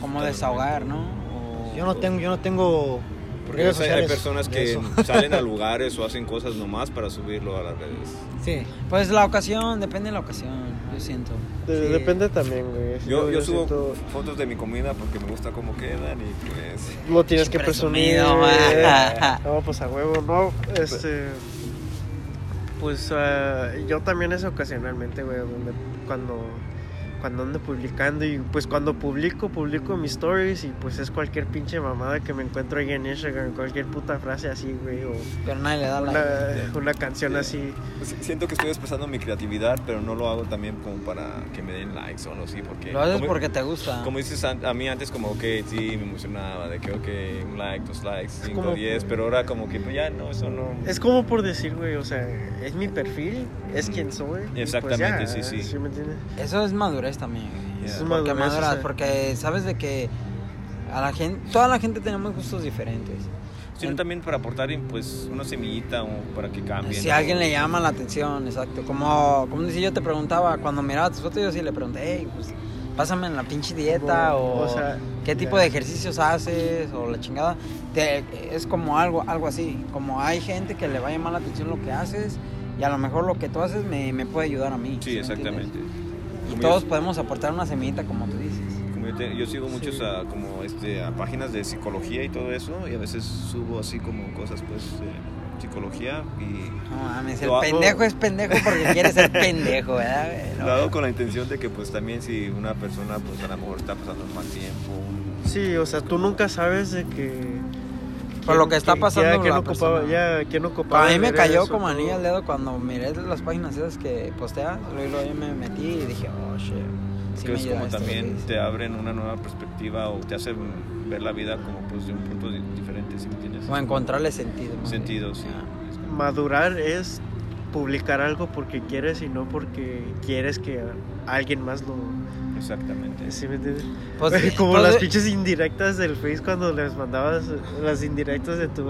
Speaker 1: Como
Speaker 4: están-
Speaker 1: desahogar, ¿no? O-
Speaker 3: Yo no tengo, yo no tengo
Speaker 4: Porque o sea, hay personas que (laughs) salen a lugares o hacen cosas nomás para subirlo a las redes.
Speaker 3: Sí.
Speaker 1: Pues la ocasión, depende de la ocasión, yo siento.
Speaker 2: de-
Speaker 3: Sí.
Speaker 2: Depende también, güey. Si
Speaker 4: Yo,
Speaker 2: no,
Speaker 4: yo subo
Speaker 2: siento-
Speaker 4: fotos de mi comida porque me gusta cómo quedan y pues...
Speaker 2: Lo tienes que presumir.
Speaker 1: Presumido,
Speaker 2: güey.
Speaker 1: ma.
Speaker 2: (laughs) No, pues a huevo, no. Este. Pues ah, yo también es ocasionalmente, güey, donde- cuando, cuando ando publicando. Y pues cuando publico, publico mis stories. Y pues es cualquier pinche mamada que me encuentro ahí en Instagram. Cualquier puta frase así, güey. O
Speaker 1: Pero nadie le da
Speaker 2: una,
Speaker 1: la.
Speaker 2: una canción así.
Speaker 4: pues, Siento que estoy expresando mi creatividad, pero no lo hago también como para que me den likes o no, sí, porque...
Speaker 1: Lo haces
Speaker 4: como-
Speaker 1: porque te gusta.
Speaker 4: Como dices, an- a mí antes como, ok, sí, me emocionaba, de que, ok, un like, dos likes, cinco,
Speaker 2: como-
Speaker 4: diez, pero ahora como que pues, ya no, eso no...
Speaker 2: Es como por decir, güey, o sea, es mi perfil, es quien soy. y pues ya,
Speaker 4: Exactamente, sí, sí.
Speaker 2: me entiendes?
Speaker 1: Eso es madurez también. güey.
Speaker 4: Eso
Speaker 1: Porque
Speaker 4: es
Speaker 2: madurez,
Speaker 1: maduras,
Speaker 2: o sea.
Speaker 1: porque sabes de que a la gente, toda la gente tenemos gustos diferentes.
Speaker 4: Sino también para aportar pues una semillita o para que cambien.
Speaker 1: Si a alguien le llama la atención, exacto. Como, como si yo te preguntaba, cuando miraba tus fotos, yo sí le pregunté, hey, pues, pásame en la pinche dieta o,
Speaker 2: O sea,
Speaker 1: qué tipo
Speaker 2: ya.
Speaker 1: de ejercicios haces o la chingada. Te- es como algo, algo así. Como hay gente que le va a llamar la atención lo que haces y a lo mejor lo que tú haces me, me puede ayudar a mí.
Speaker 4: Sí,
Speaker 1: ¿sí me
Speaker 4: exactamente.
Speaker 1: entiendes? Y
Speaker 4: Como
Speaker 1: todos
Speaker 4: yo-
Speaker 1: podemos aportar una semillita, como tú dices.
Speaker 4: Como yo, te- yo sigo muchos a, como este, a páginas de psicología y todo eso, y a veces subo así como cosas pues de psicología y
Speaker 1: No mames, el
Speaker 4: Lo hago-
Speaker 1: pendejo es pendejo porque quiere ser pendejo, ¿verdad? güey? No.
Speaker 4: (laughs) lo hago con la intención de que pues también si una persona pues a lo mejor está pasando mal tiempo. un-
Speaker 2: Sí, o sea, tú nunca sabes de que.
Speaker 1: Por lo que está pasando
Speaker 2: ya, ¿quién
Speaker 1: la
Speaker 2: ocupaba,
Speaker 1: persona.
Speaker 2: ya, ¿quién ocupaba
Speaker 1: A mí me
Speaker 2: ver
Speaker 1: cayó
Speaker 2: eso,
Speaker 1: como
Speaker 2: todo?
Speaker 1: anillo al dedo cuando miré las páginas esas que posteas. Luego luego yo me metí y dije, oh shit. sí
Speaker 4: que
Speaker 1: me
Speaker 4: es
Speaker 1: ayuda
Speaker 4: como
Speaker 1: esto,
Speaker 4: también
Speaker 1: sí, sí.
Speaker 4: te abren una nueva perspectiva o te hacen ver la vida como pues de un punto di- diferente, si me entiendes.
Speaker 1: O encontrarle sentido. más bien.
Speaker 4: Sentido, sí.
Speaker 1: Ah.
Speaker 2: Madurar es publicar algo porque quieres y no porque quieres que alguien más lo...
Speaker 4: Exactamente.
Speaker 2: ¿sí me entiendes? (laughs)
Speaker 1: Pues,
Speaker 2: Como
Speaker 1: pues,
Speaker 2: las pinches indirectas del Face cuando les mandabas las indirectas de tu...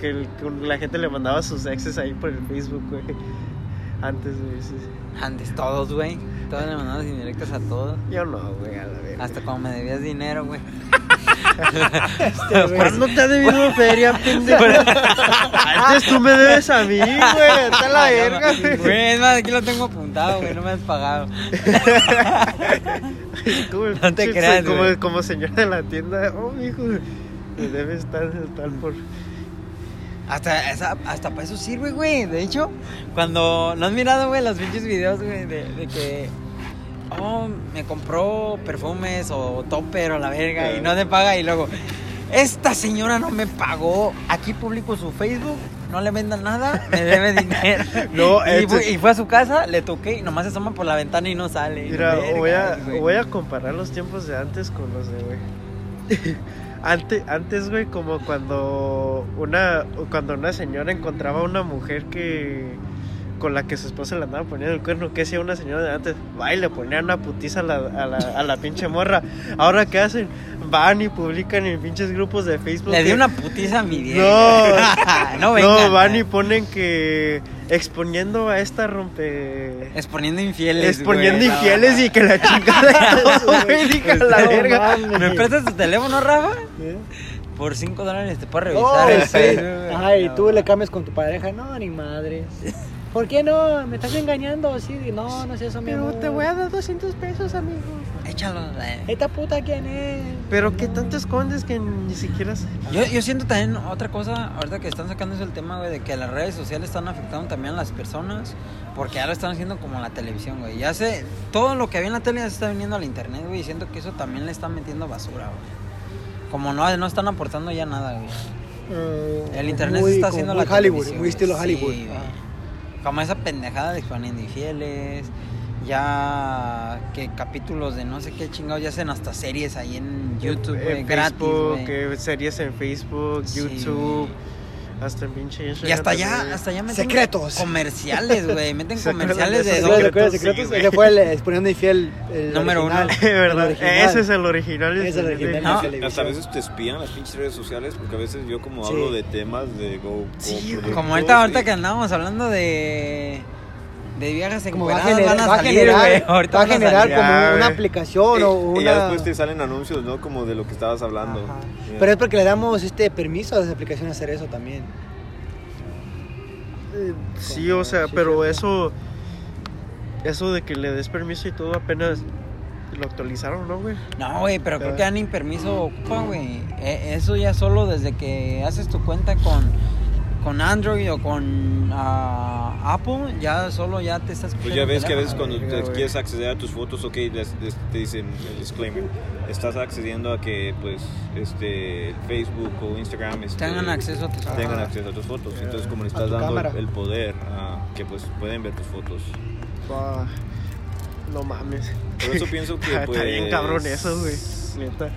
Speaker 2: Que, el- que la gente le mandaba sus exes ahí por el Facebook, güey. Antes, güey. sí, sí.
Speaker 1: Antes todos, güey. Todos le mandamos indirectas a todos.
Speaker 2: Yo no, güey, a la verga.
Speaker 1: Hasta cuando me debías dinero, güey.
Speaker 2: ¿Cuándo te
Speaker 1: (laughs)
Speaker 2: has debido feria, pendejo? Antes tú me debes a mí, güey.
Speaker 1: (laughs)
Speaker 2: Está la verga, güey.
Speaker 1: Güey, es más, aquí lo tengo apuntado, güey. No me has pagado.
Speaker 2: Como el
Speaker 1: No te
Speaker 2: pinche-
Speaker 1: creas,
Speaker 2: como,
Speaker 1: güey.
Speaker 2: como señor de la tienda. Oh, hijo, me debes tal, tal por.
Speaker 1: Hasta, esa- hasta para eso sirve, güey. De hecho, cuando no has mirado, güey, los pinches videos, güey, de, de que. Oh, me compró perfumes o topper o la verga y no te paga. Y luego, esta señora no me pagó. Aquí publico su Facebook, no le vendan nada, me
Speaker 2: (laughs)
Speaker 1: debe dinero.
Speaker 2: No,
Speaker 1: y,
Speaker 2: este-
Speaker 1: fue, y fue a su casa, le toqué y nomás se asoma por la ventana y no sale.
Speaker 2: Mira,
Speaker 1: Verga,
Speaker 2: voy a,
Speaker 1: güey.
Speaker 2: voy a comparar los tiempos de antes con los de güey. (laughs) Antes, antes, güey, como cuando una, cuando una señora encontraba a una mujer que con la que su esposa le andaba poniendo el cuerno, ¿qué hacía una señora de antes? Va y le ponía una putiza a la, a la, a la pinche morra. Ahora, ¿qué hacen? Van y publican en pinches grupos de Facebook.
Speaker 1: Le di
Speaker 2: que-
Speaker 1: una putiza a mi vieja. (laughs)
Speaker 2: No.
Speaker 1: no, venga.
Speaker 2: No, van y ponen que exponiendo a esta rompe...
Speaker 1: Exponiendo infieles.
Speaker 2: Exponiendo
Speaker 1: güey, no.
Speaker 2: infieles y que la (laughs) chingada y todo, güey, dije, a la
Speaker 1: No
Speaker 2: verga.
Speaker 1: ¿Me prestas tu teléfono, Rafa?
Speaker 2: ¿Eh?
Speaker 1: Por 5 dólares te puedo
Speaker 3: (laughs) Oh,
Speaker 1: revisar el
Speaker 3: sí.
Speaker 1: Facebook, güey.
Speaker 3: Ay,
Speaker 1: No.
Speaker 3: tú le cambias con tu pareja. No, ni madres. ¿Por qué no? Me estás engañando. Sí, no, no es eso, mi amor.
Speaker 2: dar 200 pesos, amigo.
Speaker 1: Échalo. eh.
Speaker 3: ¿Esta puta quién es?
Speaker 2: Pero qué tanto escondes que ni siquiera... se-
Speaker 1: Yo, yo siento también otra cosa, ahorita que están sacando es el tema, güey, de que las redes sociales están afectando también a las personas, porque ya lo están haciendo como la televisión, güey. Ya sé, todo lo que había en la tele ya se está viniendo al internet, güey, y siento que eso también le están metiendo basura, güey. Como no, no están aportando ya nada, güey. El internet
Speaker 3: Oh, Muy
Speaker 1: se está
Speaker 3: como
Speaker 1: haciendo
Speaker 3: muy
Speaker 1: la
Speaker 3: Hollywood,
Speaker 1: televisión,
Speaker 3: muy estilo
Speaker 1: güey.
Speaker 3: Hollywood.
Speaker 1: Sí, güey. Como esa pendejada de exponiendo infieles. Ya que capítulos de no sé qué chingados ya hacen hasta series ahí en YouTube, güey,
Speaker 2: en
Speaker 1: gratis,
Speaker 2: Facebook,
Speaker 1: güey.
Speaker 2: eh, series en Facebook,
Speaker 1: Sí,
Speaker 2: YouTube, hasta en pinche Instagram.
Speaker 1: Y hasta
Speaker 2: también.
Speaker 1: allá, hasta allá meten
Speaker 3: Secretos.
Speaker 1: comerciales,
Speaker 2: (laughs)
Speaker 1: güey. Meten
Speaker 2: ¿Se acuerdan
Speaker 1: comerciales
Speaker 2: de
Speaker 1: de
Speaker 2: esos
Speaker 1: dos-
Speaker 2: secretos?
Speaker 3: secretos,
Speaker 2: sí,
Speaker 3: secretos.
Speaker 2: güey.
Speaker 3: Ese fue el exponiendo infiel. El
Speaker 1: Número
Speaker 3: original,
Speaker 1: uno. (laughs)
Speaker 2: (laughs) De verdad,
Speaker 3: el original.
Speaker 2: ese es el original.
Speaker 3: Es el original.
Speaker 1: No,
Speaker 3: de
Speaker 1: hasta
Speaker 4: Hasta a
Speaker 3: televisión.
Speaker 4: veces te espían las pinches redes sociales porque a veces yo como
Speaker 3: Sí.
Speaker 4: hablo de temas de go,
Speaker 2: Sí,
Speaker 4: go-
Speaker 1: Como ahorita, ahorita
Speaker 4: y-
Speaker 1: que andábamos hablando de. De viajes en
Speaker 3: Como va a
Speaker 1: van
Speaker 3: generar,
Speaker 1: a
Speaker 3: va a
Speaker 1: salir, güey.
Speaker 3: generar,
Speaker 1: Ahorita
Speaker 3: va a
Speaker 1: van salir. Ah,
Speaker 3: generar como
Speaker 2: Ya,
Speaker 3: una
Speaker 2: güey.
Speaker 3: aplicación o
Speaker 4: Y- y ya
Speaker 3: una...
Speaker 4: después te salen anuncios, ¿no? Como de lo que estabas hablando.
Speaker 3: Ajá.
Speaker 4: Ya.
Speaker 3: Pero es porque le damos este permiso a las aplicaciones a hacer eso también.
Speaker 2: Eh, Sí, o sea,
Speaker 3: Sí,
Speaker 2: pero
Speaker 3: cierto.
Speaker 2: eso. Eso de que le des permiso y todo apenas lo actualizaron, ¿no, güey?
Speaker 1: No, güey, pero creo
Speaker 2: Ah.
Speaker 1: que ya ni permiso ocupa, güey. E- Eso ya solo desde que haces tu cuenta con, con Android o con ah, Apple, ya solo ya te estás...
Speaker 4: Pues ya ves que a veces cuando
Speaker 2: verga,
Speaker 4: te
Speaker 2: güey.
Speaker 4: quieres acceder a tus fotos, ok, les- les- te dicen el disclaimer. Estás accediendo a que, pues, este, Facebook o Instagram este,
Speaker 1: Tengan acceso a tus
Speaker 3: Ah.
Speaker 1: fotos.
Speaker 4: tengan acceso a tus fotos.
Speaker 2: Ya.
Speaker 4: Entonces, como le
Speaker 3: A
Speaker 4: estás
Speaker 3: tu
Speaker 4: dando
Speaker 3: cámara.
Speaker 4: el, el poder a que, pues, pueden ver tus fotos.
Speaker 2: Buah, No mames. (laughs)
Speaker 4: Por eso pienso que,
Speaker 2: Está
Speaker 4: pues...
Speaker 2: Ah, está bien cabrón eso, güey. Neta.
Speaker 3: En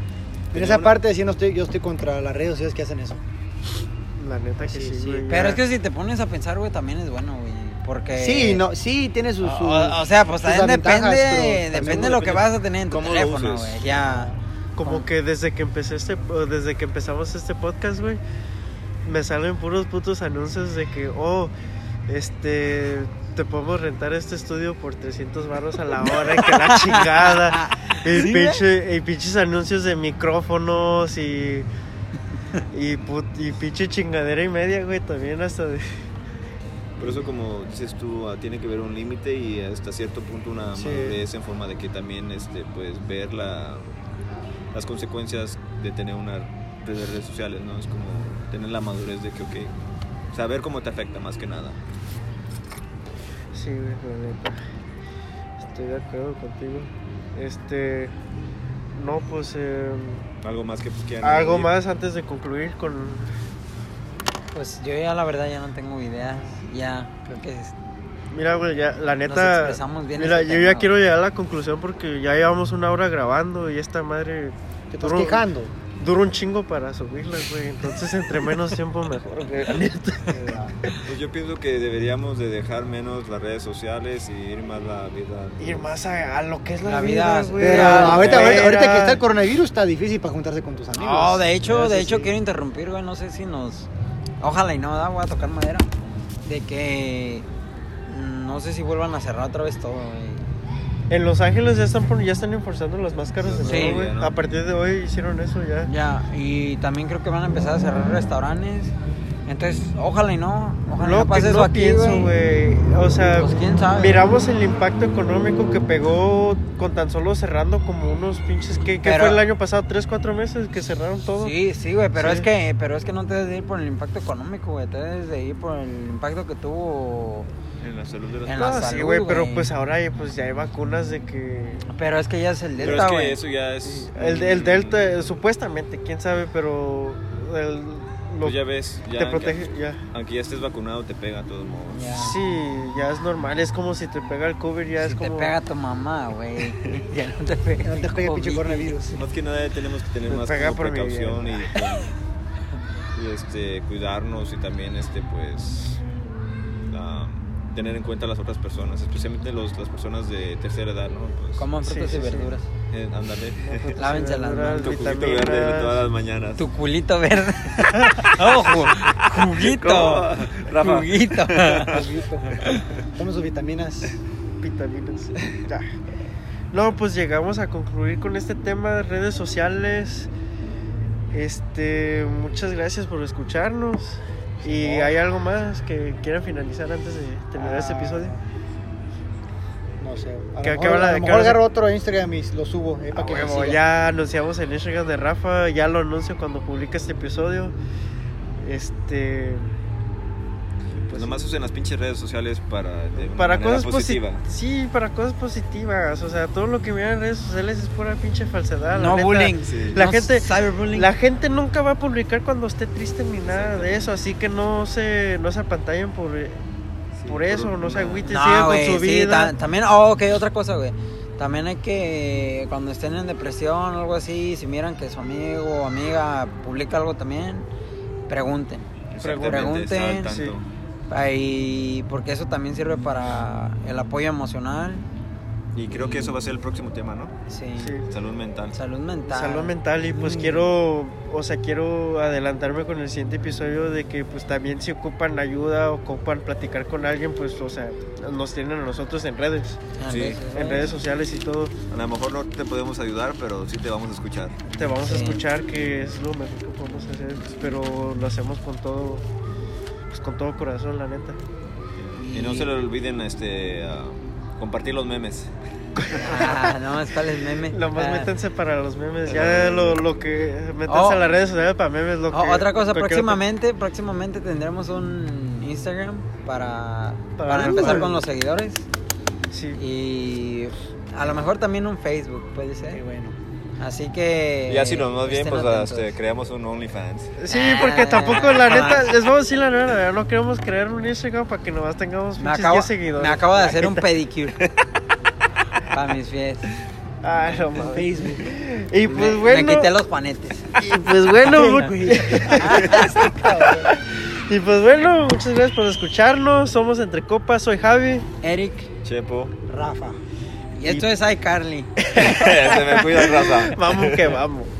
Speaker 4: tenía
Speaker 3: esa
Speaker 4: una-
Speaker 3: parte sí no estoy, yo estoy contra las redes sociales que hacen eso.
Speaker 2: La neta que
Speaker 3: Sí,
Speaker 2: sí,
Speaker 3: sí,
Speaker 2: güey.
Speaker 1: Pero
Speaker 2: ya.
Speaker 1: es que si te pones a pensar, güey, también es bueno, güey. Porque...
Speaker 3: Sí, no, sí tiene
Speaker 1: O,
Speaker 3: sus... sus-
Speaker 1: o- o sea, pues
Speaker 3: sus
Speaker 1: también
Speaker 3: ventajas,
Speaker 1: depende,
Speaker 3: pero
Speaker 1: depende
Speaker 3: también-
Speaker 1: de lo que vas a tener en tu
Speaker 4: cómo lo
Speaker 1: teléfono,
Speaker 4: uses.
Speaker 1: güey. Ya...
Speaker 2: Como que desde que empecé este, o desde que empezamos este podcast, güey, me salen puros putos anuncios de que, oh, este, te podemos rentar este estudio por 300 barros a la hora, y que la chingada, y, pinche- y pinches anuncios de micrófonos y, y, put- y pinche chingadera y media, güey, también hasta de...
Speaker 4: Por eso, como dices tú, ah, tiene que ver un límite y hasta cierto punto una
Speaker 2: Sí.
Speaker 4: madurez en forma de que también, este, pues, ver la, las consecuencias de tener una red de redes sociales, ¿no? Es como tener la madurez de que, ok, saber cómo te afecta más que nada.
Speaker 2: Sí, güey, la neta. Estoy de acuerdo contigo. Este, no, pues... em,
Speaker 4: Algo más que pues, quieran
Speaker 2: Algo
Speaker 4: añadir.
Speaker 2: más antes de concluir con.
Speaker 1: Pues yo ya la verdad ya no tengo ideas. Ya, creo que... es-
Speaker 2: Mira, güey, ya, la
Speaker 1: Nos
Speaker 2: neta.
Speaker 1: expresamos bien
Speaker 2: Mira,
Speaker 1: este
Speaker 2: yo
Speaker 1: tema,
Speaker 2: ya quiero
Speaker 1: güey.
Speaker 2: llegar a la conclusión porque ya llevamos una hora grabando y esta madre
Speaker 3: Te estás
Speaker 2: Duro-
Speaker 3: quejando.
Speaker 2: dura un chingo para subirla, güey. Entonces, entre menos tiempo, mejor, güey, la neta.
Speaker 4: Pues yo pienso que deberíamos de dejar menos las redes sociales y ir más la vida.
Speaker 2: Ir más a, a lo que es la,
Speaker 1: La
Speaker 2: vida,
Speaker 1: vida
Speaker 2: güey.
Speaker 3: Pero
Speaker 2: a
Speaker 3: ahorita,
Speaker 2: ver,
Speaker 3: ahorita, ahorita que está el
Speaker 2: correo
Speaker 3: coronavirus está difícil para juntarse con tus amigos.
Speaker 2: Ah.
Speaker 1: No, de hecho,
Speaker 2: Eso
Speaker 1: de hecho
Speaker 2: sí.
Speaker 1: quiero interrumpir, güey. No sé si nos. Ojalá y no, da, voy a tocar madera. De que. mm, No sé si vuelvan a cerrar otra vez todo, güey.
Speaker 2: En Los Ángeles ya están, pon- ya están enforzando las máscaras de
Speaker 1: Sí.
Speaker 2: nuevo, güey.
Speaker 4: Ya, ¿no?
Speaker 2: A partir de hoy hicieron eso ya.
Speaker 1: Ya, y también creo que van a empezar a cerrar restaurantes. Entonces, ojalá y no. Ojalá y
Speaker 2: Lo
Speaker 1: no
Speaker 2: que
Speaker 1: pase eso
Speaker 2: no
Speaker 1: aquí,
Speaker 2: pienso, güey. eh, O sea,
Speaker 1: Pues quién sabe.
Speaker 2: miramos el impacto económico que pegó con tan solo cerrando como unos pinches que
Speaker 1: Pero-
Speaker 2: fue el año pasado, tres, cuatro meses que cerraron todo.
Speaker 1: Sí, sí, güey, pero
Speaker 2: Sí.
Speaker 1: es que pero es que no te debes de ir por el impacto económico, güey, te debes de ir por el impacto que tuvo.
Speaker 4: En la salud de las
Speaker 1: En
Speaker 2: No,
Speaker 1: la
Speaker 2: Ah, sí,
Speaker 1: salud,
Speaker 2: güey, pero
Speaker 1: güey.
Speaker 2: pues ahora eh, pues ya hay vacunas de que
Speaker 1: Pero es que ya es el
Speaker 4: Pero
Speaker 1: delta,
Speaker 4: es que
Speaker 1: güey.
Speaker 4: eso ya es.
Speaker 2: el, el delta eh, supuestamente, quién sabe, pero el- lo-
Speaker 4: Pues ya ves, ya,
Speaker 2: te
Speaker 4: aunque-
Speaker 2: protege ya.
Speaker 4: Aunque ya estés vacunado, te pega de todos modos.
Speaker 1: Ya.
Speaker 2: Sí, ya es normal, es como si te pega el COVID, ya es
Speaker 1: si
Speaker 2: como
Speaker 1: te pega tu mamá,
Speaker 2: (laughs)
Speaker 1: güey. (laughs) ya no te
Speaker 3: Ya
Speaker 1: pega.
Speaker 3: No te juegue pinche
Speaker 1: COVID.
Speaker 3: coronavirus.
Speaker 4: Más que nada tenemos que tener
Speaker 2: Me
Speaker 4: más
Speaker 2: pega
Speaker 4: como
Speaker 2: por mi
Speaker 4: precaución y, y, este, cuidarnos y también este pues am, tener en cuenta a las otras personas, especialmente los, las personas de tercera edad, ¿no? Pues,
Speaker 1: Coman
Speaker 2: Sí,
Speaker 1: frutas
Speaker 2: sí,
Speaker 1: y
Speaker 2: sí.
Speaker 1: verduras.
Speaker 4: eh, ándale. (laughs)
Speaker 1: Lávense las manos.
Speaker 4: Tu juguito
Speaker 2: pues, vitaminas.
Speaker 4: verde de todas las mañanas.
Speaker 1: Tu culito verde. (laughs)
Speaker 2: (laughs)
Speaker 1: Ojo, juguito.
Speaker 4: ¿Cómo? Rafa.
Speaker 1: Juguito.
Speaker 3: Toma sus vitaminas.
Speaker 2: vitaminas. Ya. No, pues llegamos a concluir con este tema de redes sociales. Este, muchas gracias por escucharnos. ¿Y hay algo más que quieran finalizar antes de terminar este
Speaker 3: Ah,
Speaker 2: episodio?
Speaker 3: No sé. A
Speaker 2: ¿Qué-
Speaker 3: lo
Speaker 2: qué
Speaker 3: mejor,
Speaker 2: habla-
Speaker 3: a
Speaker 2: qué
Speaker 3: lo mejor
Speaker 2: habla-
Speaker 3: agarro otro Instagram y lo subo. eh, para
Speaker 2: Ah,
Speaker 3: que me
Speaker 2: huevo,
Speaker 3: sigan.
Speaker 2: ya anunciamos el Instagram de Rafa, ya lo anuncio cuando publique este episodio. Este
Speaker 4: Pues nomás usen las pinches redes sociales para de una
Speaker 2: para
Speaker 4: manera
Speaker 2: cosas
Speaker 4: positiva.
Speaker 2: positivas. Sí, para cosas positivas, o sea, todo lo que miran en redes sociales es pura pinche falsedad. la
Speaker 1: No
Speaker 2: neta.
Speaker 1: bullying.
Speaker 4: Sí.
Speaker 2: La
Speaker 1: No
Speaker 2: gente-
Speaker 1: cyberbullying.
Speaker 2: La gente nunca va a publicar cuando esté triste ni nada de eso, así que no se, no se apantallen por, eh,
Speaker 4: Sí,
Speaker 2: por eso, no se
Speaker 4: una-
Speaker 2: agüiten,
Speaker 1: No,
Speaker 2: sigan
Speaker 1: güey,
Speaker 2: con su
Speaker 1: sí,
Speaker 2: vida.
Speaker 1: ta- también, oh, ok, otra cosa, güey. También hay que, cuando estén en depresión o algo así, si miran que su amigo o amiga publica algo también, pregunten.
Speaker 4: Exactamente,
Speaker 1: Pregunten,
Speaker 4: estar al tanto.
Speaker 2: sí.
Speaker 1: Ahí, porque eso también sirve para el apoyo emocional.
Speaker 4: Y creo que eso va a ser el próximo tema, ¿no?
Speaker 1: Sí.
Speaker 2: Sí.
Speaker 4: Salud mental.
Speaker 1: Salud mental.
Speaker 2: Salud mental y pues
Speaker 1: Mm.
Speaker 2: quiero, o sea, quiero adelantarme con el siguiente episodio de que pues también si ocupan ayuda, ocupan platicar con alguien, pues o sea, nos tienen a nosotros en redes,
Speaker 1: En
Speaker 4: Sí.
Speaker 1: redes sociales.
Speaker 2: en redes sociales y todo,
Speaker 4: A lo mejor no te podemos ayudar, pero sí te vamos a escuchar.
Speaker 2: te vamos a
Speaker 1: Sí.
Speaker 2: escuchar que es lo mejor que podemos hacer, pero lo hacemos con todo, pues con todo corazón, la neta.
Speaker 4: Y no se le olviden este, ah, compartir los memes.
Speaker 1: Ah, no, es cuál es meme.
Speaker 2: (laughs) Nomás
Speaker 1: Ah.
Speaker 2: métanse para los memes, ya
Speaker 4: Para los
Speaker 2: lo,
Speaker 4: memes.
Speaker 2: lo que. Métanse
Speaker 1: Oh.
Speaker 2: a las redes sociales para memes. Lo
Speaker 1: O-
Speaker 2: que,
Speaker 1: otra cosa,
Speaker 2: cualquier otra-
Speaker 1: próximamente, próximamente tendremos un Instagram para,
Speaker 2: Para-
Speaker 1: para, empezar
Speaker 2: para-
Speaker 1: con los seguidores.
Speaker 2: Sí.
Speaker 1: Y a lo mejor también un Facebook, puede
Speaker 3: Qué
Speaker 1: ser.
Speaker 3: bueno.
Speaker 1: Así que.
Speaker 4: y así nos más bien,
Speaker 1: Eh, estén
Speaker 4: pues
Speaker 1: atentos.
Speaker 4: este, creamos un OnlyFans.
Speaker 2: Sí,
Speaker 1: Ah.
Speaker 2: porque tampoco,
Speaker 1: (laughs)
Speaker 2: la neta, les vamos a decir la verdad, no queremos crear un Instagram para que nomás tengamos
Speaker 1: me
Speaker 2: pinches
Speaker 1: acabo,
Speaker 2: 10 seguidores.
Speaker 1: me acabo de
Speaker 2: (laughs)
Speaker 1: hacer un pedicure. para mis pies.
Speaker 2: Ay, Ah, no mames. (laughs)
Speaker 3: Facebook.
Speaker 2: Y pues
Speaker 1: me,
Speaker 2: bueno.
Speaker 1: me quité los panetes.
Speaker 2: y pues
Speaker 1: (laughs)
Speaker 2: bueno.
Speaker 3: Facebook,
Speaker 2: mu-
Speaker 3: güey.
Speaker 2: y pues bueno, muchas gracias por escucharnos. Somos Entre Copas, soy Javi.
Speaker 1: Eric.
Speaker 4: Chepo. (laughs)
Speaker 3: Rafa.
Speaker 1: Y esto es iCarly.
Speaker 4: Se me cuida raza.
Speaker 2: Vamos que vamos.